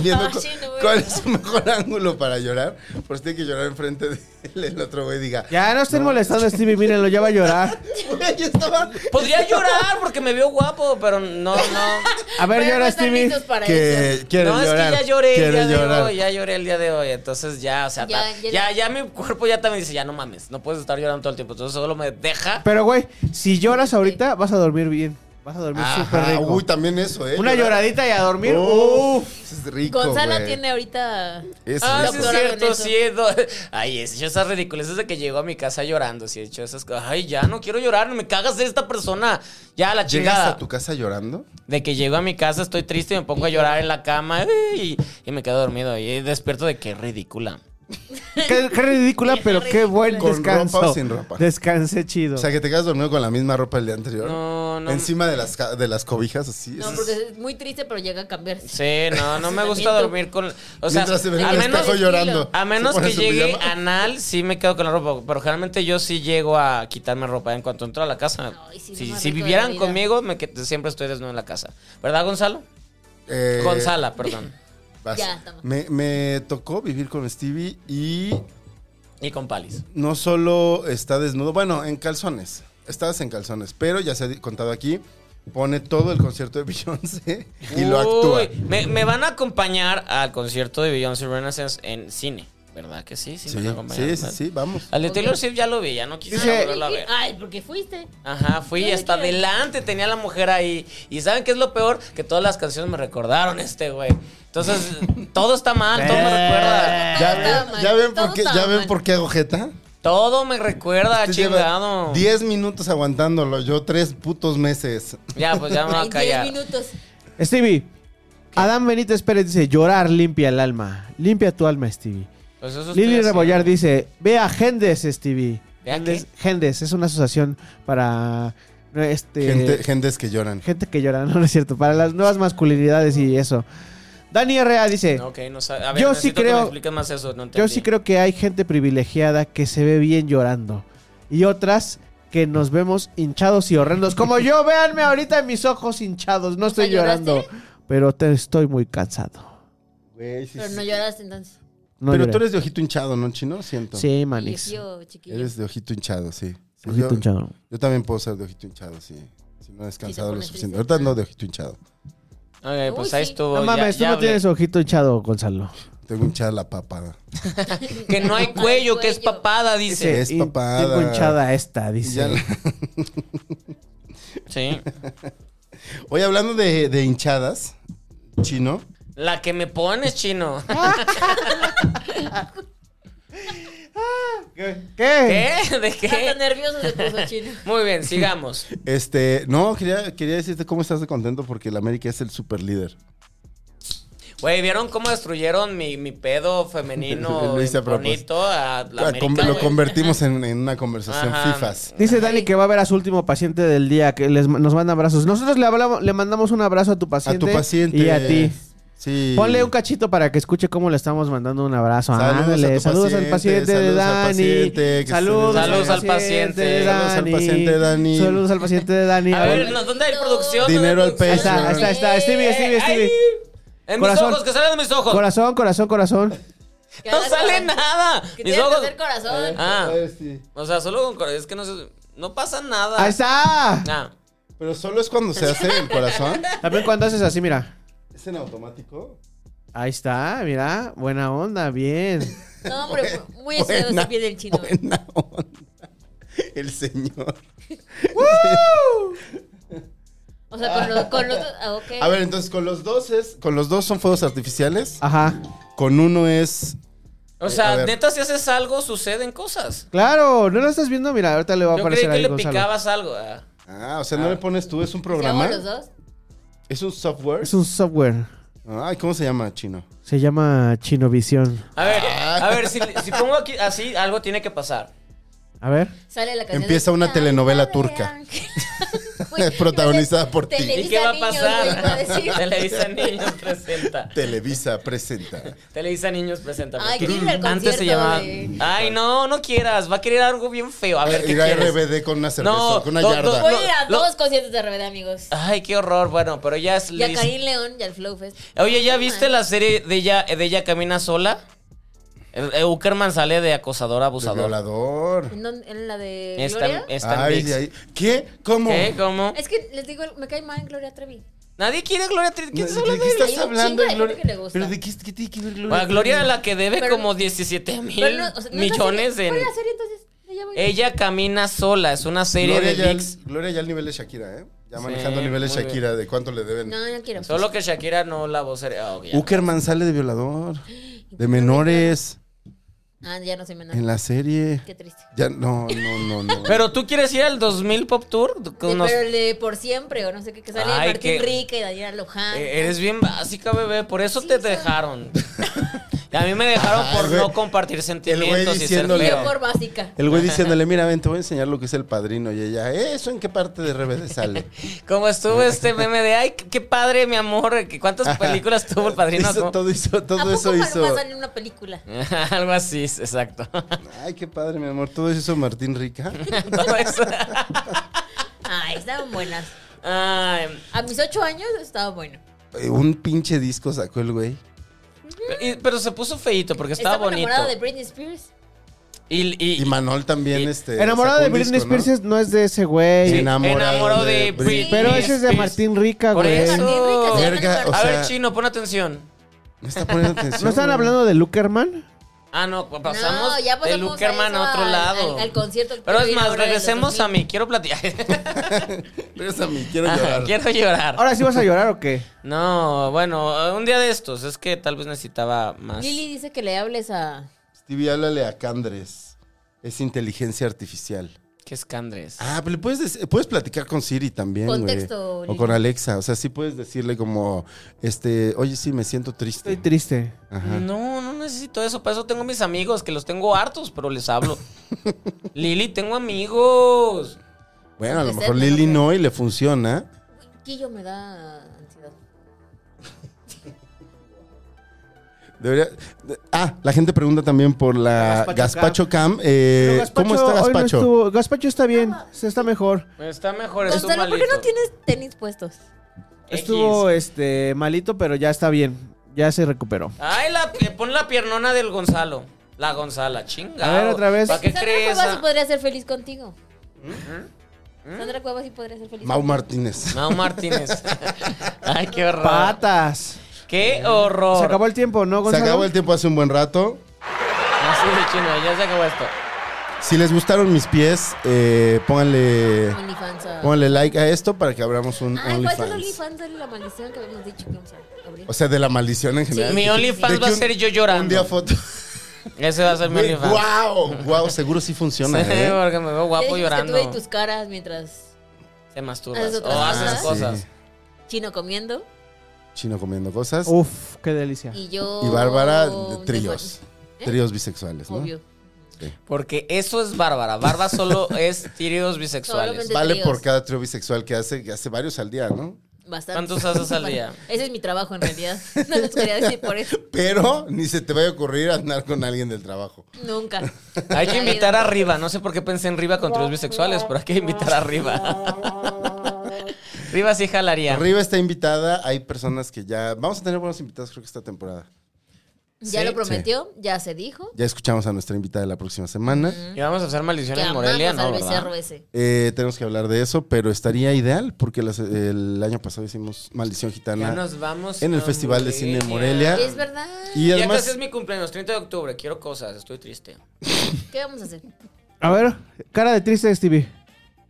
Viendo Ah, Ay, cu- sí, no, güey. cuál es su mejor ángulo para llorar. Por si tiene que llorar enfrente de él, el otro güey diga. Ya no estén molestando a Stevie, mírenlo, ya va a llorar. "Güey, yo estaba. Podría llorar porque me veo guapo, pero no, no. A ver, Pero no llora, están Stevie. listos para eso. Que quiere no, llorar. es que ya lloré el quiere día llorar. de hoy, ya lloré el día de hoy. Entonces ya, o sea, Ya, ta- ya, ya- ya, mi cuerpo ya también dice, ya no mames, no puedes estar llorando todo el tiempo. Entonces solo me deja. Pero, güey, si lloras ahorita, vas a dormir bien. Vas a dormir Ajá, súper rico. Uy, también eso, ¿eh? Una Llorar. lloradita y a dormir. Uf, es rico. Gonzala güey. tiene ahorita. Es Ah, rico. sí, es doctora con cierto, eso. sí. es do- Ay, he hecho esas ridiculeces de que llego a mi casa llorando. Sí, he hecho esas cosas. Ay, ya no quiero llorar, me cagas de esta persona. Ya, la ¿Llegas chingada. a tu casa llorando? De que llego a mi casa, estoy triste y me pongo a llorar en la cama eh, y, y me quedo dormido. Y despierto de que ridícula. Qué, qué ridícula, pero qué buen Con descanso. ropa o sin ropa. Descansé chido. O sea, que te quedas dormido con la misma ropa el día anterior. No, no. Encima de las, ca- de las cobijas, así. No, es- porque es muy triste, pero llega a cambiarse. Sí, no, no me gusta dormir con. O sea, Mientras se ve en al el menos, espejo llorando. a menos se pone que su llegue pijama. anal, sí me quedo con la ropa. Pero generalmente yo sí llego a quitarme ropa en cuanto entro a la casa. Ay, sí, lo si más si rico de la vivieran vida. conmigo, me que- siempre estoy desnudo en la casa. ¿Verdad, Gonzalo? Eh, Gonzala, perdón. vas. Ya, toma. Me, me tocó vivir con Stevie y Y con Palis. no solo está desnudo, bueno, en calzones. Estabas en calzones, pero ya se ha di- contado aquí, pone todo el concierto de Beyoncé y lo Uy, actúa. Me, me van a acompañar al concierto de Beyoncé Renaissance en cine. ¿Verdad que sí? Sí, me Ah, la acompañaron, sí, sí, ¿verdad? sí, vamos. Al de Taylor Swift ya lo vi, ya no Ah, quise Dice- volverlo a ver. Ay, porque fuiste. Ajá, fui ¿Qué? hasta adelante, tenía la mujer ahí. ¿Y saben qué es lo peor? Que todas las canciones me recordaron este güey. Entonces, todo está mal, todo me ¿Ya recuerda. Todo estaba ven, mal, ya ven por todo qué, estaba ya ven mal. por qué hago jeta? Todo me recuerda, Este Usted lleva Ah, chingado. 10 minutos aguantándolo, yo tres putos meses. Ya, pues ya me voy a En 10 callar. minutos. Stevie, Adán Benítez Pérez dice, llorar limpia el alma. Limpia tu alma, Stevie. Pues eso estoy Lili haciendo. Rebollar dice, ve a Gendes, Stevie. ¿Ve a Gendes, Gendes, es una asociación para... no, Este, Gente, gentes que lloran. gente que llora, no, no es cierto, para las nuevas masculinidades y eso. Dani R.A. dice, No, ok, no sabe. A ver, Yo necesito sí que me creo- expliques más eso, no yo entendí. sí creo que hay gente privilegiada que se ve bien llorando y otras que nos vemos hinchados y horrendos. Como yo, véanme ahorita en mis ojos hinchados, no estoy sea, ¿lloraste? llorando, pero te estoy muy cansado. Güey, sí, Pero sí. no lloraste entonces. No Pero lloré. tú eres de ojito hinchado, ¿no, chino? Siento. Sí, Y Manix. yo, chiquillo. Eres de ojito hinchado, sí. Sí, Ojito yo, hinchado. yo también puedo ser de ojito hinchado, sí. Si no he descansado lo pones suficiente. triste. Ahorita no de ojito hinchado. Ok, pues Uy, ahí sí. Oh, estuvo. No ya- mames, tú ya no hablé. tienes ojito hinchado, Gonzalo. Tengo hinchada la papada. Que no hay cuello, que es cuello. papada, Sí. dice. Es Y papada. Tengo hinchada esta, Y dice. ya la- Sí. Oye, hablando de, de hinchadas, chino. La que me pones, chino. ¿Qué? ¿Qué? ¿De Hasta qué? nervioso se puso chino. Muy bien, sigamos. Este, no, quería, quería decirte cómo estás de contento porque el América es el super líder. Güey, ¿vieron cómo destruyeron mi, mi pedo femenino Lo hice a propósito. bonito a la América, lo güey? convertimos en, en una conversación Ajá. FIFAs. Dice Dani que va a ver a su último paciente del día, que les, nos manda abrazos. Nosotros le, hablamos, le mandamos un abrazo a tu A paciente. tu paciente. Y a ti. Sí. Ponle un cachito para que escuche cómo le estamos mandando un abrazo. Saludos a tu Ándale, saludos al paciente, paciente de saludos al Dani. paciente, que Saludos, esté- Saludos al paciente, de saludos al Dani. paciente de Dani. Saludos al paciente de Dani. A ver, ¿no- ¿dónde hay producción? ¿Dónde Dinero hay al Ahí producción? está, ahí está, ahí está. Stevie, Stevie, Eh, Stevie. ay, En Corazón. mis ojos, que salen de mis ojos. Corazón, corazón, corazón. Que no hagas sale corazón. nada. Que Mis tienes que ojos. hacer Eh. corazón. Ah, A ver, sí. o sea, solo con corazón. Es que no se- No pasa nada. ¡Ahí está! Ah, Pero solo es cuando se hace el corazón. También cuando haces así, mira. ¿Es en automático? Ahí está, mira. Buena onda, bien. No, hombre, fue muy estudiado Buena- ese pie del chino. Buena onda. El señor. O sea, con los... Con los ah, ok. A ver, entonces con los dos es, con los dos son fuegos artificiales. Ajá. Con uno es O Eh, a sea, ver. neta, si haces algo, suceden cosas. Claro, ¿no lo estás viendo? Mira, ahorita le va a Yo creí aparecer que ahí, le Gonzalo. picabas algo. ah. Ah, o sea, no le pones tú, es un ¿Se llaman programa. los dos? Es un software. Es un software. Ay, ¿cómo se llama chino? Se llama Chinovisión. A ver, Ah. a ver, si, si pongo aquí así, algo tiene que pasar. A ver. Sale la canción. Empieza una telenovela turca. Protagonizada por ti. ¿Y qué va a pasar? Televisa Televisa Niños presenta. Televisa presenta. Televisa Niños presenta. Ay, porque quiero ir al Antes se concierto llamaba. de- Ay, no, no quieras. Va a querer algo bien feo. A ver, ¿qué Ir a quieres? RBD con una cerveza, No, con una no, no, yarda. Voy a ir a Lo- Ah, dos conciertos de Rebelde, amigos. Ay, qué horror. Bueno, pero ya es Y a Liz. Karim León y al Flow Fest. Oye, ¿ya viste la serie de ella, de ella camina sola? Uckerman sale de acosador De abusador. violador. ¿En, dónde- en la de Está, Gloria? está en Ay, VIX. ay, ¿Qué? ¿Cómo? ¿Qué? ¿Cómo? Es que les digo, me cae mal Gloria Trevi. Nadie quiere a Gloria Trevi. ¿Quién se ¿De habla qué de ella? estás Hay un hablando, chingo de gente Gloria? que le gusta. ¿Pero de qué qué tiene que ver Gloria? Bueno, Gloria la que debe Pero- como 17 mil Pero no, o sea, no es la millones serie. en... ¿Cuál es la serie entonces? De ella voy. Ella camina sola, es una serie Gloria ya, de al- VIX. Gloria ya al nivel de Shakira, ¿eh? Ya Sí, manejando el nivel de muy bien. Shakira, de cuánto le deben. No, no quiero. Solo que Shakira no la vocera. Ah, ok, ya. Uckerman sale de violador. De menores. Ah, ya no soy menor. En la serie. Qué triste. Ya, no, no, no, no. Pero tú quieres ir al 2000 Pop Tour con Sí, unos- Pero el de por siempre, o no sé qué, que sale Ay, Martín qué- Rica y Daniela Luján. Eh, Eres bien básica, bebé, por eso te dejaron. Y a mí me dejaron Ajá, por güey. no compartir sentimientos y ser diciéndole- Yo feo. por básica. El güey diciéndole, mira, ven, te voy a enseñar lo que es el padrino. Y ella, ¿eso en qué parte de RBD sale? Como estuvo este meme de, ay, qué padre, mi amor, que cuántas películas tuvo el padrino. Hizo ¿Cómo? todo hizo, ¿A todo poco eso Maluma hizo. sale en una película? Algo así, exacto. Ay, qué padre, mi amor. Todo eso hizo Martín Rica. Todo eso. Ay, estaban buenas. Ay, A mis ocho años estaba bueno. Eh, Un pinche disco sacó el güey. y- pero se puso feito porque estaba, Estaba bonito. enamorada de Britney Spears. Y, y- Y Manol también, y- este. Enamorado sacó de un Britney disco, ¿no? Spears no es de ese güey. Sí, enamorado, enamorado de, de Britney. Britney Pero ese es de Spears. Martín Rica, Por güey. eso. Martín Rica se llama Verga, Manuel o A sea, ver, chino, pon atención. Me está poniendo atención. ¿No están güey. hablando de Luckerman? Ah, no, pues pasamos No, ya de pasamos Lukerman a eso otro al- lado. al- al concierto que Pero quiero es ir más, ahora del regresemos a 2000. mí. Quiero platicar. Regresa a mí, quiero Ajá, llorar. Quiero llorar. ¿Ahora sí vas a llorar o qué? No, bueno, un día de estos. Es que tal vez necesitaba más. Lili dice que le hables a. Stevie, háblale a Candres. Es inteligencia artificial. ¿Qué escandres? Ah, pero le puedes, dec- puedes platicar con Siri también, güey. Contexto, O Lili. con Alexa. O sea, sí puedes decirle como, este, oye, sí, me siento Estoy mm. triste. triste. Ajá. No, no necesito eso. Para eso tengo mis amigos, que los tengo hartos, pero les hablo. Lili, tengo amigos. Bueno, a lo Usted mejor no Lili cree. no y le funciona. Quillo me da ansiedad. Debería... de- Ah, la gente pregunta también por la Gazpacho Gaspacho Cam. Eh, Pero Gazpacho ¿Cómo está hoy no Gaspacho? estuvo- Gazpacho está bien, se está mejor. Está mejor eso, Gonzalo, ¿por qué no malito. tienes tenis puestos? X. Estuvo este malito, pero ya está bien. Ya se recuperó. Ay, la, pi- pon la piernona del Gonzalo. La Gonzala, chinga. A ver, otra vez. ¿Para qué Sandra crees? ¿Mm? Cuevas sí ah? podría ser feliz contigo. Sandra Cuevas sí podría ser feliz. Mau Martínez. Mau Martínez. Ay, qué horror. Patas. Qué horror. Se acabó el tiempo, ¿no, Se Gonzalo? acabó el tiempo hace un buen rato. Así de chino, ya se acabó esto. Si les gustaron mis pies, eh, pónganle, OnlyFans. a- pónganle like a esto para que abramos un Ay, Ah, ¿cuál es el OnlyFans. OnlyFans? Es la maldición que habíamos dicho que íbamos a abrir. O sea, de la maldición en general. Mi De OnlyFans que va a un- ser yo llorando. Un día foto. Ese va a ser mi OnlyFans. ¡Wow! ¡Wow! Seguro sí Sí, funciona. ¿eh? porque me veo Ya guapo dijimos llorando. Que tú ve tus caras mientras Te masturbas Haces o otras haces cosas. cosas. Sí. chino comiendo Chino comiendo cosas. Uf, qué delicia. y yo. y Bárbara, Oh, eh, de ¿Eh? tríos. Tríos bisexuales, ¿no? Obvio. Porque eso es Bárbara. Bárbara solo es tiros Solamente- bisexuales. de Vale tríos. por cada trío bisexual que hace, que hace varios al día, ¿no? Bastante. ¿Cuántos haces al día? Ese es mi trabajo en realidad. No les quería decir por eso. Pero ni se te vaya a ocurrir andar con alguien del trabajo. Nunca. Hay que invitar a Riva. No sé por qué pensé en Riva con tiros bisexuales, pero hay que invitar a Riva. Riva sí jalaría. Arriba está invitada, hay personas que ya... Vamos a tener buenos invitados creo que esta temporada. Ya Sí. lo prometió, ya se dijo. Ya escuchamos a nuestra invitada la próxima semana. Y vamos a hacer Que maldiciones en amamos Morelia, ¿no? al becerro ¿verdad? ese. Eh, tenemos que hablar de eso, pero estaría ideal porque las- el año pasado hicimos Maldición Ya Gitana nos vamos. en el a Festival de Cine de Morelia. Es verdad. Ah. Y Ya casi además, es mi cumpleaños, 30 de octubre. Quiero cosas, estoy triste. ¿Qué vamos a hacer? A ver, cara de triste, Stevie.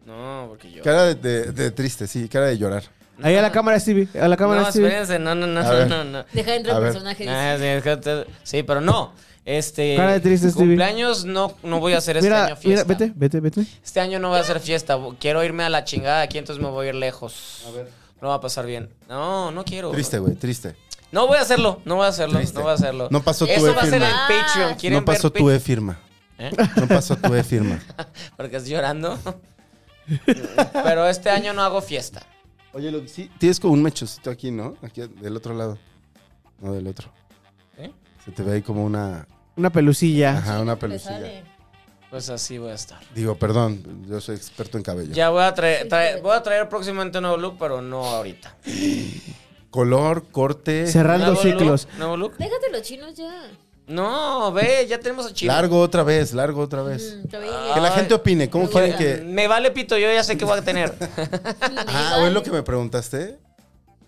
No, porque yo. cara de, de- de triste, sí, cara de llorar. Ahí a la cámara, Stevie. A la cámara, No, Stevie. espérense, no, no, no, A ver. no, no. Deja de entrar A el ver. personaje. Ah, sí, es que te- sí, pero no. Este. Cara de triste, Stevie. Cumpleaños no, no voy a hacer este mira, año fiesta. mira, vete, vete, vete. Este año no voy a hacer fiesta. bo- Quiero irme a la chingada de aquí, entonces me voy a ir lejos. A ver. No va a pasar bien. No, no quiero. Triste, güey, triste. No voy a hacerlo, no voy a hacerlo, Triste. no voy a hacerlo. No pasó tu Eso va a ser en e-firma. Patreon. ¿Quieren No pasó ver tu e-firma. ¿Eh? No pasó tu e-firma. Porque es llorando. Pero este año no hago fiesta. Oye, lo, sí, tienes como un mechoncito aquí, ¿no? Aquí del otro lado. No, del otro. ¿Eh? Se te ve ahí como una... Una pelucilla. Ajá, una Ah, Le pelucilla. sale. Pues así voy a estar. Digo, perdón, yo soy experto en cabello. Ya voy a traer, traer- voy a traer próximamente un nuevo look, pero no ahorita. Color, corte, Cerrando ¿Nuevo look? ciclos. ¿Nuevo look? Déjate los chinos ya. No, ve, ya tenemos a Chino. largo otra vez, largo otra vez. Mm, te veía. Pues, Que la Ay. gente opine, ¿cómo Me quieren gusta. que...? Me vale pito, yo ya sé que voy a tener. Ah, ¿o es lo que me preguntaste?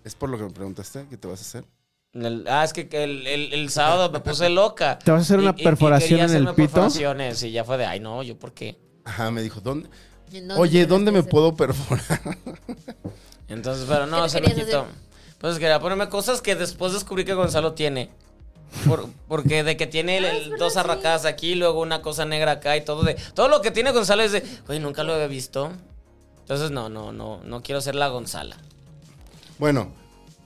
¿Es por lo que me preguntaste que te vas a hacer? El- ah, es que el, el- el sábado me puse loca. ¿Te vas a hacer una perforación quería en el hacerme pito? perforaciones y ya fue de, ay, no, yo por qué. Ajá, me dijo, ¿dónde? ¿En Oye, te ¿dónde me hacer? puedo perforar? Entonces, pero ¿Qué no, te se me querías quitó. hacer? Pues quería ponerme cosas que después descubrí que Gonzalo tiene. Por- porque de que tiene el- Ah, el- dos arracadas aquí, luego una cosa negra acá y todo de. Todo lo que tiene Gonzalo es de, güey, nunca lo había visto. Entonces, no, no, no, no quiero ser la Gonzala. Bueno,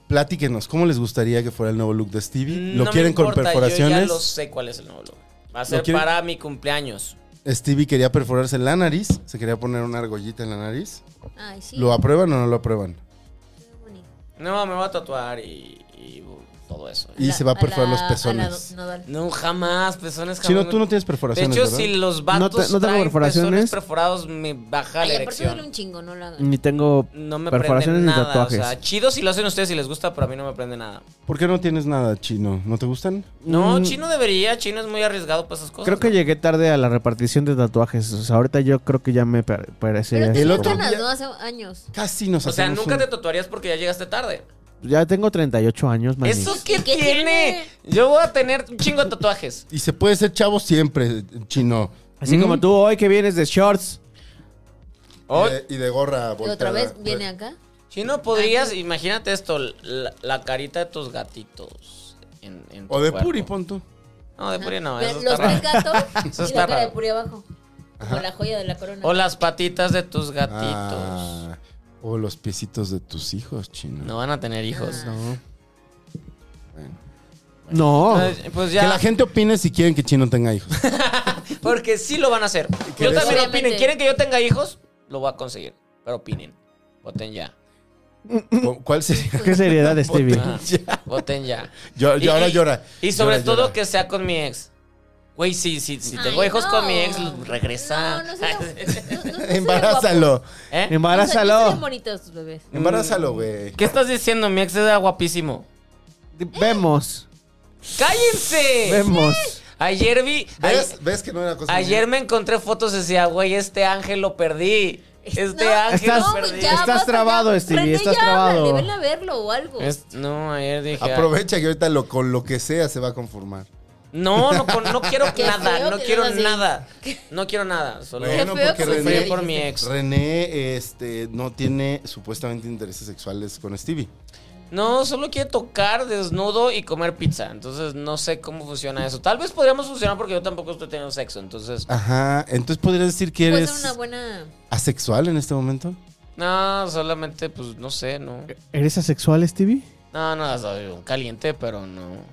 platíquenos, ¿cómo les gustaría que fuera el nuevo look de Stevie? ¿Lo Mm, No me quieren con importa, perforaciones? Yo ya lo sé cuál es el nuevo look. Va a ser quieren- para mi cumpleaños. Stevie quería perforarse la nariz, se quería poner una argollita en la nariz. Ay, sí. ¿Lo aprueban o no lo aprueban? qué bonito. No, me voy a tatuar y, y todo eso. Y La- se va a perforar la- los a la pezones. nodal. No, jamás, pezones jamás. Chino, tú no tienes De perforaciones, hecho, ¿verdad? si los No vatos te- no tengo traen perforaciones. pezones perforados, me baja la Ay, aparte duele erección. un chingo, no lo Mm, hagan. Ni tengo No me prende perforaciones ni nada. tatuajes. O sea, chido si lo hacen ustedes y les gusta, pero a mí no me prende nada. ¿Por qué no tienes nada, Chino? ¿No te gustan? No, Mm. chino debería. Chino es muy arriesgado para esas cosas. Creo que ¿no? llegué tarde a la repartición de tatuajes. O sea, ahorita yo creo que ya me pare- parece. Pero así te el el otro otro día- ¿no? Hace años. Casi nos O sea, hacemos nunca un- te tatuarías porque ya llegaste tarde. Ya tengo 38 años, maní. ¿Eso qué, ¿Qué tiene? tiene? Yo voy a tener un chingo de tatuajes. Y se puede ser chavo siempre, chino. Así Mm. como tú hoy que vienes de shorts. Oh. Y de, y de gorra Y volteada. otra vez viene acá. Chino, podrías, imagínate esto, la, la carita de tus gatitos. en- en tu O de cuerpo. puri, pon tú. No, de puri no, Ve, eso está Los tres raro. Eso gatos está y la cara de raro. puri abajo. Como la joya de la corona. O las patitas de tus gatitos. Ah, o los piecitos de tus hijos, chino. No van a tener Ah, hijos. No. Bueno. No. Pues, pues Oh, Que ya, la gente opine si quieren que chino tenga hijos. porque sí lo van a hacer. que Yo les- también Obviamente. opinen. ¿Quieren que yo tenga hijos? Lo voy a conseguir. Pero opinen. Voten ya. ¿Cu- ¿Cuál sería? Este Qué seriedad, Stevie. Ah, voten Este ya. Yo, yo Y- ahora y- llora. Y sobre Llora, todo llora. que sea con mi ex. Güey, si, si, si Ay, tengo hijos no. con mi ex, regresa. No, no sería- no- no- no sería guapo. Embarázalo. ¿Eh? No serían- no serían Embarázalo. bonitos tus bebés. Embarázalo, güey. ¿Qué estás diciendo? Mi ex era guapísimo. Vemos. Eh. ¡Cállense! Vemos. Ayer vi. ¿Ves? ay- ¿Ves que no era cosa ayer mía? me encontré fotos y decía, güey, este ángel lo perdí. Este No, ángel Estás- lo güey, perdí. ya, Estás basta, trabado, Stevie, René, estás ya háblale, trabado. Ven a verlo o algo. Es- no, ayer dije. ay, Aprovecha que ahorita lo, con lo que sea se va a conformar. No, no, con- no quiero Qué nada, feo no que quiero seas así. nada. No quiero nada. Solo Bueno, feo porque que se sufrí René, dijiste. por mi ex. René este, no tiene supuestamente intereses sexuales con Stevie. No, solo quiere tocar desnudo y comer pizza. Entonces no sé cómo funciona eso. Tal vez podríamos funcionar porque yo tampoco estoy teniendo sexo. Entonces, Ajá, entonces podrías decir que Puede eres ser una buena. asexual en este momento. no, solamente, pues no sé, no. ¿Eres asexual, Stevie? No, no, soy un caliente, pero no.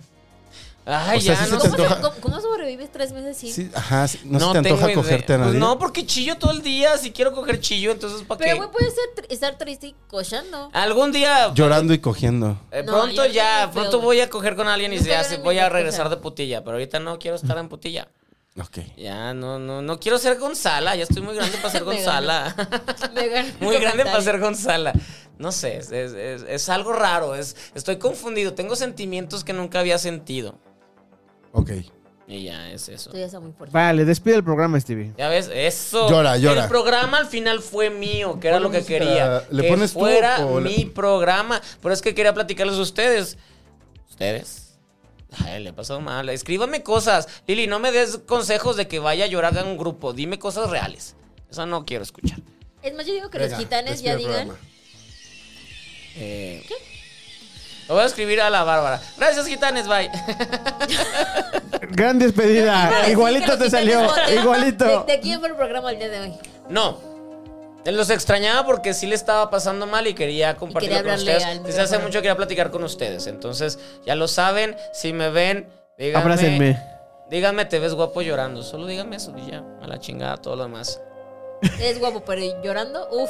Ay, O sea, ya, sí se no. te Ah, ¿Cómo, antoja? so- cómo- cómo sobrevives tres meses sin? Sí, ajá, sí, no, se te tengo antoja idea. cogerte a nadie. Pues no, porque chillo todo el día. Si quiero coger chillo, entonces ¿para Pero, qué? güey, pues, puedes ser tr- estar triste y cochando. Algún día. Llorando y cogiendo. eh, No, pronto yo no ya, tengo pronto pedo. voy a coger con alguien y Nunca se hace, vieron voy mi a cosa. regresar de putilla, pero ahorita no quiero estar en putilla. Ok. Ya, no, no, no quiero ser Gonzala, ya estoy muy grande para ser Me ganó. Gonzala. Me gana el muy grande para comentario. ser Gonzala. No sé, es, es- es- es algo raro, es, estoy confundido, tengo sentimientos que nunca había sentido. Ok. Y ya, es eso. Tú ya estás muy fuerte. Vale, despide el programa, Stevie. Ya ves, eso. Llora, llora. El programa al final fue mío, que era Ponle lo que música. quería. ¿Le que pones tú fuera o le- mi programa. Pero es que quería platicarles a ustedes. ¿Ustedes? Ay, le he pasado mal. Escríbame cosas. Lili, no me des consejos de que vaya a llorar a un grupo. Dime cosas reales. Eso no quiero escuchar. Es más, yo digo que Venga, los gitanes despide ya el digan. programa. Eh, Lo voy a escribir a la Bárbara. Gracias, gitanes. Bye. Gran Iba a despedida. decir que Igualito los te salió. gitanes voten. Igualito. ¿De, de quién fue el programa el día de hoy? No. Los extrañaba porque sí le estaba pasando mal y quería compartirlo quería con hablarle ustedes. al Desde hace micrófono. mucho quería platicar con ustedes. Entonces, ya lo saben. Si me ven, díganme. Abrácenme. Díganme, te ves guapo llorando. Solo díganme eso y ya. A la chingada, todo lo demás. Es guapo, pero llorando, uf.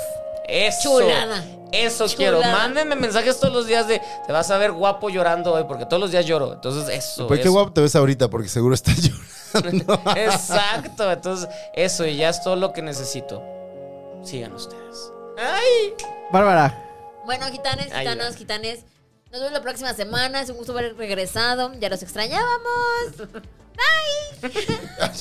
Eso. Chulada. Eso Chulada. quiero. Mándenme mensajes todos los días de te vas a ver guapo llorando hoy porque todos los días lloro. Entonces, eso. Pues qué eso. guapo te ves ahorita porque seguro estás llorando. Exacto. Entonces, eso y ya es todo lo que necesito. Sigan ustedes. ¡Ay! Bárbara. Bueno, gitanes, Ahí gitanos, va. gitanes. Nos vemos la próxima semana. Es un gusto haber regresado. Ya los extrañábamos.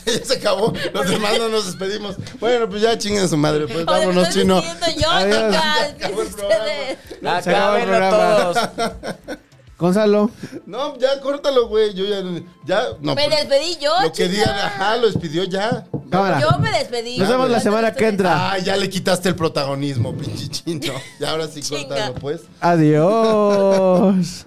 ya se acabó. Los demás no nos despedimos. Bueno, pues ya chinguen a su madre. Pues Ahora me vámonos, estoy chino. despidiendo yo, Adiós. chicas. acabó el Ustedes. Se acabó el Acábenlo programa. todos. Gonzalo. No, ya córtalo, güey. Yo ya. ya no, Me pues, despedí yo, Lo que digan, chicas. ajá, lo despidió ya. Cámara. Yo me despedí. Nos vemos la semana que entra. Ah, ya le quitaste el protagonismo, pinche chino. Y ahora sí, Chinga. córtalo, pues. Adiós.